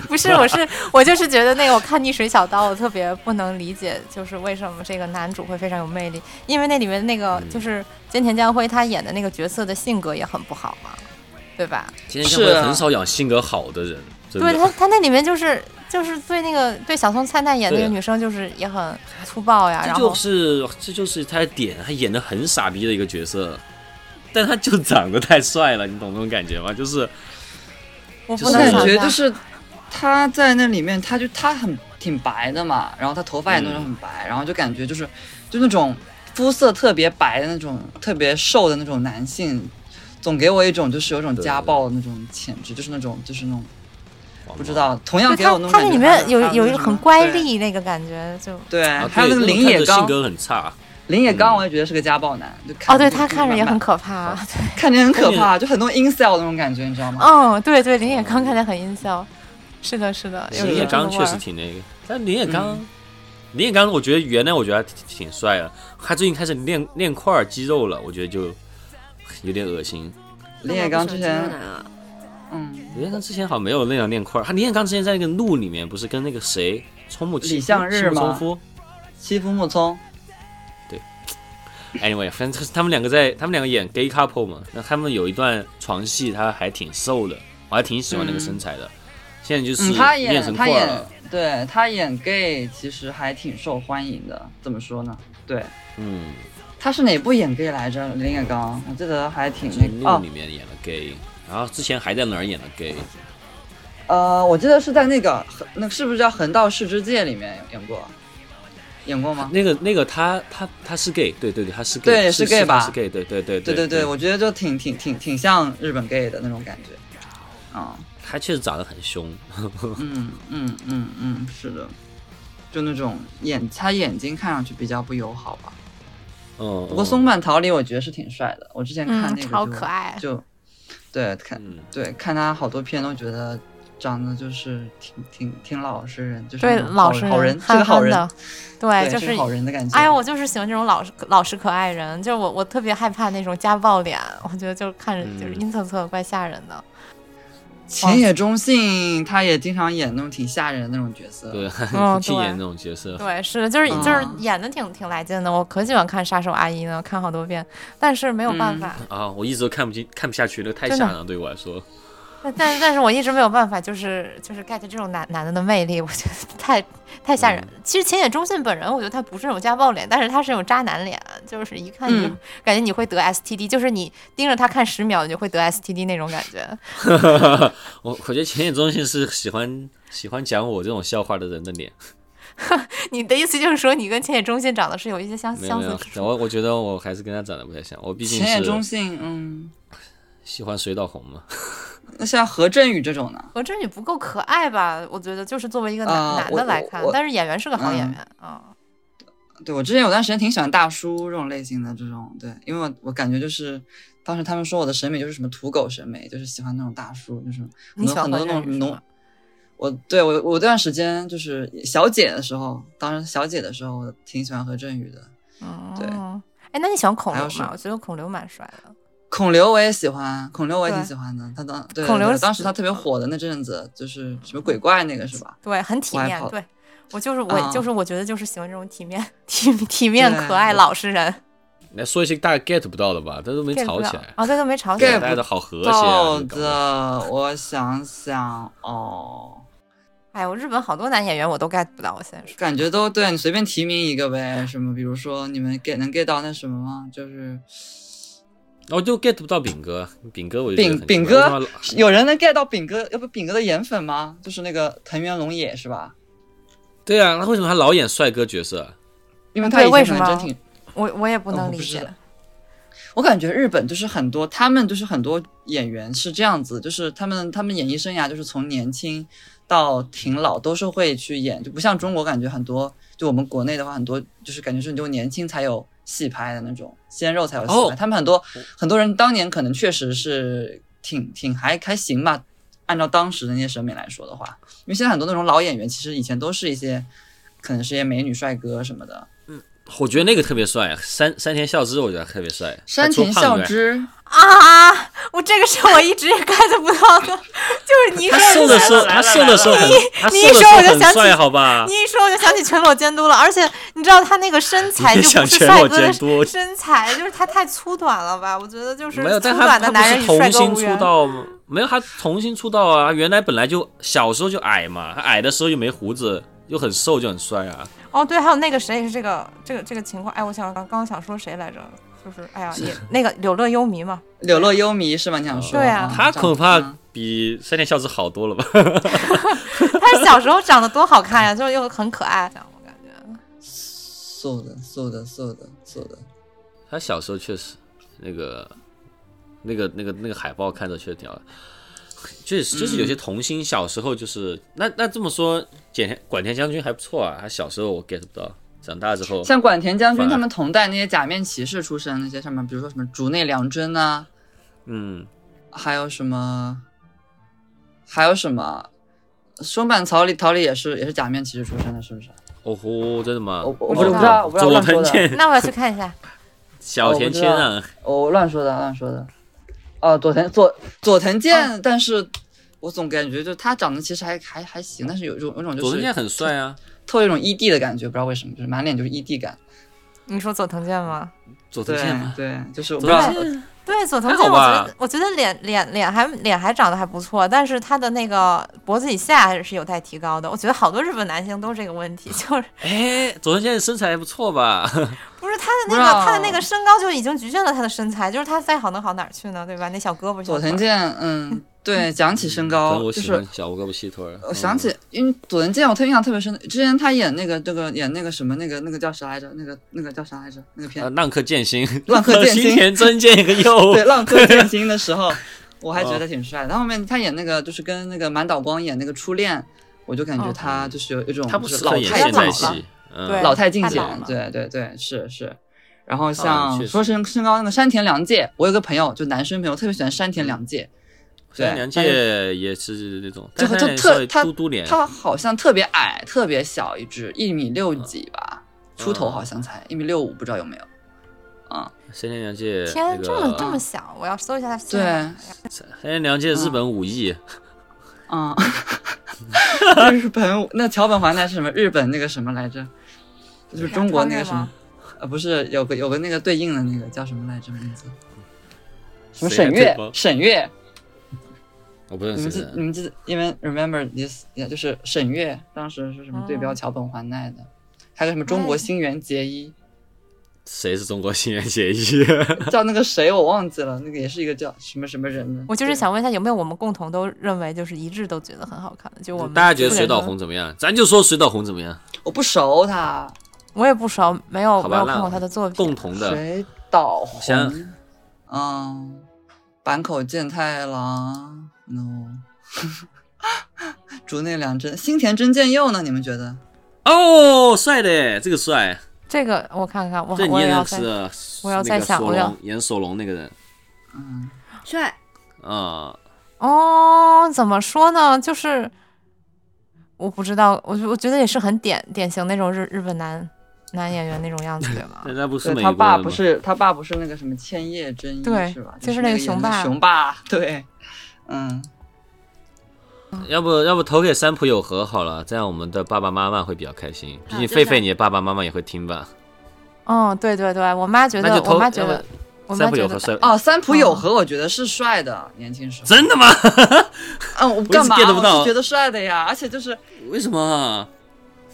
[SPEAKER 2] 不是，我是我就是觉得那个，我看《溺水小刀》，我特别不能理解，就是为什么这个男主会非常有魅力，因为那里面那个
[SPEAKER 1] 嗯
[SPEAKER 2] 就是菅田将晖他演的那个角色的性格也很不好嘛，对吧？
[SPEAKER 1] 今天将会
[SPEAKER 4] 是啊
[SPEAKER 1] 很少养性格好的人，真
[SPEAKER 2] 对
[SPEAKER 1] 的。
[SPEAKER 2] 他，他那里面就是就是对那个对小松菜奈演那
[SPEAKER 1] 对
[SPEAKER 2] 个
[SPEAKER 1] 啊
[SPEAKER 2] 女生就是也很粗暴呀，
[SPEAKER 1] 这
[SPEAKER 2] 然
[SPEAKER 1] 就
[SPEAKER 2] 后
[SPEAKER 1] 是这就是他的点，他演的很傻逼的一个角色，但他就长得太帅了，你懂那种感觉吗？就是
[SPEAKER 2] 我不
[SPEAKER 1] 就
[SPEAKER 4] 我
[SPEAKER 1] 是
[SPEAKER 2] 能
[SPEAKER 4] 感
[SPEAKER 2] 想
[SPEAKER 4] 觉
[SPEAKER 2] 象
[SPEAKER 4] 就是他在那里面，他就他很挺白的嘛，然后他头发也弄得很白，
[SPEAKER 1] 嗯
[SPEAKER 4] 然后就感觉就是就那种肤色特别白的那种特别瘦的那种男性，总给我一种就是有种家暴的那种潜质，就是那种就是那种不知道，同样
[SPEAKER 2] 对
[SPEAKER 4] 给
[SPEAKER 2] 他
[SPEAKER 4] 我那种
[SPEAKER 2] 他
[SPEAKER 4] 感
[SPEAKER 2] 那
[SPEAKER 4] 觉。
[SPEAKER 2] 里面有
[SPEAKER 4] 还
[SPEAKER 2] 有
[SPEAKER 4] 那
[SPEAKER 2] 一个
[SPEAKER 4] 什
[SPEAKER 2] 很
[SPEAKER 4] 么
[SPEAKER 2] 乖
[SPEAKER 4] 对
[SPEAKER 2] 戾那个感觉，就
[SPEAKER 4] 对，
[SPEAKER 1] 啊，
[SPEAKER 4] 还有那个
[SPEAKER 1] 对
[SPEAKER 4] 林
[SPEAKER 1] 因为
[SPEAKER 4] 野
[SPEAKER 1] 他的性
[SPEAKER 4] 刚，
[SPEAKER 1] 格嗯很差，
[SPEAKER 4] 林野刚我也觉得是个家暴男，就看
[SPEAKER 2] 哦，对
[SPEAKER 4] 着
[SPEAKER 2] 他
[SPEAKER 4] 就
[SPEAKER 2] 看着
[SPEAKER 4] 蛮
[SPEAKER 2] 也很
[SPEAKER 4] 蛮
[SPEAKER 2] 可 怕，
[SPEAKER 4] 看着很可怕，就很多 incel 那种感觉，你知道吗？
[SPEAKER 2] 嗯，对对，林野刚看起来很阴笑，是的，是
[SPEAKER 4] 哎
[SPEAKER 2] 的，有
[SPEAKER 1] 林
[SPEAKER 2] 一
[SPEAKER 1] 野
[SPEAKER 2] 个
[SPEAKER 1] 刚
[SPEAKER 2] 这
[SPEAKER 1] 确
[SPEAKER 2] 个味
[SPEAKER 1] 实
[SPEAKER 2] 儿
[SPEAKER 1] 挺那个，但林野刚，
[SPEAKER 4] 嗯
[SPEAKER 1] 林野刚，我觉得原来我觉得他挺挺帅的，他最近开始练练块儿肌肉了，我觉得就有点恶心。
[SPEAKER 4] 林野刚之
[SPEAKER 2] 哦
[SPEAKER 4] 前，
[SPEAKER 3] 啊，
[SPEAKER 4] 嗯，
[SPEAKER 1] 林彦刚之前好像没有那样练块儿，他林彦刚之前在那个怒里面不是跟那个谁冲木
[SPEAKER 4] 李相日
[SPEAKER 1] 冲
[SPEAKER 4] 吗
[SPEAKER 1] 夫
[SPEAKER 4] 欺负木聪，
[SPEAKER 1] ，anyway，反正 他们两个在他们两个演 gay couple 嘛，那他们有一段床戏，他还挺瘦的，我还挺喜欢那个身材的。现在就是
[SPEAKER 4] 嗯，他
[SPEAKER 1] 练
[SPEAKER 4] 演
[SPEAKER 1] 成
[SPEAKER 4] 他
[SPEAKER 1] 块儿
[SPEAKER 4] 演
[SPEAKER 1] 了，，
[SPEAKER 4] 对他演 gay 其实还挺受欢迎的。怎么说呢？对，
[SPEAKER 1] 嗯，
[SPEAKER 4] 他是哪部演 gay 来着？林野刚，我记得还挺
[SPEAKER 1] 就是
[SPEAKER 4] 那个
[SPEAKER 1] 怒
[SPEAKER 4] 哦
[SPEAKER 1] 里，面演了 gay，、然后之前还在哪儿演了 gay，
[SPEAKER 4] 呃，我记得是在那个那个是不是叫《横道世之介》里面演过？演过吗？
[SPEAKER 1] 那个那个他他他是 gay，对对对，他是 gay，
[SPEAKER 4] 对
[SPEAKER 1] 是
[SPEAKER 4] 是 gay
[SPEAKER 1] 他
[SPEAKER 4] 吧
[SPEAKER 1] 是 gay，对对对
[SPEAKER 4] 对
[SPEAKER 1] 对
[SPEAKER 4] 对对，我觉得就挺挺挺挺像日本 gay 的那种感觉。啊、
[SPEAKER 1] 他确实长得很凶，
[SPEAKER 4] 嗯嗯嗯嗯，是的，就那种眼他眼睛看上去比较不友好吧。
[SPEAKER 1] 嗯，
[SPEAKER 4] 不过松坂桃李我觉得是挺帅的，我之前看那
[SPEAKER 2] 嗯，
[SPEAKER 4] 个就、
[SPEAKER 2] 超可爱，
[SPEAKER 4] 就对看
[SPEAKER 1] 嗯，
[SPEAKER 4] 对看他好多片都觉得长得就是挺挺挺老实人，就是
[SPEAKER 2] 对
[SPEAKER 4] 那种
[SPEAKER 2] 老
[SPEAKER 4] 好
[SPEAKER 2] 实
[SPEAKER 4] 好人，是
[SPEAKER 2] 憨
[SPEAKER 4] 个好
[SPEAKER 2] 憨
[SPEAKER 4] 人
[SPEAKER 2] 的，，对，
[SPEAKER 4] 对，
[SPEAKER 2] 就是
[SPEAKER 4] 个好人的感觉。
[SPEAKER 2] 哎呀，我就是喜欢这种老实老实可爱人，就是我我特别害怕那种家暴脸，我觉得就是看着就是
[SPEAKER 4] 嗯
[SPEAKER 2] 阴恻恻，怪吓人的。
[SPEAKER 4] 前野忠信他也经常演那种挺吓人的那种角色，
[SPEAKER 1] 对，
[SPEAKER 4] 哦
[SPEAKER 2] 嗯
[SPEAKER 1] 去
[SPEAKER 2] 对
[SPEAKER 1] 演那种角色，
[SPEAKER 2] 对，是的，就是就是
[SPEAKER 4] 嗯
[SPEAKER 2] 演的挺挺来劲的，我可喜欢看杀手阿姨呢，看好多遍，但是没有
[SPEAKER 4] 嗯
[SPEAKER 2] 办法，
[SPEAKER 1] 啊，我一直都看不进看不下去，那太
[SPEAKER 2] 真的
[SPEAKER 1] 吓人了，对我来说。
[SPEAKER 2] 但但但是我一直没有办法，就是就是 get 这种男男的的魅力，我觉得太太吓人。
[SPEAKER 4] 嗯
[SPEAKER 2] 其实浅野忠信本人，我觉得他不是那种家暴脸，但是他是那种渣男脸，就是一看你就
[SPEAKER 4] 嗯
[SPEAKER 2] 感觉你会得 STD，、就是你盯着他看十秒，你就会得 STD 那种感觉。
[SPEAKER 1] 我我觉得浅野忠信是喜欢喜欢讲我这种笑话的人的脸，
[SPEAKER 2] 你的意思就是说，你跟浅野忠信长得是有一些
[SPEAKER 4] 啊
[SPEAKER 2] 相
[SPEAKER 1] 没有
[SPEAKER 2] 相
[SPEAKER 1] 没
[SPEAKER 2] 似
[SPEAKER 1] 有
[SPEAKER 2] 之，处？
[SPEAKER 1] 我我觉得我还是跟他长得不太像，我毕竟
[SPEAKER 4] 前野忠
[SPEAKER 1] 是
[SPEAKER 4] 信，嗯，
[SPEAKER 1] 喜欢水岛红嘛，
[SPEAKER 4] 那像何振宇这种呢？
[SPEAKER 2] 何振宇不够可爱吧？我觉得就是作为一个男、
[SPEAKER 4] 啊
[SPEAKER 2] 男
[SPEAKER 4] 我
[SPEAKER 2] 的来看
[SPEAKER 4] 我，我
[SPEAKER 2] 但是演员是个好演
[SPEAKER 4] 嗯
[SPEAKER 2] 员啊、
[SPEAKER 4] 对我之前有段时间挺喜欢大叔这种类型的这种，对，因为我我感觉就是当时他们说我的审美就是什么土狗审美，就是喜欢那种大叔，就是很
[SPEAKER 2] 你喜
[SPEAKER 4] 多
[SPEAKER 2] 欢
[SPEAKER 4] 很多
[SPEAKER 2] 何
[SPEAKER 4] 那
[SPEAKER 2] 振
[SPEAKER 4] 种什么
[SPEAKER 2] 宇是
[SPEAKER 4] 农
[SPEAKER 2] 吗？。
[SPEAKER 4] 我对我我这段时间就是小姐的时候，当时小姐的时候我挺喜欢何振宇的，对
[SPEAKER 2] 嗯，哎，那你喜欢孔
[SPEAKER 4] 还有
[SPEAKER 2] 刘
[SPEAKER 4] 什
[SPEAKER 2] 吗
[SPEAKER 4] 么？
[SPEAKER 2] 我觉得孔刘蛮帅的。
[SPEAKER 4] 孔刘我也喜欢，孔刘我也
[SPEAKER 2] 对
[SPEAKER 4] 挺喜欢的，他当对
[SPEAKER 2] 孔刘
[SPEAKER 4] 对
[SPEAKER 2] 是嗯
[SPEAKER 4] 当时他特别火的那阵子，就是什么鬼怪那个是吧？
[SPEAKER 2] 对，很体
[SPEAKER 4] 我还
[SPEAKER 2] 面
[SPEAKER 4] 跑。
[SPEAKER 2] 对我就是我、
[SPEAKER 4] 啊
[SPEAKER 2] 就是我觉得就是喜欢这种体面、体体面、
[SPEAKER 4] 对
[SPEAKER 2] 可爱、
[SPEAKER 4] 我
[SPEAKER 2] 老实人。
[SPEAKER 1] 来说一些大家 get 不到的吧，但都没
[SPEAKER 2] get
[SPEAKER 1] 吵
[SPEAKER 2] 不到
[SPEAKER 1] 起来，
[SPEAKER 2] 啊，对，都没吵起
[SPEAKER 4] get
[SPEAKER 2] 来
[SPEAKER 1] 对
[SPEAKER 4] 不
[SPEAKER 1] 大家都好和谐啊
[SPEAKER 4] 到。
[SPEAKER 1] 这个
[SPEAKER 4] 的，我想想哦，
[SPEAKER 2] 哎，我日本好多男演员我都 get 不到，我现在说。
[SPEAKER 4] 感觉都对你随便提名一个呗，什么比如说你们 get 能 get 到那什么吗？就是
[SPEAKER 1] 我哦就 get 不到饼哥，饼哥我就觉得很
[SPEAKER 4] 饼
[SPEAKER 1] 奇怪
[SPEAKER 4] 饼
[SPEAKER 1] 为什
[SPEAKER 4] 哥
[SPEAKER 1] 么，
[SPEAKER 4] 有人能 get 到饼哥，要不饼哥的颜粉吗？就是那个藤原龙也是吧？
[SPEAKER 1] 对啊，他为什么他老演帅哥角色？
[SPEAKER 4] 因为
[SPEAKER 2] 啊
[SPEAKER 4] 他
[SPEAKER 2] 对
[SPEAKER 4] 以
[SPEAKER 2] 为
[SPEAKER 4] 前
[SPEAKER 2] 什
[SPEAKER 4] 可能真
[SPEAKER 2] 么
[SPEAKER 4] 挺，
[SPEAKER 2] 我我也不
[SPEAKER 4] 哦
[SPEAKER 2] 能
[SPEAKER 4] 我
[SPEAKER 2] 理
[SPEAKER 4] 不知
[SPEAKER 2] 解
[SPEAKER 4] 道，我感觉日本就是很多，他们就是很多演员是这样子，就是他们他们演艺生涯就是从年轻到挺老都是会去演，就不像中国感觉很多，就我们国内的话很多就是感觉是你就年轻才有戏拍的那种，鲜肉才有戏拍。
[SPEAKER 1] 哦
[SPEAKER 4] 他们很多很多人当年可能确实是挺挺还还行吧，按照当时的那些审美来说的话，因为现在很多那种老演员其实以前都是一些可能是一些美女帅哥什么的。
[SPEAKER 1] 我觉得那个特别帅，山山田孝之，我觉得特别帅。
[SPEAKER 4] 山田
[SPEAKER 1] 他除了
[SPEAKER 4] 孝
[SPEAKER 1] 胖以外，
[SPEAKER 4] 之，
[SPEAKER 2] 啊，我这个是我一直也 get 不到的，就是你 一
[SPEAKER 1] 他
[SPEAKER 2] 说
[SPEAKER 1] 瘦的时候，他瘦的时候很，他
[SPEAKER 2] 你
[SPEAKER 1] 瘦
[SPEAKER 2] 一
[SPEAKER 1] 的时
[SPEAKER 2] 说
[SPEAKER 1] 候
[SPEAKER 2] 我就
[SPEAKER 1] 很
[SPEAKER 2] 想起
[SPEAKER 1] 帅，好吧
[SPEAKER 2] 你？一说我就想起全裸监督了，而且你知道他那个身材
[SPEAKER 1] 你
[SPEAKER 2] 就
[SPEAKER 1] 也想
[SPEAKER 2] 不是
[SPEAKER 1] 全
[SPEAKER 2] 帅
[SPEAKER 1] 裸
[SPEAKER 2] 哥的
[SPEAKER 1] 监督
[SPEAKER 2] 身材，就是他太粗短了吧？我觉得就是
[SPEAKER 1] 没有，但
[SPEAKER 2] 粗
[SPEAKER 1] 他
[SPEAKER 2] 短的
[SPEAKER 1] 他不
[SPEAKER 2] 男人
[SPEAKER 1] 是
[SPEAKER 2] 与帅
[SPEAKER 1] 童星
[SPEAKER 2] 哥无
[SPEAKER 1] 出
[SPEAKER 2] 缘。
[SPEAKER 1] 道吗？没有，他童星出道啊，原来本来就小时候就矮嘛，他矮的时候又没胡子，又很瘦，就很帅啊。
[SPEAKER 2] 哦，对，还有那个谁也是这个这个这个情况。哎，我想刚刚想说谁来着？就是哎呀，也那个柳乐优弥嘛，
[SPEAKER 4] 柳落幽弥是吗？你想说？
[SPEAKER 2] 对啊
[SPEAKER 1] 哦他恐怕
[SPEAKER 4] 嗯
[SPEAKER 1] 比山田孝之好多了吧？
[SPEAKER 2] 他小时候长得多好看呀，就是又很可爱，我感觉。
[SPEAKER 4] 瘦的，瘦的，瘦的，瘦的。
[SPEAKER 1] 他小时候确实那个那个那个那个海报看着确实挺好的。就是就是
[SPEAKER 2] 嗯
[SPEAKER 1] 有些童星小时候就是、那那这么说，简管田将军还不错啊，他小时候我 get 不到，长大之后
[SPEAKER 4] 像管田将军
[SPEAKER 1] 哦反而
[SPEAKER 4] 他们同代那些假面骑士出身那些上面，比如说什么竹内良真呐、
[SPEAKER 1] 嗯，
[SPEAKER 4] 还有什么，还有什么，松坂桃李桃李也是也是假面骑士出身的，是不是？
[SPEAKER 1] 哦吼，真的吗？
[SPEAKER 4] 我我
[SPEAKER 2] 不知道
[SPEAKER 4] 道我不知道
[SPEAKER 1] 佐
[SPEAKER 4] 乱
[SPEAKER 1] 藤
[SPEAKER 4] 说 的
[SPEAKER 1] 健、
[SPEAKER 2] 那我要去看一下。
[SPEAKER 1] 小田啊切让，
[SPEAKER 4] 我哦乱说的，乱说的。哦，佐藤佐佐藤
[SPEAKER 1] 啊
[SPEAKER 4] 健，但是我总感觉就是他长得其实还还还行，但是有一种有一种就
[SPEAKER 1] 佐藤健
[SPEAKER 4] 是
[SPEAKER 1] 很帅啊，
[SPEAKER 4] 透一种 ED 的感觉，不知道为什么，就是满脸就是 ED 感。
[SPEAKER 2] 你说佐藤健吗？
[SPEAKER 1] 佐藤
[SPEAKER 4] 对
[SPEAKER 1] 健啊嘛，
[SPEAKER 4] 对，就是我不
[SPEAKER 1] 佐
[SPEAKER 4] 知道
[SPEAKER 1] 藤。健
[SPEAKER 2] 对，佐藤
[SPEAKER 1] 还好
[SPEAKER 2] 健，我觉
[SPEAKER 1] 吧
[SPEAKER 2] 得我觉得脸脸脸还脸还长得还不错，但是他的那个脖子以下是有待提高的。我觉得好多日本男性都这个问题， 就是
[SPEAKER 1] 哎，佐藤健身材还不错吧？
[SPEAKER 2] 不是他的那
[SPEAKER 4] 不知
[SPEAKER 2] 个
[SPEAKER 4] 道
[SPEAKER 2] 他的那个身高就已经局限了他的身材，就是他再好能好哪儿去呢？对吧？那小胳膊小
[SPEAKER 4] 佐
[SPEAKER 2] 腿
[SPEAKER 4] 藤
[SPEAKER 2] 儿，
[SPEAKER 4] 健，嗯，对，讲起身
[SPEAKER 1] 可
[SPEAKER 4] 高，
[SPEAKER 1] 能嗯我
[SPEAKER 4] 就
[SPEAKER 1] 喜
[SPEAKER 4] 是
[SPEAKER 1] 欢小胳膊细腿儿。
[SPEAKER 4] 我想
[SPEAKER 1] 嗯
[SPEAKER 4] 起，因为佐藤健，我特别印象特别深，之前他演那个这个演那个什么那个那个叫啥来着？那个那个叫啥来着？那个
[SPEAKER 1] 啊，
[SPEAKER 4] 片
[SPEAKER 1] 浪客剑心，
[SPEAKER 4] 浪客剑心
[SPEAKER 1] 新田真剑和右，
[SPEAKER 4] 对《浪客剑心》的 时候，我还
[SPEAKER 1] 哦
[SPEAKER 4] 觉得挺帅的。他后面他演那个就是跟那个满岛光演那个初恋，我就感觉他就是有一种
[SPEAKER 1] 他
[SPEAKER 4] 就
[SPEAKER 1] 不
[SPEAKER 4] 是
[SPEAKER 1] 适
[SPEAKER 4] 老
[SPEAKER 1] 合演
[SPEAKER 4] 太
[SPEAKER 1] 现
[SPEAKER 4] 老
[SPEAKER 1] 代
[SPEAKER 4] 了，
[SPEAKER 1] 戏，嗯
[SPEAKER 2] 对
[SPEAKER 4] 老太进
[SPEAKER 2] 太老
[SPEAKER 4] 简
[SPEAKER 2] 了，
[SPEAKER 4] 对对对，是是。然后
[SPEAKER 1] 啊确
[SPEAKER 4] 像
[SPEAKER 1] 实
[SPEAKER 4] 说身身高那个山田凉介，我有个朋友就男生朋友特别喜欢山田凉介，对
[SPEAKER 1] 山良
[SPEAKER 4] 但是
[SPEAKER 1] 介也是那种，
[SPEAKER 4] 就
[SPEAKER 1] 但
[SPEAKER 4] 就
[SPEAKER 1] 他
[SPEAKER 4] 特
[SPEAKER 1] 稍微
[SPEAKER 4] 他
[SPEAKER 1] 嘟嘟脸，
[SPEAKER 4] 他好像特别矮，特别小一只，一米六几吧，出头
[SPEAKER 1] 嗯
[SPEAKER 4] 好像才一米六五，不知道有没有。
[SPEAKER 1] 山田凉介那
[SPEAKER 2] 天，啊这么这
[SPEAKER 1] 个啊
[SPEAKER 2] 么小，我要搜一下他身
[SPEAKER 4] 对，
[SPEAKER 2] 材。
[SPEAKER 1] 山田凉介日本武艺，
[SPEAKER 4] 嗯， 日本那桥本环奈是什么？日本那个什么来着？就是中国那个什么？呃，不是有个有个那个对应的那个叫什么来着名字？什么
[SPEAKER 1] 谁
[SPEAKER 4] 沈
[SPEAKER 1] 来
[SPEAKER 4] 月
[SPEAKER 1] 对？帮
[SPEAKER 4] 沈月，
[SPEAKER 1] 我不认
[SPEAKER 4] 你们
[SPEAKER 1] 识啊
[SPEAKER 4] 记
[SPEAKER 1] 的
[SPEAKER 4] 你。们记，因为 remember this，就是沈月当时是什么对标
[SPEAKER 2] 哦
[SPEAKER 4] 桥本环奈的？还有什么中国
[SPEAKER 2] 哎
[SPEAKER 4] 新垣结衣？
[SPEAKER 1] 谁是中国新垣结衣？
[SPEAKER 4] 叫那个谁我忘记了，那个也是一个叫什么什么人的。
[SPEAKER 2] 我就是
[SPEAKER 4] 对，
[SPEAKER 2] 想问一下，有没有我们共同都认为就是一致都觉得很好看的？就我们
[SPEAKER 1] 大家觉得
[SPEAKER 2] 不
[SPEAKER 1] 水
[SPEAKER 2] 能
[SPEAKER 1] 岛
[SPEAKER 2] 说
[SPEAKER 1] 红，怎么样？咱就说水岛红怎么样？
[SPEAKER 4] 我不熟他。
[SPEAKER 2] 我也不熟，没有
[SPEAKER 1] 好
[SPEAKER 2] 没
[SPEAKER 1] 吧，
[SPEAKER 2] 有
[SPEAKER 1] 那
[SPEAKER 2] 看过他的作
[SPEAKER 1] 共
[SPEAKER 2] 品。
[SPEAKER 1] 同的
[SPEAKER 4] 水岛
[SPEAKER 1] 想
[SPEAKER 4] 红，嗯，坂口健太郎，no，竹内良真，新田真剑佑呢？你们觉得？
[SPEAKER 1] 哦，帅的，这个帅，
[SPEAKER 2] 这个我看看，我
[SPEAKER 1] 这你
[SPEAKER 2] 我
[SPEAKER 1] 也
[SPEAKER 2] 也要
[SPEAKER 1] 认
[SPEAKER 2] 再
[SPEAKER 1] 识的，
[SPEAKER 2] 我要
[SPEAKER 1] 那
[SPEAKER 2] 再
[SPEAKER 1] 个
[SPEAKER 2] 想
[SPEAKER 1] 索
[SPEAKER 2] 我要
[SPEAKER 1] 隆演索隆那个人
[SPEAKER 4] 嗯，
[SPEAKER 3] 帅，
[SPEAKER 1] 啊，
[SPEAKER 2] 哦，怎么说呢？就是我不知道，我我觉得也是很典典型那种日日本男男演员那种样子，啊对 吧？
[SPEAKER 1] 人家不是
[SPEAKER 4] 对
[SPEAKER 1] 美
[SPEAKER 4] 他
[SPEAKER 1] 国
[SPEAKER 4] 爸
[SPEAKER 1] 人
[SPEAKER 4] 不
[SPEAKER 1] 吗？
[SPEAKER 4] 是他爸不是那个什么千叶真一
[SPEAKER 2] 对
[SPEAKER 4] 是吧？
[SPEAKER 2] 就是是那
[SPEAKER 4] 个
[SPEAKER 2] 个熊
[SPEAKER 4] 演
[SPEAKER 2] 爸
[SPEAKER 4] 熊爸对，嗯，
[SPEAKER 1] 要不要不投给三浦友和好了，这样我们的爸爸妈妈会比较开心，毕
[SPEAKER 3] 啊
[SPEAKER 1] 竟
[SPEAKER 3] 就
[SPEAKER 1] 狒
[SPEAKER 3] 是
[SPEAKER 1] 狒你的爸爸妈妈也会听吧。
[SPEAKER 2] 嗯，对对对，我妈觉
[SPEAKER 1] 那
[SPEAKER 2] 得
[SPEAKER 1] 就，
[SPEAKER 2] 我
[SPEAKER 1] 偷
[SPEAKER 2] 妈觉
[SPEAKER 1] 要不
[SPEAKER 2] 得，我
[SPEAKER 1] 三
[SPEAKER 2] 妈
[SPEAKER 1] 浦
[SPEAKER 2] 觉
[SPEAKER 1] 友和
[SPEAKER 2] 得，
[SPEAKER 1] 帅，
[SPEAKER 4] 哦，三浦友
[SPEAKER 2] 嗯
[SPEAKER 4] 和我觉得是帅的，年轻时候。
[SPEAKER 1] 真的吗？
[SPEAKER 4] 嗯，我干嘛？
[SPEAKER 1] 我一直 get 不到
[SPEAKER 4] 我是觉得帅的呀，而且就是
[SPEAKER 1] 为什么？啊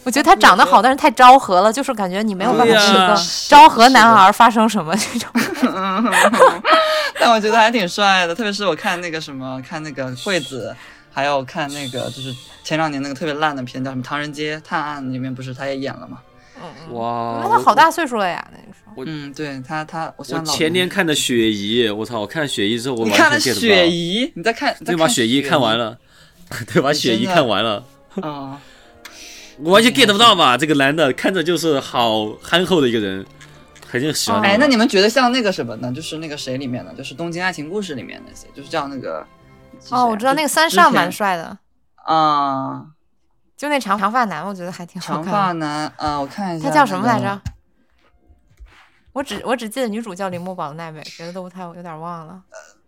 [SPEAKER 2] 我觉得他长 得好，但是太昭和了，就是感觉你没有办法
[SPEAKER 1] 对
[SPEAKER 2] 跟一
[SPEAKER 1] 呀
[SPEAKER 2] 个
[SPEAKER 4] 是
[SPEAKER 2] 昭和男
[SPEAKER 4] 是的
[SPEAKER 2] 孩发生什么这种。
[SPEAKER 4] 但我觉得还挺帅的，特别是我看那个什么，看那个惠子，还有看那个就是前两年那个特别烂的片叫什么《唐人街探案》，里面不是他也演了吗？
[SPEAKER 1] 哇，
[SPEAKER 2] 那他好大岁数了呀，那个时候。
[SPEAKER 4] 嗯，对他他，我
[SPEAKER 1] 我
[SPEAKER 4] 虽然老
[SPEAKER 1] 前年看的《雪姨》，我操！我看《雪姨》之后，我
[SPEAKER 4] 你
[SPEAKER 1] 完
[SPEAKER 4] 看了
[SPEAKER 1] 全 get 不
[SPEAKER 4] 雪
[SPEAKER 1] 到，
[SPEAKER 4] 姨，你在看，你在
[SPEAKER 1] 对
[SPEAKER 4] 看
[SPEAKER 1] 把《雪姨》看完
[SPEAKER 4] 了，
[SPEAKER 1] 了， 对把《雪姨》看完了，
[SPEAKER 4] 嗯，
[SPEAKER 1] 我完全 get 不到吧？这个男的看着就是好憨厚的一个人，很喜欢他。
[SPEAKER 4] 哎，那你们觉得像那个什么呢？就是那个谁里面的，就是《东京爱情故事》里面那些，就是叫那个
[SPEAKER 2] 哦，我知道那个三
[SPEAKER 4] 之
[SPEAKER 2] 上
[SPEAKER 4] 前
[SPEAKER 2] 蛮帅的，
[SPEAKER 4] 啊、
[SPEAKER 2] 就那长长发男，我觉得还挺好
[SPEAKER 4] 长
[SPEAKER 2] 看的。
[SPEAKER 4] 发男啊、我看一下、
[SPEAKER 2] 他叫什么来着？？我只我只记得女主叫铃木保奈美，别的都不太有点忘了。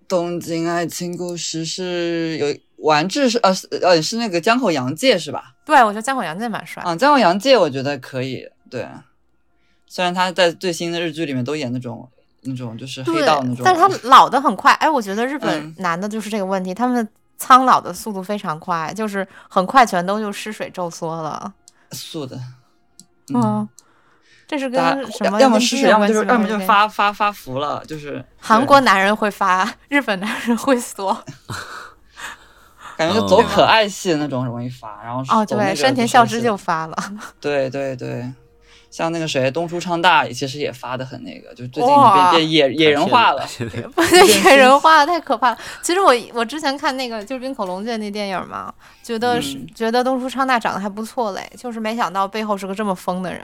[SPEAKER 4] 东京爱情故事是有丸治是呃是呃是那个江口洋介是吧？
[SPEAKER 2] 对，我觉得江口洋介蛮帅。
[SPEAKER 4] 啊，江口洋介我觉得可以，对。虽然他在最新的日剧里面都演那种那种就是黑
[SPEAKER 2] 对
[SPEAKER 4] 道那种，，
[SPEAKER 2] 但是他老的很快。哎，我觉得日本
[SPEAKER 4] 嗯
[SPEAKER 2] 男的就是这个问题，他们苍老的速度非常快，就是很快全都就失水皱缩了。
[SPEAKER 4] 素的，
[SPEAKER 2] 嗯，这是跟
[SPEAKER 4] 大
[SPEAKER 2] 什
[SPEAKER 4] 要
[SPEAKER 2] 么
[SPEAKER 4] 要么
[SPEAKER 2] 基
[SPEAKER 4] 失
[SPEAKER 2] 因有
[SPEAKER 4] 水，要么
[SPEAKER 2] 关
[SPEAKER 4] 就是
[SPEAKER 2] 系吗
[SPEAKER 4] 要么
[SPEAKER 2] 还是
[SPEAKER 4] 就
[SPEAKER 2] 跟
[SPEAKER 4] 发发发福了，就是
[SPEAKER 2] 韩
[SPEAKER 4] 对
[SPEAKER 2] 国男人会发，日本男人会 缩。
[SPEAKER 4] 感觉就走可爱系的那种容易发，然后
[SPEAKER 2] 哦，
[SPEAKER 4] 走那
[SPEAKER 2] 对，
[SPEAKER 4] 个
[SPEAKER 2] 山田
[SPEAKER 4] 是
[SPEAKER 2] 孝之就发了。
[SPEAKER 4] 对对对，像那个谁东出昌大也其实也发的很那个，就最近
[SPEAKER 2] 哇
[SPEAKER 4] 变变野野人化了，
[SPEAKER 2] 不是野人化太可怕了。其实我我之前看那个就是冰口龙介那电影嘛，觉得是、
[SPEAKER 4] 嗯
[SPEAKER 2] 觉得东出昌大长得还不错嘞，就是没想到背后是个这么疯的人，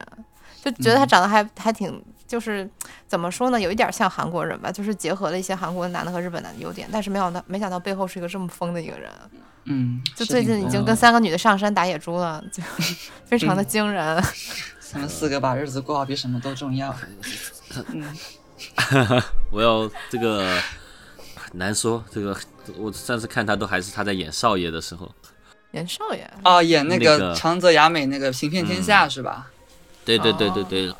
[SPEAKER 2] 就觉得他长得还、还挺就是怎么说呢，有一点像韩国人吧，就是结合了一些韩国男的和日本男的优点，但是没想到没想到背后是一个这么疯的一个人，
[SPEAKER 4] 嗯，
[SPEAKER 2] 就是最
[SPEAKER 4] 挺
[SPEAKER 2] 近已
[SPEAKER 4] 多
[SPEAKER 2] 经
[SPEAKER 4] 的
[SPEAKER 2] 跟三个女的上山打野猪了，就非常的惊人。
[SPEAKER 4] 他们四个把日子过好比什么都重要。
[SPEAKER 1] 我要这个很难说，这个我上次看他都还是他在演少爷的时候，
[SPEAKER 2] 年少爷，
[SPEAKER 4] 哦，演那
[SPEAKER 1] 那个嗯
[SPEAKER 4] 个长泽雅美那个《行骗天下》是吧？
[SPEAKER 1] 对对对对对，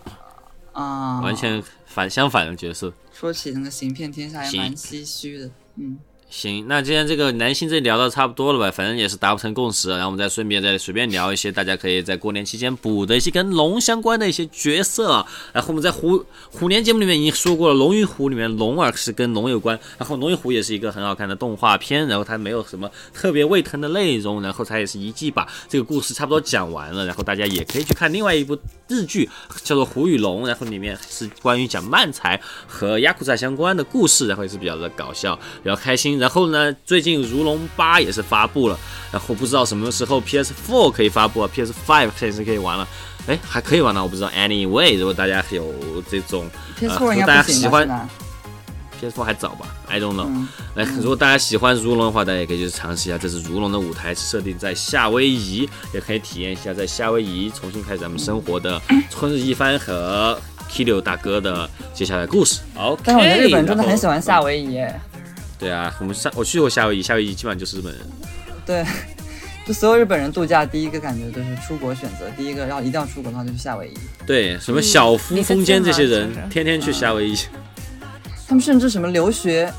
[SPEAKER 4] 啊、
[SPEAKER 1] 完全反相反的角色。
[SPEAKER 4] 说起那个《行骗天下》还蛮唏嘘的。嗯，
[SPEAKER 1] 行，那今天这个男性这里聊到差不多了吧？反正也是达不成共识，然后我们再顺便再随便聊一些大家可以在过年期间补的一些跟龙相关的一些角色啊。然后我们在虎虎年节目里面已经说过了，《龙与虎》里面龙儿是跟龙有关，然后《龙与虎》也是一个很好看的动画片，然后它没有什么特别胃疼的内容，然后它也是一季把这个故事差不多讲完了，然后大家也可以去看另外一部日剧叫做《虎与龙》，然后里面是关于讲漫才和亚库萨相关的故事，然后也是比较的搞笑，比较开心。然后呢，最近《如龙八》也是发布了，然后不知道什么时候 PS4 可以发布啊，PS5 现在是可以玩了。哎，还可以玩呢，我不知道。Anyway，如果大家有这种
[SPEAKER 4] 天
[SPEAKER 1] 呃
[SPEAKER 4] 错应
[SPEAKER 1] 如果大
[SPEAKER 4] 该
[SPEAKER 1] 家
[SPEAKER 4] 不行啊
[SPEAKER 1] 喜
[SPEAKER 4] 吧？
[SPEAKER 1] 欢
[SPEAKER 4] 现在
[SPEAKER 1] PS4 还早吧？I don't know、
[SPEAKER 4] 嗯
[SPEAKER 1] 哎，如果大家喜欢如龙的话，大家也可以去尝试一下，这是如龙的舞台设定在夏威夷，也可以体验一下在夏威夷重新开始咱们生活的
[SPEAKER 4] 嗯
[SPEAKER 1] 春日一番和 Kilo 大哥的接下来故事。OK，
[SPEAKER 4] 哦但是我觉得日本人真的很喜欢夏
[SPEAKER 1] 威。
[SPEAKER 4] 威夷，哎
[SPEAKER 1] 对啊，我们上我去过夏威夷，夏威夷基本上就是日本人。
[SPEAKER 4] 对， 就所有日本人度假第一个感觉就是出国选择，第一个要一定要出国的话就是夏威夷。
[SPEAKER 1] 对，什
[SPEAKER 4] 嗯
[SPEAKER 1] 么小夫、
[SPEAKER 2] 离得近
[SPEAKER 1] 风间这些人
[SPEAKER 2] 嘛就是，
[SPEAKER 1] 天天去夏威夷。
[SPEAKER 4] 他们甚至什么留学，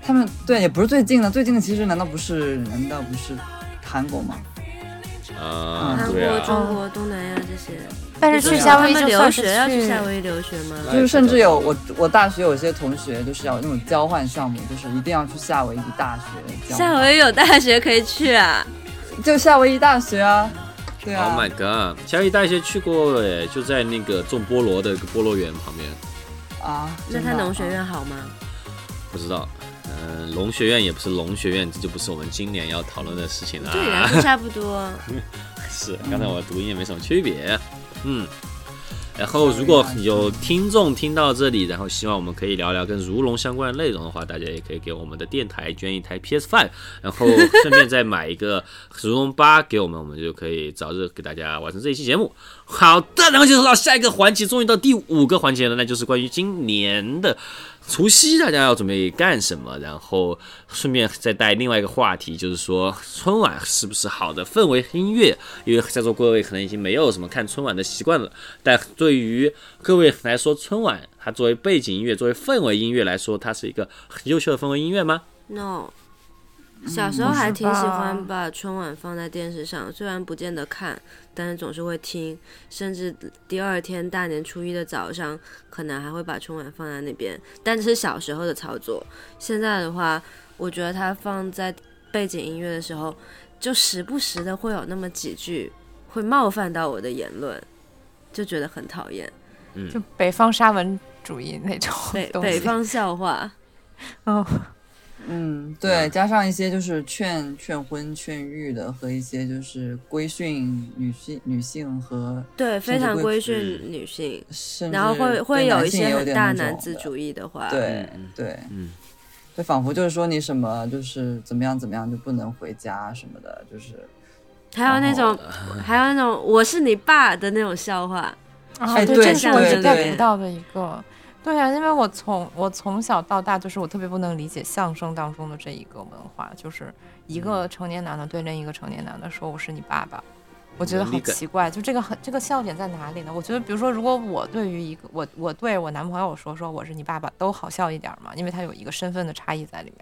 [SPEAKER 4] 他们对也不是最近的，最近的其实难道不是难道不是韩国吗？嗯
[SPEAKER 1] 啊、
[SPEAKER 3] 韩
[SPEAKER 1] 对
[SPEAKER 3] 国、
[SPEAKER 1] 啊，
[SPEAKER 3] 中国、东南亚这些，
[SPEAKER 2] 但是
[SPEAKER 3] 你说
[SPEAKER 2] 去
[SPEAKER 4] 是
[SPEAKER 2] 夏
[SPEAKER 3] 他
[SPEAKER 2] 威夷
[SPEAKER 3] 们
[SPEAKER 2] 就
[SPEAKER 3] 留
[SPEAKER 2] 算是
[SPEAKER 3] 学要去
[SPEAKER 2] 去
[SPEAKER 3] 夏威夷留学吗？
[SPEAKER 4] 就是甚至有我我大学有些同学就是要有那种交换项目，就是一定要去夏威夷大学交换。
[SPEAKER 3] 夏威夷有大学可以去啊，
[SPEAKER 4] 就夏威夷大学啊，对啊
[SPEAKER 1] Oh my god！夏威夷大学去过哎，就在那个种菠萝的一个菠萝园旁边，
[SPEAKER 4] 啊，
[SPEAKER 3] 那
[SPEAKER 4] 真的
[SPEAKER 3] 他
[SPEAKER 4] 啊
[SPEAKER 3] 农学院好吗？
[SPEAKER 1] 不知道。嗯、龙学院也不是龙学院，这就不是我们今年要讨论的事情了。
[SPEAKER 3] 对，然后差不多。
[SPEAKER 1] 是，刚才我的读音也没什么区别。嗯，然后如果有听众听到这里，然后希望我们可以聊聊跟如龙相关的内容的话，大家也可以给我们的电台捐一台 PS Five，然后顺便再买一个如龙八给我们，我们就可以早日给大家完成这一期节目。好的，然后就说到下一个环节，终于到第五个环节了，那就是关于今年的除夕大家要准备干什么？然后顺便再带另外一个话题，就是说春晚是不是好的氛围音乐？因为在座各位可能已经没有什么看春晚的习惯了，但对于各位来说，春晚它作为背景音乐、作为氛围音乐来说，它是一个很优秀的氛围音乐吗？
[SPEAKER 3] No，小时候还挺喜欢把春晚放在电视上，虽然不见得看，但是总是会听，甚至第二天大年初一的早上，可能还会把春晚放在那边。但这是小时候的操作，现在的话，我觉得它放在背景音乐的时候，就时不时的会有那么几句会冒犯到我的言论，就觉得很讨厌。
[SPEAKER 2] 就北方沙文主义那种
[SPEAKER 3] 北
[SPEAKER 2] 东西。
[SPEAKER 3] 北方笑话，
[SPEAKER 2] 嗯，
[SPEAKER 4] 嗯，
[SPEAKER 2] 啊
[SPEAKER 4] 对，加上一些就是劝劝婚、劝育的，和一些就是规训女性、女性和
[SPEAKER 3] 对，非常
[SPEAKER 4] 会
[SPEAKER 3] 规训
[SPEAKER 1] 嗯
[SPEAKER 3] 女性。
[SPEAKER 4] 甚至
[SPEAKER 3] 然后会会
[SPEAKER 4] 对
[SPEAKER 3] 有
[SPEAKER 4] 男
[SPEAKER 3] 一
[SPEAKER 4] 性
[SPEAKER 3] 些
[SPEAKER 4] 也有
[SPEAKER 3] 很
[SPEAKER 4] 点
[SPEAKER 3] 大
[SPEAKER 4] 那
[SPEAKER 3] 男
[SPEAKER 4] 种
[SPEAKER 3] 子
[SPEAKER 4] 的
[SPEAKER 3] 主义的话，
[SPEAKER 4] 对
[SPEAKER 1] 嗯
[SPEAKER 4] 对，
[SPEAKER 1] 嗯，
[SPEAKER 4] 就仿佛就是说你什么就是怎么样怎么样就不能回家什么的，就是
[SPEAKER 3] 还有那 种还有那种我是你爸的那种笑话，
[SPEAKER 2] 啊，
[SPEAKER 4] 哎
[SPEAKER 2] 对，
[SPEAKER 4] 对
[SPEAKER 2] 这是我
[SPEAKER 4] 对
[SPEAKER 2] 一直在
[SPEAKER 4] 对
[SPEAKER 2] 读到的一个。对啊，因为我从我从小到大，就是我特别不能理解相声当中的这一个文化，就是一个成年男的对另一个成年男的说“我是你爸爸”，我觉得
[SPEAKER 1] 能
[SPEAKER 2] 好
[SPEAKER 1] 力感
[SPEAKER 2] 奇怪，就这个很这个笑点在哪里呢？我觉得，比如说，如果我对于一个我我对我男朋友说说我是你爸爸，都好笑一点嘛，因为他有一个身份的差异在里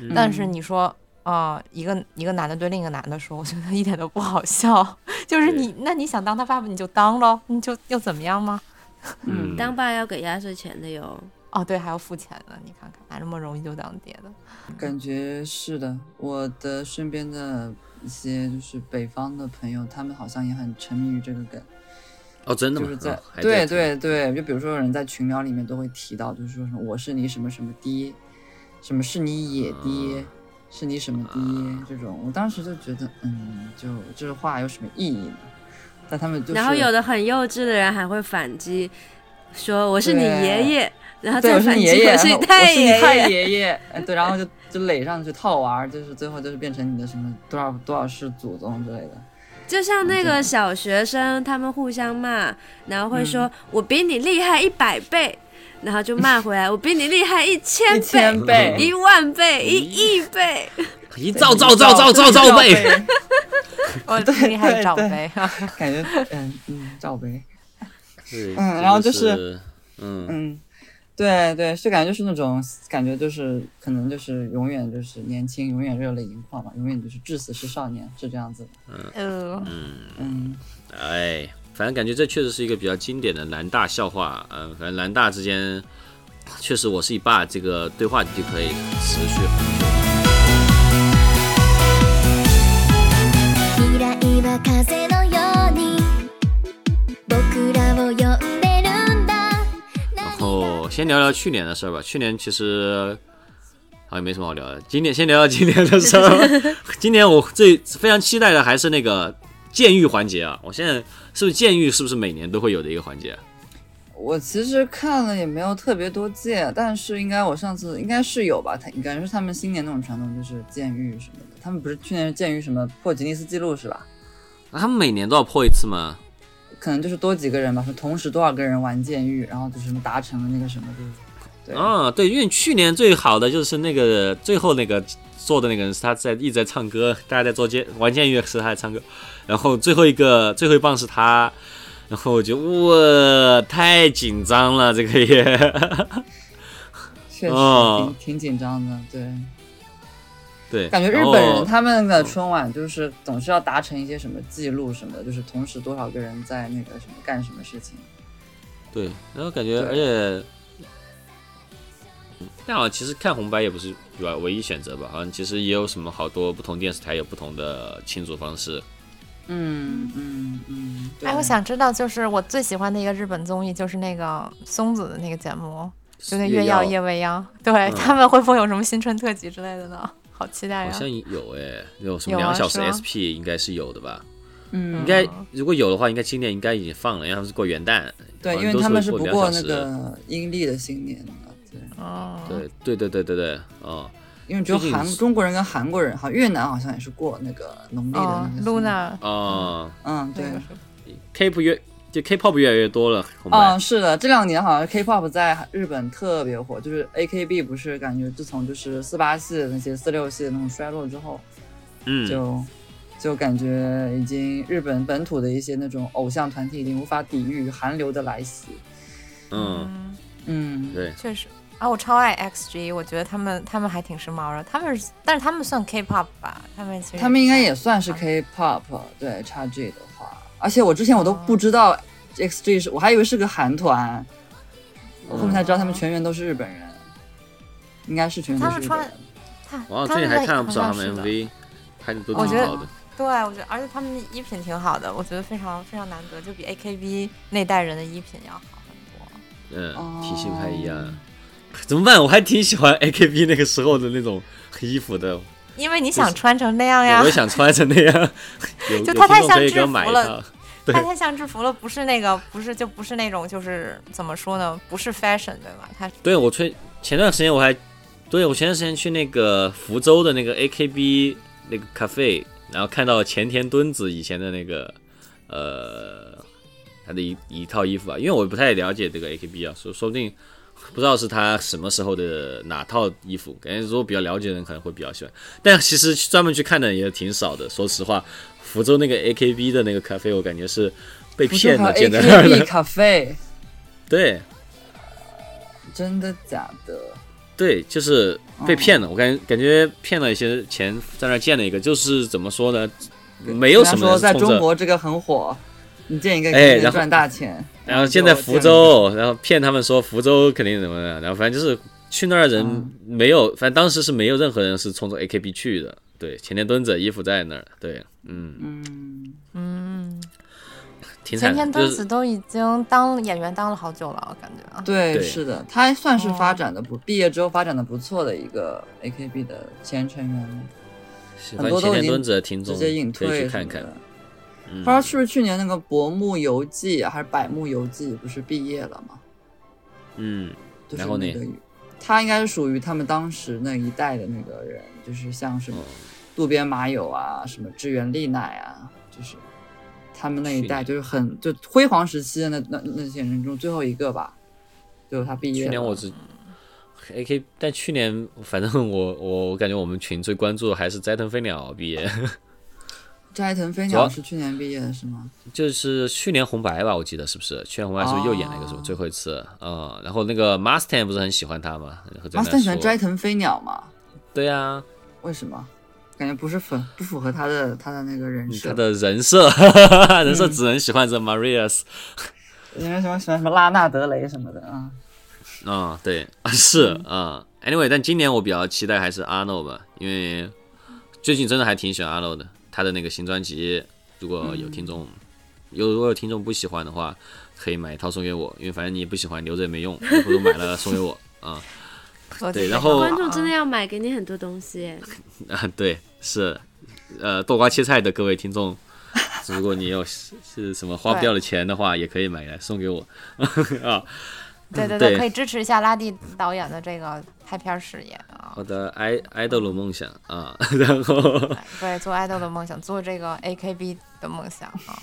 [SPEAKER 2] 面。但是
[SPEAKER 4] 嗯
[SPEAKER 2] 你说。啊、一个一个男的对另一个男的说，我觉得一点都不好笑。 就是
[SPEAKER 1] 对
[SPEAKER 2] 你，那你想当他爸爸，你就当喽，你就又怎么样吗？
[SPEAKER 1] 嗯
[SPEAKER 3] 当爸要给压岁钱的哟。
[SPEAKER 2] 哦，对，还要付钱呢，你看看，哪那么容易就当爹的？
[SPEAKER 4] 感觉是的，我的身边的一些就是北方的朋友，他们好像也很沉迷于这个梗，
[SPEAKER 1] 哦，真的
[SPEAKER 4] 就
[SPEAKER 1] 吗？
[SPEAKER 4] 是在
[SPEAKER 1] 哦还
[SPEAKER 4] 对
[SPEAKER 1] 在
[SPEAKER 4] 对对，就比如说有人在群聊里面都会提到，就是说什么我是你什么什么爹，什么是你
[SPEAKER 1] 啊
[SPEAKER 4] 野爹，是你什么爹这种，我当时就觉得，嗯，就这话有什么意义呢？但他们就是
[SPEAKER 3] 然后有的很幼稚的人还会反击，说我是你
[SPEAKER 4] 对
[SPEAKER 3] 爷爷，然后
[SPEAKER 4] 对，
[SPEAKER 3] 再
[SPEAKER 4] 我是
[SPEAKER 3] 反
[SPEAKER 4] 你
[SPEAKER 3] 击
[SPEAKER 4] 爷爷，
[SPEAKER 3] 是
[SPEAKER 4] 然
[SPEAKER 3] 你
[SPEAKER 4] 后我
[SPEAKER 3] 太
[SPEAKER 4] 是你太
[SPEAKER 3] 爷。
[SPEAKER 4] 爷爷，哎，对，然后就就垒上去套娃儿，就是最后就是变成你的什么多少多少世祖宗之类的。
[SPEAKER 3] 就像
[SPEAKER 4] 嗯
[SPEAKER 3] 那个小学生，他们互相骂，然后
[SPEAKER 4] 嗯
[SPEAKER 3] 会说我比你厉害一百倍，然后就骂回来我比你厉害一千
[SPEAKER 4] 一千
[SPEAKER 3] 倍、
[SPEAKER 4] 倍，嗯
[SPEAKER 3] 一万倍、一亿倍。
[SPEAKER 1] 一兆兆兆兆兆兆倍，，
[SPEAKER 2] 哦，
[SPEAKER 4] 对
[SPEAKER 2] 厉害
[SPEAKER 4] 对
[SPEAKER 2] 长
[SPEAKER 4] 对
[SPEAKER 2] 辈，
[SPEAKER 4] 感觉嗯嗯罩杯，
[SPEAKER 1] 对
[SPEAKER 4] 嗯然后
[SPEAKER 1] 真的
[SPEAKER 4] 就是
[SPEAKER 1] 是嗯，
[SPEAKER 4] 嗯，对对，是感觉就是那种感觉就是可能就是永远就是年轻，永远热泪盈眶嘛，永远就是至死是少年，是这样子的。
[SPEAKER 2] 呃，
[SPEAKER 4] 嗯，
[SPEAKER 1] 哎，反正感觉这确实是一个比较经典的南大笑话，嗯、反正南大之间确实我是你爸这个对话就可以持续很久。
[SPEAKER 7] 未来は風のように僕らを呼んでるんだ
[SPEAKER 1] 然后先聊聊去年的事儿吧，去年其实。好像没什么好聊的。今年先聊聊今年的事儿。今年我最非常期待的还是那个监狱环节啊！我现在是不是监狱是不是每年都会有的一个环节啊？
[SPEAKER 4] 我其实看了也没有特别多届，但是应该我上次应该是有吧，他应该是他们新年那种传统，就是监狱什么的。他们不是去年是监狱什么破吉尼斯纪录是吧？
[SPEAKER 1] 啊他们每年都要破一次吗？
[SPEAKER 4] 可能就是多几个人吧，说同时多少个人玩监狱，然后就是什么达成了那个什么，就是对，
[SPEAKER 1] 啊，对，因为去年最好的就是那个最后那个做的那个人是他在一直在唱歌，大家在做监玩监狱时他在唱歌，然后最后一个最后一棒是他，然后我觉得哇太紧张了这个也，
[SPEAKER 4] 确实
[SPEAKER 1] 哦
[SPEAKER 4] 挺挺紧张的，对。
[SPEAKER 1] 对，
[SPEAKER 4] 感觉日
[SPEAKER 1] 然后
[SPEAKER 4] 本人他们的春晚就是总是要达成一些什么记录什么的，就是同时多少个人在那个什么干什么事情。
[SPEAKER 1] 对，然后感觉
[SPEAKER 4] 对
[SPEAKER 1] 而且。但好像其实看红白也不是唯唯一选择吧，好像其实也有什么好多不同电视台有不同的庆祝方式。
[SPEAKER 4] 嗯嗯嗯。对
[SPEAKER 2] 哎，我想知道，就是我最喜欢的一个日本综艺，就是那个松子的那个节目，就那《
[SPEAKER 1] 月
[SPEAKER 2] 月
[SPEAKER 1] 曜啊
[SPEAKER 2] 夜未央》，对、他们会不会有什么新春特辑之类的呢？好期
[SPEAKER 1] 好
[SPEAKER 2] 待呀！
[SPEAKER 1] 像有哎，有什么
[SPEAKER 2] 有啊
[SPEAKER 1] 两小时
[SPEAKER 2] 是吗
[SPEAKER 1] SP 应该是有的吧？
[SPEAKER 4] 嗯
[SPEAKER 1] 应，该如果有的话，应该今年应该已经放了，因为他们是过元旦。
[SPEAKER 4] 对，
[SPEAKER 1] 好像
[SPEAKER 4] 因为
[SPEAKER 1] 都
[SPEAKER 4] 他们是不
[SPEAKER 1] 过两
[SPEAKER 4] 过
[SPEAKER 1] 小
[SPEAKER 4] 那
[SPEAKER 1] 时。
[SPEAKER 4] 个阴历的新年的，对，
[SPEAKER 2] 嗯，
[SPEAKER 1] 对对对对对对，哦，
[SPEAKER 4] 因为只有
[SPEAKER 1] 毕竟
[SPEAKER 4] 韩
[SPEAKER 1] 是
[SPEAKER 4] 中国人跟韩国人，好像越南好像也是过那个农历的
[SPEAKER 2] 哦
[SPEAKER 4] 那个新年。
[SPEAKER 2] ，Luna
[SPEAKER 1] 啊
[SPEAKER 4] 嗯，
[SPEAKER 2] 那
[SPEAKER 4] 对
[SPEAKER 2] 个，
[SPEAKER 1] ，K 不约就 K-pop 越来越多了，红白
[SPEAKER 2] 哦
[SPEAKER 4] 嗯，是的，这两年好像 K-pop 在日本特别火，就是 AKB 不是感觉自从就是四八系的那些四六系的那种衰落之后，
[SPEAKER 1] 嗯，
[SPEAKER 4] 就就感觉已经日本本土的一些那种偶像团体已经无法抵御韩流的来袭。
[SPEAKER 1] 嗯，
[SPEAKER 2] 嗯，
[SPEAKER 4] 嗯，
[SPEAKER 1] 对，
[SPEAKER 2] 确实啊，我超爱 XG，我觉得他们他们还挺时髦的，他们是，但是他们算 K-pop 吧，他们其实
[SPEAKER 4] 他们应该也算是 K-pop 对 XG 的话，而且我之前我都不知道 XG 是我还以为是个韩团，我后面才知道他们全员都是日本人，应该是全员都是日本人
[SPEAKER 2] 他们。他
[SPEAKER 1] 我好像
[SPEAKER 2] 他们
[SPEAKER 1] 最近还
[SPEAKER 2] 在
[SPEAKER 1] 看了不少他
[SPEAKER 2] 好
[SPEAKER 1] 们
[SPEAKER 2] 像是的
[SPEAKER 1] MV，拍的都
[SPEAKER 2] 我
[SPEAKER 1] 挺
[SPEAKER 2] 觉得
[SPEAKER 1] 好的。
[SPEAKER 2] 对，我觉得，而且他们的衣品挺好的，我觉得非常非常难得，就比 AKB 那代人的衣品要好很
[SPEAKER 1] 嗯
[SPEAKER 4] 哦，
[SPEAKER 1] 体系不太一样。 怎么办？我还挺喜欢 AKB 那个时候的那种衣服的，
[SPEAKER 2] 多，因为你
[SPEAKER 1] 就是
[SPEAKER 2] 想穿成那样呀
[SPEAKER 1] 我也，想穿成那样。 有有
[SPEAKER 2] 啊就
[SPEAKER 1] 听
[SPEAKER 2] 它太
[SPEAKER 1] 众可以
[SPEAKER 2] 像
[SPEAKER 1] 给我
[SPEAKER 2] 制
[SPEAKER 1] 买
[SPEAKER 2] 服
[SPEAKER 1] 一
[SPEAKER 2] 了
[SPEAKER 1] 套。对
[SPEAKER 2] 它太像制服了，不是那个，不是就不是那种，就是怎么说呢，不是 fashion 对吧？它
[SPEAKER 1] 对，我吹前段时间我还，对我前段时间去那个福州的那个 AKB 那个 cafe，然后看到前田敦子以前的那个呃他的一一套衣服啊，因为我不太了解这个 AKB 啊，说说不定不知道是他什么时候的哪套衣服，感觉如果比较了解的人可能会比较喜欢，但其实专门去看的也挺少的。说实话，福州那个 AKB 的那个 cafe，我感觉是被
[SPEAKER 4] 不是
[SPEAKER 1] 骗
[SPEAKER 4] 还
[SPEAKER 1] 的，
[SPEAKER 4] 有
[SPEAKER 1] 简单点儿
[SPEAKER 4] AKB
[SPEAKER 1] 的，
[SPEAKER 4] 咖啡，
[SPEAKER 1] 对。
[SPEAKER 4] 真的假的？
[SPEAKER 1] 对，就是
[SPEAKER 4] 哦
[SPEAKER 1] 被骗了。我感觉感觉骗了一些钱，在那儿建了一个，就是怎么说呢，没有什么
[SPEAKER 4] 人家说
[SPEAKER 1] 人
[SPEAKER 4] 在
[SPEAKER 1] 冲
[SPEAKER 4] 中
[SPEAKER 1] 着。
[SPEAKER 4] 国这个很火，你建一个
[SPEAKER 1] 哎
[SPEAKER 4] 肯
[SPEAKER 1] 然
[SPEAKER 4] 定
[SPEAKER 1] 后
[SPEAKER 4] 赚大钱。
[SPEAKER 1] 然后现在福
[SPEAKER 4] 就
[SPEAKER 1] 州，然后骗他们说福州肯定怎么样，然后反正就是去那儿的人
[SPEAKER 4] 嗯
[SPEAKER 1] 没有，反正当时是没有任何人是冲着 AKB 去的。对，前天蹲着，衣服在那儿，对，嗯，
[SPEAKER 4] 嗯，
[SPEAKER 2] 嗯，
[SPEAKER 1] 挺
[SPEAKER 2] 前
[SPEAKER 1] 惨
[SPEAKER 2] 天
[SPEAKER 1] 的，
[SPEAKER 2] 敦
[SPEAKER 1] 就
[SPEAKER 2] 子
[SPEAKER 1] 是
[SPEAKER 2] 都已经当演员当了好久了，我感觉啊。
[SPEAKER 4] 对，
[SPEAKER 1] 对
[SPEAKER 4] 是的，他算是发展的不，毕业之后发展的不错的一个 AKB 的前成员了，
[SPEAKER 1] 喜
[SPEAKER 4] 很
[SPEAKER 1] 欢
[SPEAKER 4] 多
[SPEAKER 1] 前
[SPEAKER 4] 都已
[SPEAKER 1] 天
[SPEAKER 4] 经
[SPEAKER 1] 蹲着的听众可
[SPEAKER 4] 直接隐
[SPEAKER 1] 以去
[SPEAKER 4] 退什
[SPEAKER 1] 看
[SPEAKER 4] 么
[SPEAKER 1] 看嗯
[SPEAKER 4] 的。。他说是不是去年那个《薄暮游记》啊还是《百慕游记》不是毕业了吗？
[SPEAKER 1] 嗯，
[SPEAKER 4] 就是
[SPEAKER 1] 然后呢
[SPEAKER 4] 那个他应该是属于他们当时那一代的那个人，就是像什么
[SPEAKER 1] 哦
[SPEAKER 4] 渡边麻友啊，什么志原丽奈啊，就是他们那一代，
[SPEAKER 1] 去年
[SPEAKER 4] 就是很就辉煌时期的那那那些人中最后一个吧，就是他毕业了。
[SPEAKER 1] 去年我只 A K，但去年反正我我我感觉我们群最关注的还是斋藤飞鸟毕业，
[SPEAKER 4] 斋藤飞
[SPEAKER 1] 主要
[SPEAKER 4] 鸟是去年毕业的是吗？
[SPEAKER 1] 就是去年红白吧，我记得是不是？去年红白是不是又演了一个什么、
[SPEAKER 4] 哦
[SPEAKER 1] 最后一次？嗯，然后那个 Mustang 不是很喜欢他吗？然后在
[SPEAKER 4] 啊，
[SPEAKER 1] 那
[SPEAKER 4] 但喜欢
[SPEAKER 1] 说
[SPEAKER 4] 斋藤飞鸟嘛？
[SPEAKER 1] 对啊，
[SPEAKER 4] 为什么？感觉不是粉不符合他的他的那个人
[SPEAKER 1] 嗯
[SPEAKER 4] 设，
[SPEAKER 1] 他的人设 人设只能喜欢着 Marias
[SPEAKER 4] 因为什么喜欢什么拉纳德雷什么的啊。
[SPEAKER 1] 啊、嗯，对， 啊是啊、嗯 Anyway，但今年我比较期待还是阿诺吧，因为最近真的还挺喜欢阿诺的，他的那个新专辑，如果有听众，有如果有听众不喜欢的话，可以买一套送给我，因为反正你不喜欢留着也没用，你不如买了送给我啊。
[SPEAKER 2] 我
[SPEAKER 1] 对
[SPEAKER 2] 觉得
[SPEAKER 1] 然后
[SPEAKER 2] 很
[SPEAKER 1] 观
[SPEAKER 2] 好
[SPEAKER 3] 观众真的要买给你很多东西耶，
[SPEAKER 1] 啊，对，是，呃，剁瓜切菜的各位听众，如果你有是是什么花不掉的钱的话，也可以买来送给我 啊。
[SPEAKER 2] 对对
[SPEAKER 1] 对
[SPEAKER 2] 对，可以支持一下拉蒂导演的这个拍片事业 啊。
[SPEAKER 1] 我的爱爱豆的梦想啊， 然后
[SPEAKER 2] 对，做爱豆的梦想，做这个 AKB 的梦想啊。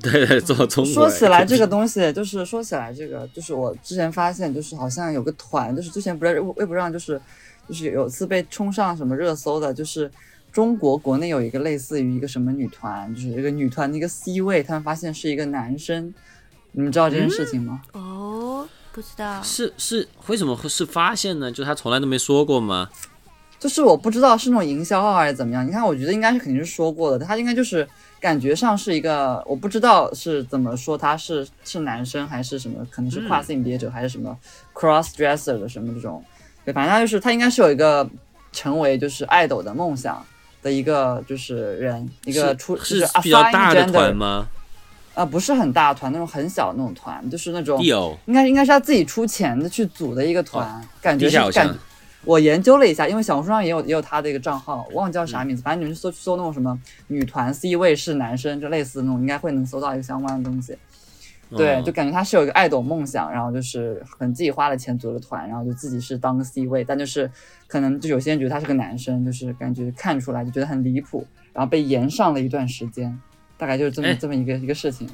[SPEAKER 1] 对对，做中国。
[SPEAKER 4] 说起来这个，东西，就是说起来这个，就是我之前发现，就是好像有个团，就是之前不是微微博上就是就是有次被冲上什么热搜的，就是中国国内有一个类似于一个什么女团，就是一个女团的一个 C 位，他们发现是一个男生，你们知道这件事情吗？
[SPEAKER 3] 哦，不知道，
[SPEAKER 1] 是是为什么会是发现呢？就他从来都没说过吗？
[SPEAKER 4] 就是我不知道是那种营销号还是怎么样。你看，我觉得应该是肯定是说过的，他应该就是感觉上是一个，我不知道是怎么说他是是男生还是什么，可能是
[SPEAKER 1] 嗯
[SPEAKER 4] 跨性别者、还是什么 cross dresser 的什么这种，对，反正他就是他应该是有一个成为就是爱豆的梦想的一个就是人，一个
[SPEAKER 1] 是
[SPEAKER 4] 出就是是
[SPEAKER 1] 比较
[SPEAKER 4] assigned
[SPEAKER 1] 大的
[SPEAKER 4] gender
[SPEAKER 1] 团吗？
[SPEAKER 4] 啊、不是很大的团，那种很小的那种团，就是那种
[SPEAKER 1] 地哦偶
[SPEAKER 4] 应该应该是他自己出钱的去组的一个团，感觉
[SPEAKER 1] 地
[SPEAKER 4] 是
[SPEAKER 1] 下偶
[SPEAKER 4] 感
[SPEAKER 1] 像。
[SPEAKER 4] 我研究了一下，因为小红书上也有也有他的一个账号，我忘记叫啥
[SPEAKER 1] 嗯
[SPEAKER 4] 名字，反正你们去搜搜那种什么女团 C 位是男生，就类似那种，应该会能搜到一个相关的东西。对，
[SPEAKER 1] 嗯
[SPEAKER 4] 就感觉他是有一个爱豆梦想，然后就是很自己花了钱组了个团，然后就自己是当个 C 位，但就是可能就有些人觉得他是个男生，就是感觉看出来就觉得很离谱，然后被延上了一段时间，大概就是这么、
[SPEAKER 1] 哎
[SPEAKER 4] 这么一个一个事情。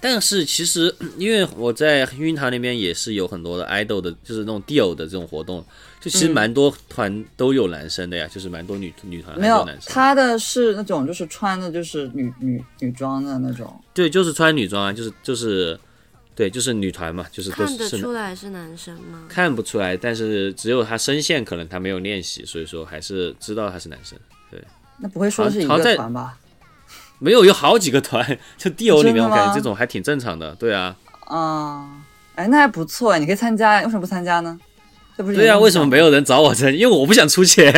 [SPEAKER 1] 但是其实， 因为我在晕堂那边也是有很多的 idol 的，就是那种 deal 的这种活动，就
[SPEAKER 4] 嗯
[SPEAKER 1] 其实蛮多团都有男生的呀，就是蛮多女女团
[SPEAKER 4] 没
[SPEAKER 1] 还有
[SPEAKER 4] 有
[SPEAKER 1] 男，生。
[SPEAKER 4] 他的是那种就是穿的就是女女女装的那种，
[SPEAKER 1] 对，就是穿女装啊，就是就是，对，就是女团嘛，就是都
[SPEAKER 3] 看得
[SPEAKER 1] 是是
[SPEAKER 3] 出来是男生吗？
[SPEAKER 1] 看不出来，但是只有他声线可能他没有练习，所以说还是知道他是男生。
[SPEAKER 4] 那不会说是一
[SPEAKER 1] 好像在
[SPEAKER 4] 个团吧？
[SPEAKER 1] 没有，有好几个团， 就 deal 里
[SPEAKER 4] 真
[SPEAKER 1] 面，
[SPEAKER 4] 的
[SPEAKER 1] 我感觉
[SPEAKER 4] 吗
[SPEAKER 1] 这种还挺正常的。对啊，
[SPEAKER 4] 啊，哎，那还不错哎，你可以参加呀，为什么不参加呢？这不是
[SPEAKER 1] 对啊，
[SPEAKER 4] 有
[SPEAKER 1] 为什么没有人找我参？因为我不想出钱。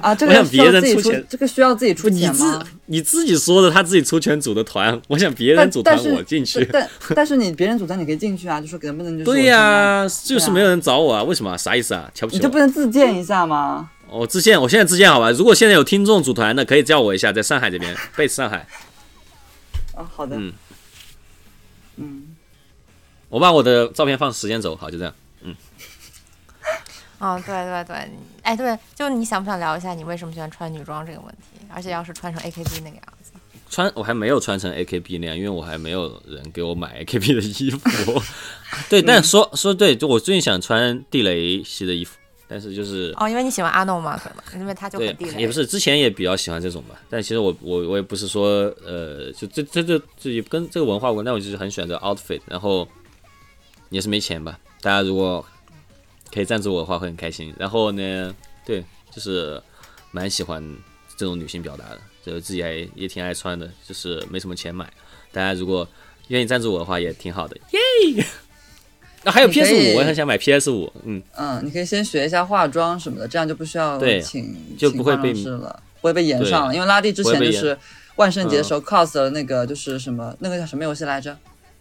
[SPEAKER 4] 啊？这
[SPEAKER 1] 我
[SPEAKER 4] 个
[SPEAKER 1] 想
[SPEAKER 4] 需要
[SPEAKER 1] 别人
[SPEAKER 4] 自己
[SPEAKER 1] 出
[SPEAKER 4] 出
[SPEAKER 1] 钱
[SPEAKER 4] 这个需要自己出
[SPEAKER 1] 你
[SPEAKER 4] 钱
[SPEAKER 1] 自
[SPEAKER 4] 吗？
[SPEAKER 1] 你自己说的，他自己出钱组的团， 我想别人
[SPEAKER 4] 但
[SPEAKER 1] 组团
[SPEAKER 4] 但是
[SPEAKER 1] 我进去。
[SPEAKER 4] 但但但是你别人组团你可以进去啊，就说能不能就是我
[SPEAKER 1] 对
[SPEAKER 4] 参
[SPEAKER 1] 呀、
[SPEAKER 4] 加
[SPEAKER 1] 就是没有人找我啊，为什么啊？啥意思啊？瞧不
[SPEAKER 4] 你
[SPEAKER 1] 起
[SPEAKER 4] 就不
[SPEAKER 1] 我？哦
[SPEAKER 4] 能自荐一下吗？
[SPEAKER 1] 我自荐，我现在自荐好吧？如果现在有听众组团的，可以叫我一下，在上海 这边，base 上海。
[SPEAKER 4] 啊，好的，
[SPEAKER 1] 嗯
[SPEAKER 4] 嗯
[SPEAKER 1] 我把我的照片放时间轴，好，就这样。
[SPEAKER 2] 嗯，对对对，哎，对，就你想不想聊一下你为什么喜欢穿女装这个问题？而且要是穿成 AKB 那个样子，
[SPEAKER 1] 穿我还没有穿成 AKB 那样，因为我还没有人给我买 AKB 的衣 服。对，
[SPEAKER 4] 嗯
[SPEAKER 1] 但说说对，就我最近想穿地雷系的衣服，但是就是
[SPEAKER 2] 哦，因为你喜欢阿诺嘛，可能因为他就
[SPEAKER 1] 对
[SPEAKER 2] 很地，雷，
[SPEAKER 1] 也不是之前也比较喜欢这种吧，但其实我我我也不是说呃，就这这这这也跟这个文化无关，但我就是很喜欢这个 outfit，然后也是没钱吧，大家如果可以赞助我的话会很开心。然后呢，对，就是蛮喜欢这种女性表达的，就自己还也挺爱穿的，就是没什么钱买，大家如果愿意赞助我的话也挺好的，耶！啊，还有
[SPEAKER 4] 你可
[SPEAKER 1] PS
[SPEAKER 4] 以
[SPEAKER 1] 五，我也很想买 PS 五，嗯，
[SPEAKER 4] 嗯，你可以先学一下化妆什么的，这样就不需要
[SPEAKER 1] 对
[SPEAKER 4] 请
[SPEAKER 1] 就
[SPEAKER 4] 请
[SPEAKER 1] 不会
[SPEAKER 4] 化妆
[SPEAKER 1] 被
[SPEAKER 4] 师了，不会被延上了。因为拉蒂之前
[SPEAKER 1] 不会
[SPEAKER 4] 就
[SPEAKER 1] 被延嗯
[SPEAKER 4] 是万圣节的时候 cos 了那个就是什么那个叫什么游戏来着？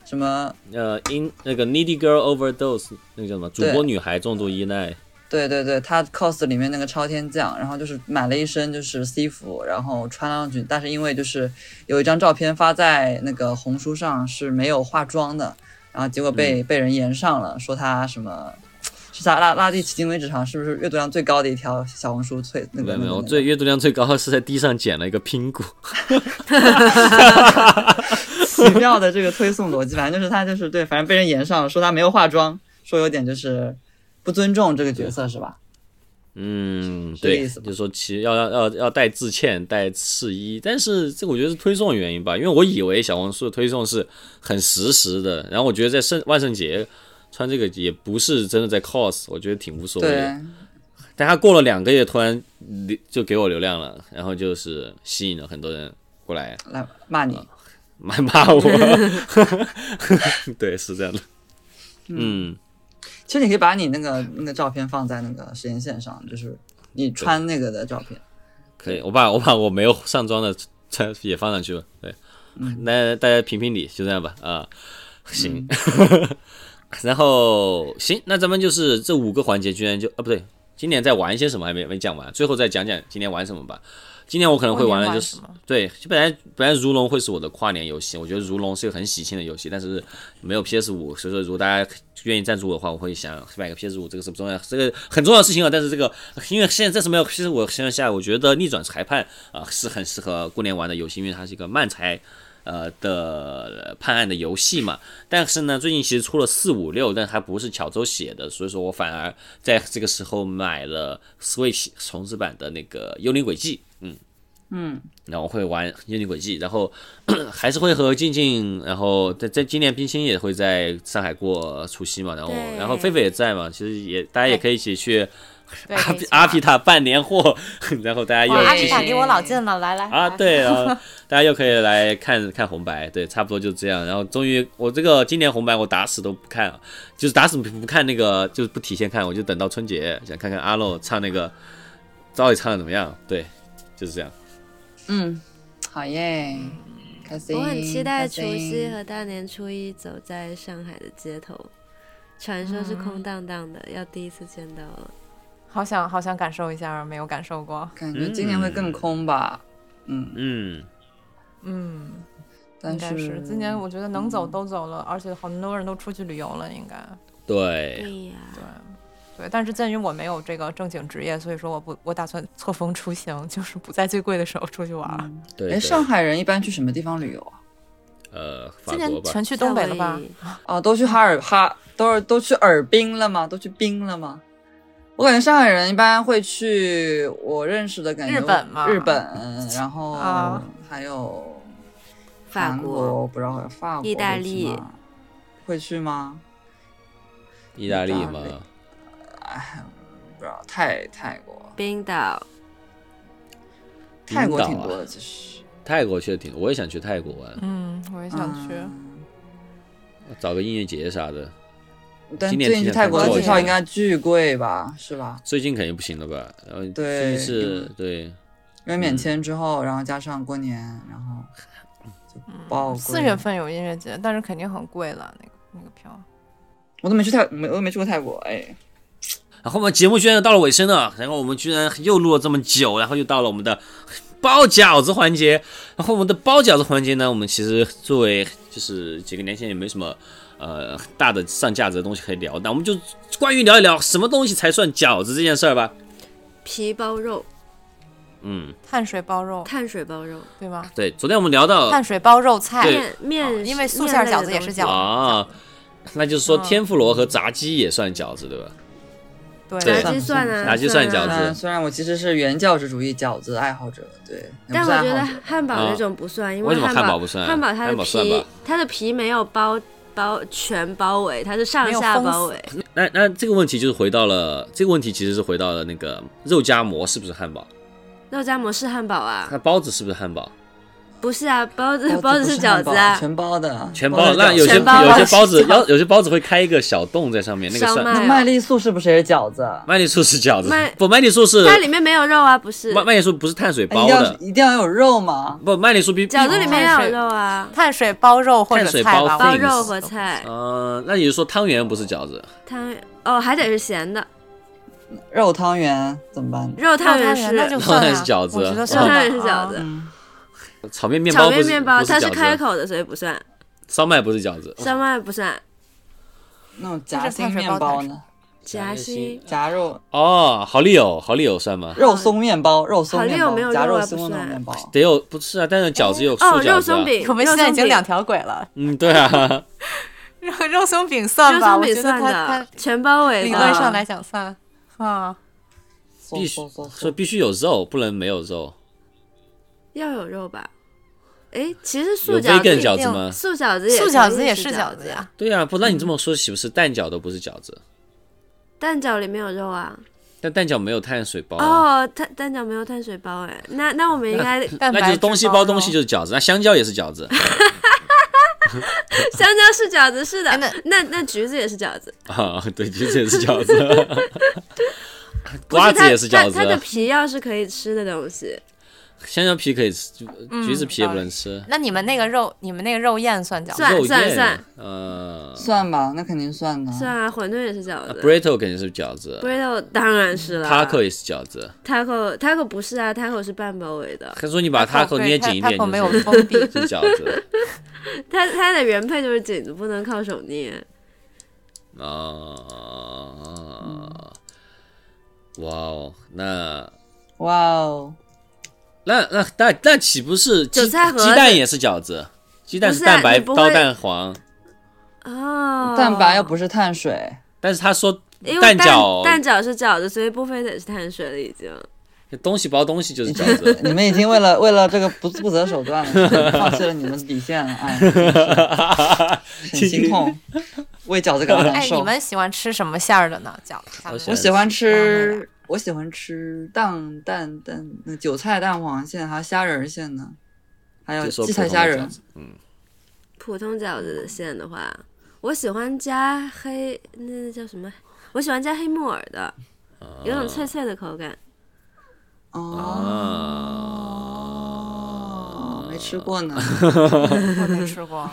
[SPEAKER 4] 什么？
[SPEAKER 1] 呃，in 那个 Needy Girl Overdose 那个叫什么？主
[SPEAKER 4] 对
[SPEAKER 1] 播女孩重度依赖，
[SPEAKER 4] 对对对，他 cos 里面那个超天将，然后就是买了一身就是 C 服，然后穿上去，但是因为就是有一张照片发在那个红书上是没有化妆的，然后结果被、
[SPEAKER 1] 嗯
[SPEAKER 4] 被人延上了，说他什么。是他拉拉蒂迄今为止好像是不是阅读量最高的一条小红书最那
[SPEAKER 1] 没
[SPEAKER 4] 个
[SPEAKER 1] 有没有，
[SPEAKER 4] 那
[SPEAKER 1] 我
[SPEAKER 4] 个
[SPEAKER 1] 最阅读量最高的是在地上捡了一个拼骨，
[SPEAKER 4] 奇妙的这个推送逻辑，反正就是他就是对，反正被人延上了，说他没有化妆，说有点就是不尊重这个角色是吧？
[SPEAKER 1] 嗯，
[SPEAKER 4] 是这个
[SPEAKER 1] 对，
[SPEAKER 4] 意思吧
[SPEAKER 1] 就说其实要要要要带致歉、带示意，但是这个我觉得是推送的原因吧，因为我以为小红书的推送是很实时的，然后我觉得在圣万圣节穿这个也不是真的在 cos，我觉得挺无所谓的。
[SPEAKER 4] 对，
[SPEAKER 1] 但他过了两个月，突然流就给我流量了，然后就是吸引了很多人过来
[SPEAKER 4] 来骂
[SPEAKER 1] 嗯
[SPEAKER 4] 你，
[SPEAKER 1] 骂骂我，对，是这样的，嗯，
[SPEAKER 4] 其实你可以把你那个那个照片放在那个时间线上，就是你穿那个的照片。
[SPEAKER 1] 可以，我把我把我没有上妆的穿也放上去吧，对，那大家评评理，就这样吧，啊，行， 然后行，那咱们就是这五个环节，居然就啊不对，今年在玩一些什么还没没讲完，最后再讲讲今年玩什么吧。今年我可能会玩的就是
[SPEAKER 2] 过年玩什么
[SPEAKER 1] 对，本来本来如龙会是我的跨年游戏，我觉得如龙是一个很喜庆的游戏，但是没有 PS 五，所以说如果大家愿意赞助我的话，我会想买个 PS 五，这个是不重要，这个很重要的事情啊。但是这个因为现在暂时没有 PS 五的情况下，我觉得逆转裁判啊、是很适合过年玩的游戏，因为它是一个慢裁。呃的判案的游戏嘛，但是呢，最近其实出了四五六，但还不是巧周写的，所以说我反而在这个时候买了 Switch 重置版的那个《幽灵轨迹》，嗯，
[SPEAKER 4] 嗯，
[SPEAKER 1] 然后会玩《幽灵轨迹》，然后 还是会和静静，然后在在今年冰心也会在上海过除夕嘛，然后
[SPEAKER 3] 对
[SPEAKER 1] 然后狒狒也在嘛，其实也大家也可以一起去
[SPEAKER 2] 对
[SPEAKER 1] 阿
[SPEAKER 2] 可以一起玩
[SPEAKER 1] 阿皮塔办年货， 然后大家又
[SPEAKER 2] 哇，阿
[SPEAKER 1] 继
[SPEAKER 2] 米
[SPEAKER 1] 续
[SPEAKER 2] 塔离我老近了，来来
[SPEAKER 1] 啊，
[SPEAKER 2] 来
[SPEAKER 1] 对啊，大家又可以来看看红白，对，差不多就这样。然后终于，我这个今年红白我打死都不看啊，就是打死不看那个，就是不提前看，我就等到春节，想看看阿洛唱那个，到底唱的怎么样？对，就是这样。
[SPEAKER 4] 嗯，好耶，开心。
[SPEAKER 3] 我很期
[SPEAKER 4] 开
[SPEAKER 3] 待除
[SPEAKER 4] 心
[SPEAKER 3] 夕和大年初一走在上海的街头，传说是
[SPEAKER 2] 嗯
[SPEAKER 3] 空荡荡的，要第一次见到了。
[SPEAKER 2] 好想好想感受一下，没有感受过。
[SPEAKER 4] 感觉今年会更空吧？嗯，
[SPEAKER 1] 嗯，
[SPEAKER 2] 嗯，应
[SPEAKER 4] 但
[SPEAKER 2] 该是今年我觉得能走都走了，而且很多人都出去旅游了，应该
[SPEAKER 1] 哎对，
[SPEAKER 3] 对哎呀、
[SPEAKER 2] 对。但是鉴于我没有这个正经职业，所以说我不我打算错峰出 行，就是不在最贵的时候出去玩儿。
[SPEAKER 1] 对。
[SPEAKER 4] 哎，
[SPEAKER 1] 对
[SPEAKER 4] 上海人一般去什么地方旅游啊？
[SPEAKER 1] 呃法
[SPEAKER 2] 今年
[SPEAKER 1] 国吧
[SPEAKER 2] 全。去东北了吧？嗯
[SPEAKER 4] 啊，都去哈尔哈，都是都去尔滨了吗？都去冰了吗？我感觉上海人一般会去我认识的感觉
[SPEAKER 2] 日本嘛
[SPEAKER 4] 日本，然后
[SPEAKER 2] 啊
[SPEAKER 4] 还有
[SPEAKER 3] 法
[SPEAKER 4] 韩
[SPEAKER 3] 国、
[SPEAKER 4] 我不知道法国、
[SPEAKER 3] 意大利
[SPEAKER 4] 会去吗？
[SPEAKER 1] 意大利
[SPEAKER 4] 意大利
[SPEAKER 1] 嘛，
[SPEAKER 4] 不知道泰泰国，
[SPEAKER 3] 冰岛，
[SPEAKER 1] 冰岛啊
[SPEAKER 4] 泰国挺多的，其实
[SPEAKER 1] 泰国去的挺多，我也想去泰国玩，
[SPEAKER 2] 嗯，我也想去。
[SPEAKER 4] 嗯
[SPEAKER 1] 找个音乐节啥的。
[SPEAKER 4] 但
[SPEAKER 1] 今年
[SPEAKER 4] 最近
[SPEAKER 1] 提
[SPEAKER 4] 去
[SPEAKER 1] 前
[SPEAKER 4] 泰国
[SPEAKER 2] 看
[SPEAKER 4] 的
[SPEAKER 2] 过
[SPEAKER 4] 机
[SPEAKER 2] 一
[SPEAKER 4] 票
[SPEAKER 2] 下
[SPEAKER 4] 应该巨贵吧？是吧？
[SPEAKER 1] 最近肯定不行了吧？然后
[SPEAKER 4] 对
[SPEAKER 1] 是，对，
[SPEAKER 4] 因为免签之后，然后加上过年，然后
[SPEAKER 3] 嗯
[SPEAKER 4] 就爆贵。
[SPEAKER 2] 四
[SPEAKER 1] 啊
[SPEAKER 2] 月份有音乐节，但是肯定很贵了，那个那个票。
[SPEAKER 4] 我都没去泰，没我都没去过泰国，哎，
[SPEAKER 1] 然后我们节目居然又到了尾声了，然后我们居然又录了这么久，然后又到了我们的包饺子环节。然后我们的包饺子环节呢，我们其实作为就是几个年前也没什么呃大的上价值的东西可以聊，那我们就关于聊一聊什么东西才算饺子这件事儿吧。
[SPEAKER 3] 皮包肉、
[SPEAKER 2] 哦
[SPEAKER 1] 嗯，
[SPEAKER 2] 碳水包肉，
[SPEAKER 3] 碳水包肉、
[SPEAKER 2] 对吗？
[SPEAKER 1] 对，昨天我们聊到
[SPEAKER 2] 碳水包肉菜，
[SPEAKER 1] 呃对哦
[SPEAKER 3] 面面，
[SPEAKER 2] 因为素馅
[SPEAKER 3] 面
[SPEAKER 2] 儿
[SPEAKER 3] 类的
[SPEAKER 2] 饺子也是
[SPEAKER 3] 东西
[SPEAKER 2] 饺子
[SPEAKER 1] 啊，那就是说
[SPEAKER 2] 嗯
[SPEAKER 1] 天妇罗和炸鸡也算饺子对吧？
[SPEAKER 2] 对
[SPEAKER 1] 对
[SPEAKER 3] 炸鸡算啊，
[SPEAKER 1] 炸鸡算饺子
[SPEAKER 3] 啊
[SPEAKER 4] 嗯，虽然我其实是原教旨主义饺子爱好者，对，也
[SPEAKER 3] 但
[SPEAKER 4] 不
[SPEAKER 3] 我
[SPEAKER 4] 是爱
[SPEAKER 3] 觉得
[SPEAKER 4] 好者哦
[SPEAKER 3] 汉堡那种不算，因
[SPEAKER 1] 哦为什么
[SPEAKER 3] 汉
[SPEAKER 1] 汉堡不算
[SPEAKER 3] 汉堡它
[SPEAKER 1] 汉
[SPEAKER 3] 的
[SPEAKER 1] 堡算吧
[SPEAKER 3] 皮，它的皮没有包包全包围，它是上
[SPEAKER 2] 没有
[SPEAKER 3] 下
[SPEAKER 2] 封死
[SPEAKER 3] 包围。
[SPEAKER 1] 那那这个问题就是回到了这个问题，其实是回到了那个肉夹馍是不是汉堡？
[SPEAKER 3] 肉夹馍是汉堡啊？
[SPEAKER 1] 那包子是不是汉堡？
[SPEAKER 3] 不是啊，包子
[SPEAKER 4] 包
[SPEAKER 3] 包
[SPEAKER 4] 子
[SPEAKER 3] 子
[SPEAKER 4] 不
[SPEAKER 3] 是饺
[SPEAKER 4] 汉
[SPEAKER 3] 子
[SPEAKER 4] 堡
[SPEAKER 3] 啊，
[SPEAKER 4] 全包的，
[SPEAKER 1] 全
[SPEAKER 4] 包
[SPEAKER 1] 包，
[SPEAKER 4] 的饺
[SPEAKER 1] 那
[SPEAKER 4] 子
[SPEAKER 1] 有些
[SPEAKER 3] 全包
[SPEAKER 1] 有些
[SPEAKER 3] 了
[SPEAKER 1] 包子要有些包子会开一个小洞在上面，那个
[SPEAKER 3] 烧
[SPEAKER 1] 算
[SPEAKER 3] 麦
[SPEAKER 4] 那麦丽素是不是也是饺子？啊
[SPEAKER 1] 麦丽素是饺子
[SPEAKER 3] 麦，
[SPEAKER 1] 不，麦丽素是
[SPEAKER 3] 它里面没有肉啊，不是？
[SPEAKER 1] 麦麦丽素不是碳水
[SPEAKER 4] 哎
[SPEAKER 1] 包
[SPEAKER 4] 一定要
[SPEAKER 1] 的，
[SPEAKER 4] 一定要有肉吗？
[SPEAKER 1] 不，麦丽素比
[SPEAKER 3] 饺子里
[SPEAKER 2] 哦
[SPEAKER 3] 面
[SPEAKER 2] 碳
[SPEAKER 3] 要有
[SPEAKER 2] 水
[SPEAKER 3] 肉啊，
[SPEAKER 2] 碳水包肉或者
[SPEAKER 1] 碳水
[SPEAKER 2] 菜吧，
[SPEAKER 1] 包
[SPEAKER 3] 包
[SPEAKER 1] 饼
[SPEAKER 3] 肉和菜
[SPEAKER 1] 呃，那也就是说汤圆不是饺子，
[SPEAKER 3] 汤圆哦，还得是咸的，
[SPEAKER 4] 肉汤圆怎么办？
[SPEAKER 3] 肉
[SPEAKER 2] 肉
[SPEAKER 3] 汤
[SPEAKER 2] 哦汤
[SPEAKER 3] 圆
[SPEAKER 2] 圆
[SPEAKER 3] 是
[SPEAKER 2] 那就
[SPEAKER 3] 肉
[SPEAKER 2] 算
[SPEAKER 1] 那
[SPEAKER 2] 了，
[SPEAKER 1] 是饺子
[SPEAKER 2] 我觉得
[SPEAKER 1] 肉
[SPEAKER 2] 算
[SPEAKER 3] 汤
[SPEAKER 2] 了
[SPEAKER 3] 圆是饺子
[SPEAKER 2] 啊，
[SPEAKER 1] 炒面面
[SPEAKER 3] 炒
[SPEAKER 1] 包不
[SPEAKER 3] 面
[SPEAKER 1] 是
[SPEAKER 3] 面包
[SPEAKER 1] 不是
[SPEAKER 3] 它是开
[SPEAKER 1] 饺子，
[SPEAKER 3] 口的，所以不算，
[SPEAKER 1] 烧麦不是饺子，
[SPEAKER 3] 烧麦不算，
[SPEAKER 4] 那种夹
[SPEAKER 2] 这是碳
[SPEAKER 4] 心
[SPEAKER 2] 水包
[SPEAKER 4] 面包
[SPEAKER 2] 碳
[SPEAKER 4] 呢？
[SPEAKER 3] 夹心。
[SPEAKER 4] 夹肉
[SPEAKER 1] 哦，好丽友，好丽友算吗？
[SPEAKER 4] 肉松面包，肉松
[SPEAKER 3] 好
[SPEAKER 4] 面
[SPEAKER 3] 六
[SPEAKER 4] 包
[SPEAKER 3] 没有，
[SPEAKER 4] 夹
[SPEAKER 3] 肉
[SPEAKER 4] 肉
[SPEAKER 3] 啊
[SPEAKER 4] 松
[SPEAKER 3] 不
[SPEAKER 4] 那
[SPEAKER 3] 算
[SPEAKER 4] 种面包，
[SPEAKER 1] 得有不是啊，但是饺子有素
[SPEAKER 3] 哦，
[SPEAKER 1] 饺
[SPEAKER 3] 肉
[SPEAKER 1] 子啊
[SPEAKER 3] 松，饼，
[SPEAKER 2] 我们现在已经
[SPEAKER 3] 肉松饼
[SPEAKER 2] 两条轨了，
[SPEAKER 1] 嗯，对啊，
[SPEAKER 2] 肉肉松饼算
[SPEAKER 3] 肉
[SPEAKER 2] 吧，
[SPEAKER 3] 松
[SPEAKER 2] 我
[SPEAKER 3] 饼
[SPEAKER 2] 觉得
[SPEAKER 3] 算
[SPEAKER 2] 它嗯
[SPEAKER 3] 的
[SPEAKER 2] 它，
[SPEAKER 3] 全包围的。
[SPEAKER 2] 理论上来讲算啊，
[SPEAKER 4] 嗖
[SPEAKER 1] 必须
[SPEAKER 4] 嗖嗖嗖
[SPEAKER 1] 说必须有肉，不能没有肉，
[SPEAKER 3] 要有肉吧？哎，其实素
[SPEAKER 1] 有
[SPEAKER 3] 饺
[SPEAKER 1] vegan
[SPEAKER 3] 子
[SPEAKER 1] 饺
[SPEAKER 3] 也
[SPEAKER 1] 子吗？
[SPEAKER 3] 素饺子也
[SPEAKER 2] 素饺子也
[SPEAKER 3] 是
[SPEAKER 2] 是饺
[SPEAKER 3] 子
[SPEAKER 2] 子呀，，
[SPEAKER 1] 对啊，不那你这么说岂不是蛋饺都不是饺子？
[SPEAKER 3] 蛋饺里面有肉啊。
[SPEAKER 1] 但蛋饺没有碳水包啊。
[SPEAKER 3] 哦，蛋蛋饺没有碳水包哎，那那我们应该
[SPEAKER 2] 蛋
[SPEAKER 1] 那
[SPEAKER 2] 白
[SPEAKER 1] 就是
[SPEAKER 2] 质
[SPEAKER 1] 东西包
[SPEAKER 2] 包
[SPEAKER 1] 东西就是饺子，那香蕉也是饺子
[SPEAKER 3] 香蕉是饺子是的
[SPEAKER 2] 哎那，
[SPEAKER 3] 那那橘子也是饺子，
[SPEAKER 1] 啊，对，橘子也是饺子，
[SPEAKER 3] 不是
[SPEAKER 1] 瓜子啊
[SPEAKER 3] 它
[SPEAKER 1] 也是饺
[SPEAKER 3] 它它的
[SPEAKER 1] 子，
[SPEAKER 3] 皮要是可以吃的东西，
[SPEAKER 1] 香蕉皮可以吃，橘子皮也不能吃。
[SPEAKER 2] 那你们那个肉，你们那个肉燕算饺子？
[SPEAKER 3] 嗯算
[SPEAKER 1] 肉
[SPEAKER 3] 算
[SPEAKER 1] 燕
[SPEAKER 3] 算，
[SPEAKER 1] 呃
[SPEAKER 4] 算吧，那肯定算的。
[SPEAKER 3] 算啊，馄饨也是饺子。
[SPEAKER 1] ，burrito 肯定是饺子
[SPEAKER 3] burrito 当然是了
[SPEAKER 1] ，taco 也是饺子。
[SPEAKER 3] taco taco 不是啊，taco 是半包围的，
[SPEAKER 1] 他说你把
[SPEAKER 2] taco-
[SPEAKER 1] taco
[SPEAKER 2] 对
[SPEAKER 1] 捏紧一点，
[SPEAKER 2] taco 没有
[SPEAKER 1] 就是
[SPEAKER 2] 封闭
[SPEAKER 1] 是饺子
[SPEAKER 3] 它它的原配就是紧的，不能靠手捏。
[SPEAKER 1] 啊。哇哦，那
[SPEAKER 4] 哇哦，
[SPEAKER 1] 那那那那岂不是鸡
[SPEAKER 3] 韭菜盒子
[SPEAKER 1] 鸡蛋也是饺子？鸡蛋
[SPEAKER 3] 不
[SPEAKER 1] 是
[SPEAKER 3] 是啊
[SPEAKER 1] 蛋白
[SPEAKER 3] 你不会
[SPEAKER 1] 包蛋黄，
[SPEAKER 3] 哦，
[SPEAKER 4] 蛋白又不是碳水，
[SPEAKER 1] 但是他说
[SPEAKER 3] 因为
[SPEAKER 1] 蛋
[SPEAKER 3] 蛋
[SPEAKER 1] 饺
[SPEAKER 3] 蛋饺是饺子，所以不非得是碳水了已经。
[SPEAKER 1] 东西包东西就是饺子。
[SPEAKER 4] 你们已经为了为了这个不不择手段 了，放弃了你们的底线了，哎，很 心痛，为饺子感到难
[SPEAKER 2] 哎，你
[SPEAKER 4] 受。
[SPEAKER 2] 们喜欢吃什么馅儿的呢？饺子他们，
[SPEAKER 1] 喜欢
[SPEAKER 4] 我喜欢吃，我喜欢吃蛋蛋蛋，那韭菜蛋黄馅，还有虾仁儿馅呢，还有
[SPEAKER 1] 就说普
[SPEAKER 4] 荠菜
[SPEAKER 1] 通
[SPEAKER 4] 虾
[SPEAKER 1] 的
[SPEAKER 4] 仁
[SPEAKER 1] 饺。子，嗯，
[SPEAKER 3] 普通饺子的馅的话，我喜欢加黑，那叫什么？我喜欢加黑木耳的，有种脆脆的口感。
[SPEAKER 4] 哦，
[SPEAKER 1] 啊
[SPEAKER 4] 没吃过 呢，
[SPEAKER 2] 我没吃 过。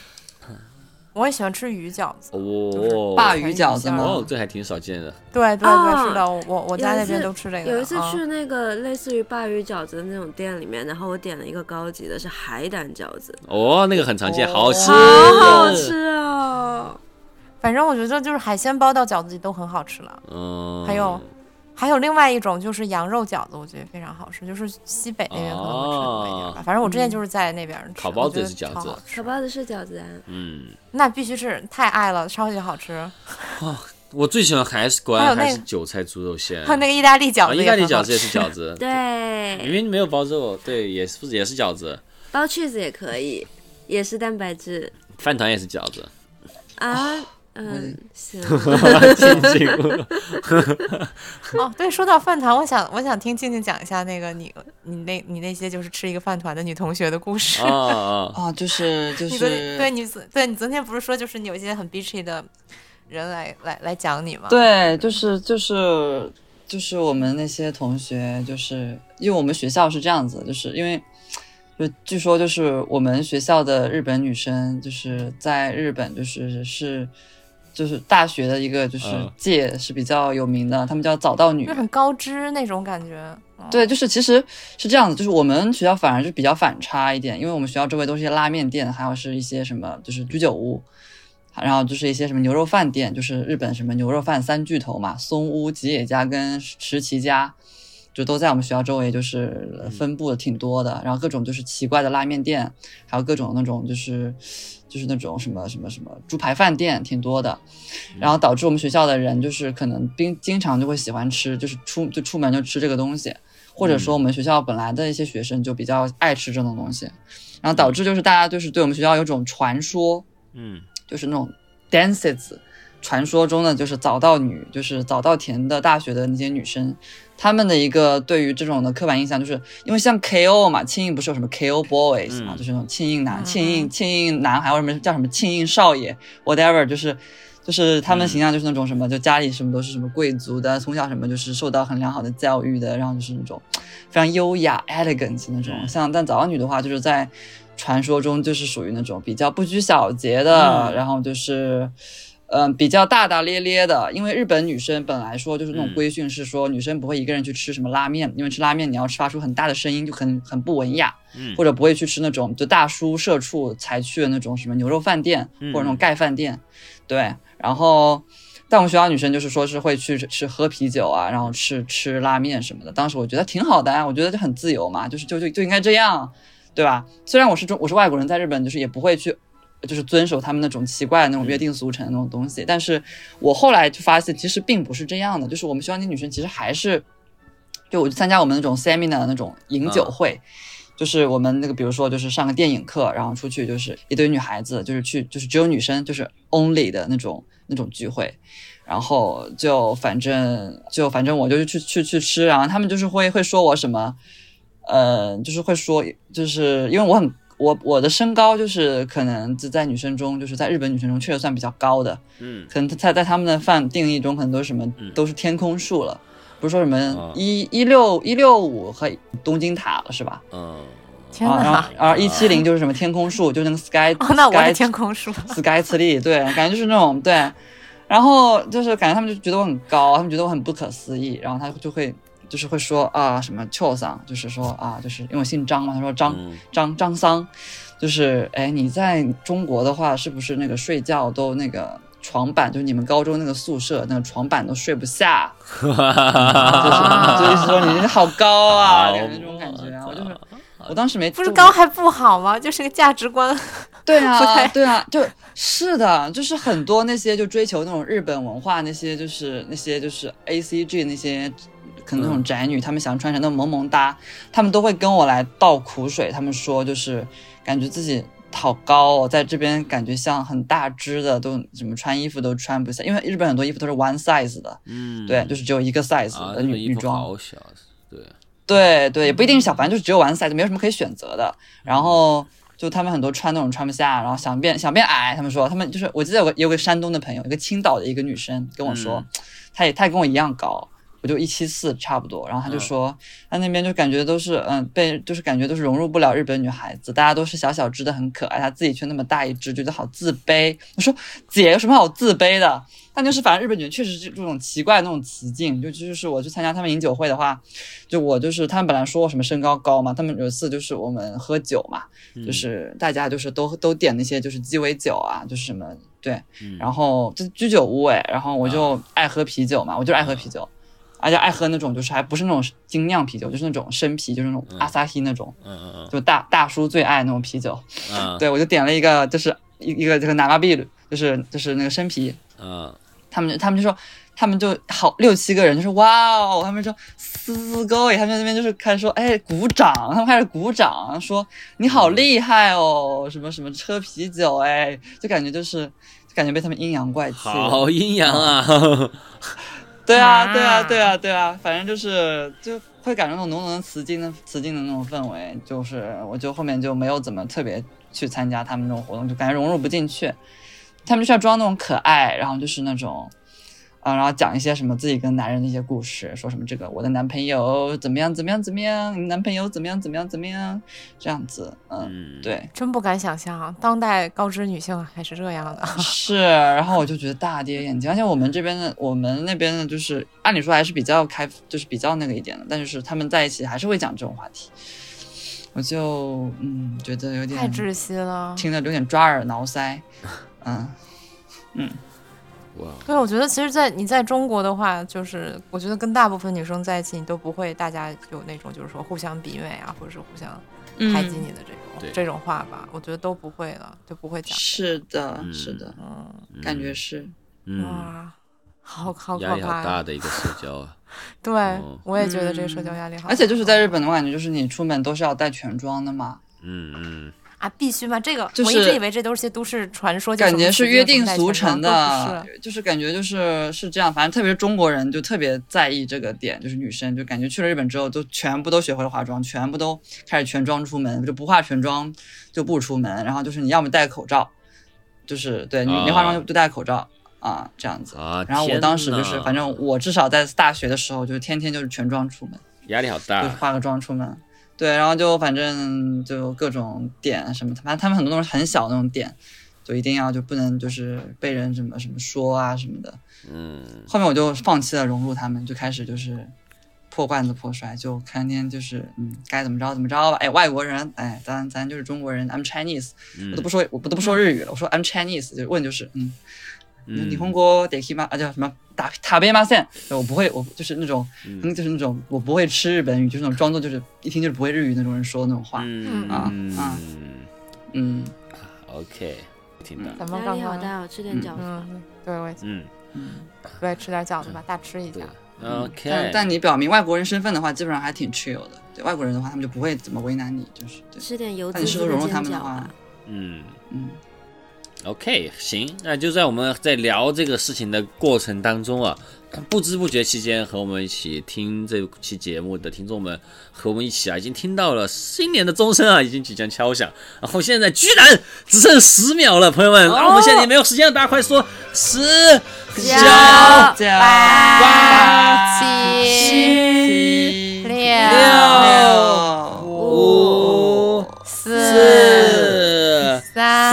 [SPEAKER 2] 我也喜欢吃鱼饺子，
[SPEAKER 1] 哦，
[SPEAKER 4] 鲅鱼饺子
[SPEAKER 2] 啊
[SPEAKER 1] 哦
[SPEAKER 4] 吗，？
[SPEAKER 1] 这还挺少见的。
[SPEAKER 2] 对对
[SPEAKER 3] 哦
[SPEAKER 2] 对，是的，我我我家那边都吃这个的。
[SPEAKER 3] 有一次
[SPEAKER 2] 啊
[SPEAKER 3] 去那个类似于鲅鱼饺子的那种店里面，然后我点了一个高级的，是海胆饺子，
[SPEAKER 1] 哦，那个很常见，好吃，
[SPEAKER 3] 好好吃哦！
[SPEAKER 2] 反正我觉得就是海鲜包到饺子里都很好吃了。
[SPEAKER 1] 嗯，
[SPEAKER 2] 还有还有另外一种就是羊肉饺子，我觉得非常好吃，就是西北那边可能会吃多一点吧。反正我之前就是在那边吃，
[SPEAKER 1] 哦嗯烤包子
[SPEAKER 2] 我觉得
[SPEAKER 1] 是饺
[SPEAKER 2] 超
[SPEAKER 1] 子
[SPEAKER 2] 好吃
[SPEAKER 3] 小包子是饺子啊，
[SPEAKER 1] 嗯，
[SPEAKER 2] 那必须是太爱了，超级好吃。
[SPEAKER 1] 我最喜欢还是果
[SPEAKER 2] 还
[SPEAKER 1] 然
[SPEAKER 2] 有那
[SPEAKER 1] 还
[SPEAKER 2] 个
[SPEAKER 1] 是韭菜猪肉馅，
[SPEAKER 2] 还有那个意大利饺
[SPEAKER 1] 啊
[SPEAKER 2] 子
[SPEAKER 1] 意
[SPEAKER 2] 也
[SPEAKER 1] 大利
[SPEAKER 2] 很好
[SPEAKER 1] 饺子也是
[SPEAKER 2] 吃
[SPEAKER 1] 饺子，明
[SPEAKER 3] 对，
[SPEAKER 1] 明没有包肉，对，也是不是也是饺子，
[SPEAKER 3] 包 cheese 也可以，也是蛋白质
[SPEAKER 1] 饭团也是饺子，
[SPEAKER 3] 啊。嗯，行，
[SPEAKER 1] 静静
[SPEAKER 2] 哦，对，说到饭团，我想我想听静静讲一下那个你你那你那些就是吃一个饭团的女同学的故事。
[SPEAKER 1] 啊啊，
[SPEAKER 4] 啊，就是就
[SPEAKER 2] 你昨
[SPEAKER 4] 是
[SPEAKER 2] 天对你昨对你昨天不是说就是你有一些很 bitchy 的人来来来讲你吗？，
[SPEAKER 4] 对，就是就是就是我们那些同学，就是因为我们学校是这样子，就是因为就据说就是我们学校的日本女生，就是在日本就是是就是大学的一个就是
[SPEAKER 1] 嗯
[SPEAKER 4] 界是比较有名的，她们叫早稻女
[SPEAKER 2] 就。很高知那种感觉。嗯
[SPEAKER 4] 对，就是其实是这样子，就是我们学校反而是比较反差一点，因为我们学校周围都是一些拉面店，还有是一些什么就是居酒屋，然后就是一些什么牛肉饭店，就是日本什么牛肉饭三巨头嘛，松屋、吉野家跟石崎家，就都在我们学校周围，就是分布的挺多的。然后各种就是奇怪的拉面店，还有各种那种就是就是那种什么什么什么猪排饭店，挺多的。然后导致我们学校的人就是可能经经常就会喜欢吃，就是出就出门就吃这个东西，或者说我们学校本来的一些学生就比较爱吃这种东西，然后导致就是大家就是对我们学校有种传说，
[SPEAKER 1] 嗯，
[SPEAKER 4] 就是那种 dances，传说中的就是早稻女，就是早稻田的大学的那些女生，她们的一个对于这种的刻板印象，就是因为像 KO 嘛，庆应不是有什么 KO boys 嘛，
[SPEAKER 1] 嗯
[SPEAKER 4] 就是那种庆应男、
[SPEAKER 2] 嗯
[SPEAKER 4] 庆应庆应男，还有什么叫什么庆应少爷，whatever，就是。就是他们
[SPEAKER 1] 嗯
[SPEAKER 4] 形象就是那种什么，就家里什么都是什么贵族的，从小什么就是受到很良好的教育的，然后就是那种非常优雅 elegant 那种。
[SPEAKER 1] 嗯
[SPEAKER 4] 像但早安女的话，就是在传说中就是属于那种比较不拘小节的，
[SPEAKER 1] 嗯
[SPEAKER 4] 然后就是。嗯，比较大大咧咧的，因为日本女生本来说就是那种
[SPEAKER 1] 嗯
[SPEAKER 4] 规训是说女生不会一个人去吃什么拉面，因为吃拉面你要发出很大的声音就很很不文雅，
[SPEAKER 1] 嗯
[SPEAKER 4] 或者不会去吃那种就大叔社畜才去的那种什么牛肉饭店
[SPEAKER 1] 嗯
[SPEAKER 4] 或者那种盖饭店，对。然后，但我们学校女生就是说是会去吃喝啤酒啊，然后吃吃拉面什么的。当时我觉得挺好的啊，我觉得就很自由嘛，就是就就就应该这样，对吧？虽然我是中我是外国人，在日本就是也不会去。就是遵守他们那种奇怪的那种约定俗成的那种东西，但是我后来就发现，其实并不是这样的。就是我们学校那女生其实还是，就我去参加我们那种 seminar 的那种饮酒
[SPEAKER 1] 嗯
[SPEAKER 4] 会，就是我们那个，比如说就是上个电影课，然后出去就是一堆女孩子，就是去就是只有女生，就是 only 的那种那种聚会，然后就反正就反正我就是去去去吃，然后他们就是会会说我什么，呃，就是会说就是因为我很。我我的身高就是可能就在女生中，就是在日本女生中确实算比较高的，
[SPEAKER 1] 嗯
[SPEAKER 4] 可能在在他们的范定义中，可能都是什么
[SPEAKER 1] 嗯
[SPEAKER 4] 都是天空树了，不是说什
[SPEAKER 1] 啊
[SPEAKER 4] 么一一六一六五和东京塔了是吧？
[SPEAKER 1] 嗯，
[SPEAKER 2] 天
[SPEAKER 4] 啊，然
[SPEAKER 2] 哪
[SPEAKER 4] 后！然后一七零就是什么天空树，就是那个 sky，
[SPEAKER 2] 哦，那我的
[SPEAKER 4] sky
[SPEAKER 2] 天 空树，
[SPEAKER 4] sky tree，对，感觉就是那种对，然后就是感觉他们就觉得我很高，他们觉得我很不可思议，然后他就会就是会说啊什么邱桑，就是说啊就是因为我姓张嘛，他说张、
[SPEAKER 1] 嗯
[SPEAKER 4] 张张桑，就是哎你在中国的话是不是那个睡觉都那个床板，就是你们高中那个宿舍那个床板都睡不下，
[SPEAKER 2] 啊
[SPEAKER 4] 就是就意思说你好高啊，感觉这种感觉啊，我就是。我当时没
[SPEAKER 2] 不是
[SPEAKER 4] 就
[SPEAKER 2] 高还不好吗？就是个价值观。
[SPEAKER 4] 对
[SPEAKER 2] 不
[SPEAKER 4] 啊
[SPEAKER 2] 太，
[SPEAKER 4] 对啊，就是的，就是很多那些就追求那种日本文化，那些就是那些就是 A C G 那些，可能那种宅女，她们想穿成那种萌萌哒，她们都会跟我来倒苦水，她们说就是感觉自己。好高哦，在这边感觉像很大只的，都怎么穿衣服都穿不下，因为日本很多衣服都是 one size 的，
[SPEAKER 1] 嗯，
[SPEAKER 4] 对，就是只有一个 size
[SPEAKER 1] 啊，
[SPEAKER 4] 的
[SPEAKER 1] 那
[SPEAKER 4] 女、
[SPEAKER 1] 个衣
[SPEAKER 4] 女
[SPEAKER 1] 服
[SPEAKER 4] 装。
[SPEAKER 1] 好小，对，
[SPEAKER 4] 对对，也不一定
[SPEAKER 1] 嗯
[SPEAKER 4] 是小，反正就是只有玩 size，没有什么可以选择的。然后就他们很多穿那种穿不下，然后想变想变矮，他们说他们就是我记得有个有个山东的朋友，一个青岛的一个女生跟我说，
[SPEAKER 1] 嗯
[SPEAKER 4] 她也她也跟我一样高。我就一七四差不多，然后她就
[SPEAKER 1] 嗯
[SPEAKER 4] 说，她那边就感觉都是，嗯，被就是感觉都是融入不了日本女孩子，大家都是小小只的很可爱，她自己却那么大一只，觉得好自卑。我说姐有什么好自卑的？但就是反正日本女人确实是这种奇怪的那种雌竞，就就是我去参加他们饮酒会的话，就我就是他们本来说我什么身高高嘛，他们有一次就是我们喝酒嘛，
[SPEAKER 1] 嗯
[SPEAKER 4] 就是大家就是都都点那些就是鸡尾酒啊，就是什么对，
[SPEAKER 1] 嗯啊
[SPEAKER 4] 然后这居酒屋哎，然后我就爱喝啤酒嘛，我就爱喝啤酒。而且爱喝那种就是还不是那种精酿啤酒，就是那种生啤，就是那种阿萨希那种，
[SPEAKER 1] 嗯嗯
[SPEAKER 4] 就大大叔最爱那种啤酒。
[SPEAKER 1] 嗯，
[SPEAKER 4] 对，我就点了一个，就是一一个这个南瓜碧，就是就是那个生啤，
[SPEAKER 1] 嗯
[SPEAKER 4] 他们他们就说，他们就好六七个人，就说哇哦，他们说四个，他们在那边就是开始说，哎，鼓掌，他们开始鼓掌，说你好厉害哦，什么什么车啤酒，哎，就感觉就是就感觉被他们阴阳怪气。
[SPEAKER 1] 好阴阳啊！
[SPEAKER 4] 对
[SPEAKER 2] 啊
[SPEAKER 4] 啊，对啊，对啊，对啊，反正就是就会感觉那种浓浓的词境的词境的那种氛围，就是我就后面就没有怎么特别去参加他们那种活动，就感觉融入不进去。他们就是要装那种可爱，然后就是那种，啊、然后讲一些什么自己跟男人的一些故事，说什么这个我的男朋友怎么样怎么样怎么样，你男朋友怎么样怎么样怎么样，这样子，嗯，
[SPEAKER 1] 嗯，
[SPEAKER 4] 对，
[SPEAKER 2] 真不敢想象，当代高知女性还是这样的。
[SPEAKER 1] 嗯
[SPEAKER 4] 是，然后我就觉得大跌眼镜，而且我们这边的，我们那边的，就是按理说还是比较开，就是比较那个一点的，但就是他们在一起还是会讲这种话题，我就嗯觉得有点
[SPEAKER 2] 太窒息了。
[SPEAKER 4] 听得有点抓耳挠 腮，嗯，
[SPEAKER 1] 哇，
[SPEAKER 2] 对，我觉得其实在，你在中国的话，就是我觉得跟大部分女生在一起，你都不会大家有那种就是说互相比美啊，或者是互相排挤你的这种、
[SPEAKER 1] 对
[SPEAKER 2] 这种话吧，我觉得都不会了，就不会讲。
[SPEAKER 4] 是的，是
[SPEAKER 1] 嗯
[SPEAKER 4] 的，
[SPEAKER 2] 嗯，
[SPEAKER 4] 感觉是，
[SPEAKER 1] 嗯，
[SPEAKER 2] 哇，好好可
[SPEAKER 1] 压力好
[SPEAKER 2] 怕
[SPEAKER 1] 大
[SPEAKER 2] 呀！
[SPEAKER 1] 的一个社交啊，
[SPEAKER 2] 对、
[SPEAKER 1] 哦
[SPEAKER 2] 我也觉得这个社交压力好大、
[SPEAKER 4] 嗯而且就是在日本的话，感觉就是你出门都是要带全妆的嘛，
[SPEAKER 1] 嗯嗯，
[SPEAKER 2] 啊，必须嘛，这个、
[SPEAKER 4] 就
[SPEAKER 2] 我一直
[SPEAKER 4] 是
[SPEAKER 2] 以为这都是些都市传说，就
[SPEAKER 4] 感觉是
[SPEAKER 2] 是
[SPEAKER 4] 约定俗成的
[SPEAKER 2] 是，
[SPEAKER 4] 就是感觉就是是这样，反正特别是中国人就特别在意这个点，就是女生就感觉去了日本之后，就全部都学会了化妆，全部都开始全妆出门，就不化全妆就不出门，然后就是你要么戴口罩，就是对你
[SPEAKER 1] 啊
[SPEAKER 4] 没化妆就不戴口罩啊这样子。
[SPEAKER 1] 啊，
[SPEAKER 4] 然后我
[SPEAKER 1] 天
[SPEAKER 4] 当时就
[SPEAKER 1] 哪
[SPEAKER 4] 是，反正我至少在大学的时候，就是天天就是全妆出门。
[SPEAKER 1] 压力好
[SPEAKER 4] 就是
[SPEAKER 1] 大，
[SPEAKER 4] 化个妆出门。对，然后就反正就各种点什么，反正他们很多都是很小的那种点，就一定要就不能就是被人什么什么说啊什么的。
[SPEAKER 1] 嗯，
[SPEAKER 4] 后面我就放弃了融入他们，就开始就是破罐子破摔，就天天就是嗯该怎么着怎么着吧。哎，外国人，哎，咱咱就是中国人，I'm Chinese，我都不说我不都不说日语了，我说 I'm Chinese，就问就是嗯，
[SPEAKER 1] 嗯
[SPEAKER 4] 你红国得 k 吗？啊叫什么打塔贝马线？对我不会，我就是那种嗯，
[SPEAKER 1] 嗯
[SPEAKER 4] 就是那种我不会吃日本语，就是那种装作就是一听就是不会日语那种人说的那种话。
[SPEAKER 1] 嗯
[SPEAKER 4] 啊啊
[SPEAKER 1] 嗯
[SPEAKER 4] 嗯，
[SPEAKER 1] ，OK，听到，
[SPEAKER 2] 咱们
[SPEAKER 3] 压
[SPEAKER 2] 刚
[SPEAKER 3] 力好
[SPEAKER 2] 刚
[SPEAKER 3] 大，我吃点饺子吧。
[SPEAKER 2] 嗯，对，我也
[SPEAKER 1] 嗯，
[SPEAKER 2] 对吃点饺子吧，大吃一
[SPEAKER 1] 对
[SPEAKER 2] 下。
[SPEAKER 1] ，OK，
[SPEAKER 4] 但但你表明外国人身份的话，基本上还挺 chill 的。对外国人的话，他们就不会怎么为难你，就是对。
[SPEAKER 3] 吃点油
[SPEAKER 4] 嗯那
[SPEAKER 3] 滋
[SPEAKER 4] 你试
[SPEAKER 3] 滋
[SPEAKER 4] 图融入
[SPEAKER 3] 煎
[SPEAKER 4] 他们
[SPEAKER 3] 饺啊
[SPEAKER 4] 的话
[SPEAKER 3] 吧。，
[SPEAKER 1] 嗯。
[SPEAKER 4] 嗯，
[SPEAKER 1] OK，行，那就在我们在聊这个事情的过程当中啊，不知不觉期间和我们一起听这期节目的听众们和我们一起啊，已经听到了新年的钟声啊，已经即将敲响，然后现在居然只剩十秒了，朋友们，那我们现在也没有时间了，大家快说十九
[SPEAKER 2] 九
[SPEAKER 4] 九
[SPEAKER 2] 八
[SPEAKER 4] 八
[SPEAKER 2] 七
[SPEAKER 4] 七
[SPEAKER 2] 六
[SPEAKER 4] 六
[SPEAKER 1] 五
[SPEAKER 2] 四三
[SPEAKER 4] 三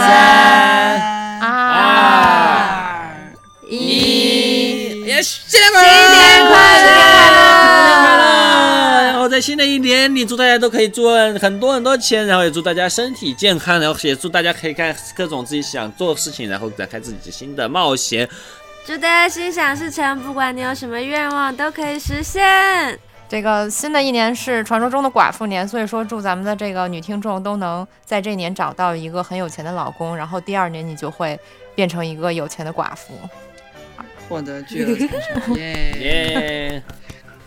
[SPEAKER 2] 二
[SPEAKER 1] 一，也新年快乐，新年
[SPEAKER 2] 快乐
[SPEAKER 1] 然后在新的一年里，祝大家都可以赚很多很多钱，然后也祝大家身体健康，然后也祝大家可以干各种自己想做的事情，然后展开自己新的冒 险。
[SPEAKER 3] 祝大家心想事成，不管你有什么愿望都可以实现。
[SPEAKER 2] 这个新的一年是传说中的寡妇年，所以说祝咱们的这个女听众都能在这一年找到一个很有钱的老公，然后第二年你就会变成一个有钱的寡妇。
[SPEAKER 4] 嗯获得巨额财产，耶！
[SPEAKER 1] 耶、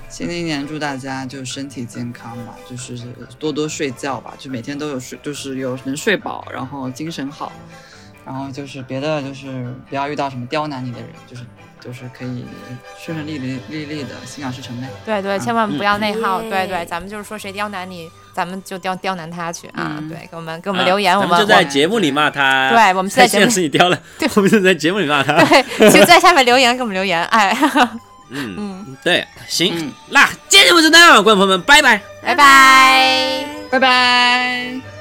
[SPEAKER 4] 新的一年祝大家就身体健康吧，就是多多睡觉吧，就每天都有睡，就是有能睡饱，然后精神好，然后就是别的就是不要遇到什么刁难你的人，就是就是可以顺顺利利利利的心想事成呗。
[SPEAKER 2] 对对，千万不要内耗。
[SPEAKER 3] 嗯
[SPEAKER 2] 对对，
[SPEAKER 3] 耶
[SPEAKER 2] 咱们就是说谁刁难你，咱们就刁刁难他去啊。
[SPEAKER 4] 嗯
[SPEAKER 2] 对，给我们给我们留 言，
[SPEAKER 1] 啊
[SPEAKER 2] 我
[SPEAKER 1] 咱们就在
[SPEAKER 2] 我
[SPEAKER 1] 节目里骂他，
[SPEAKER 2] 对我们就在节目里
[SPEAKER 1] 现在是你刁 了， 我们就在节目里骂他。
[SPEAKER 2] 对，就在下面留言，给我们留言。哎，
[SPEAKER 1] 嗯，对，行，
[SPEAKER 4] 嗯
[SPEAKER 1] 那今天节目就这样，观众朋友们，拜拜。
[SPEAKER 2] 拜拜。
[SPEAKER 4] 拜拜。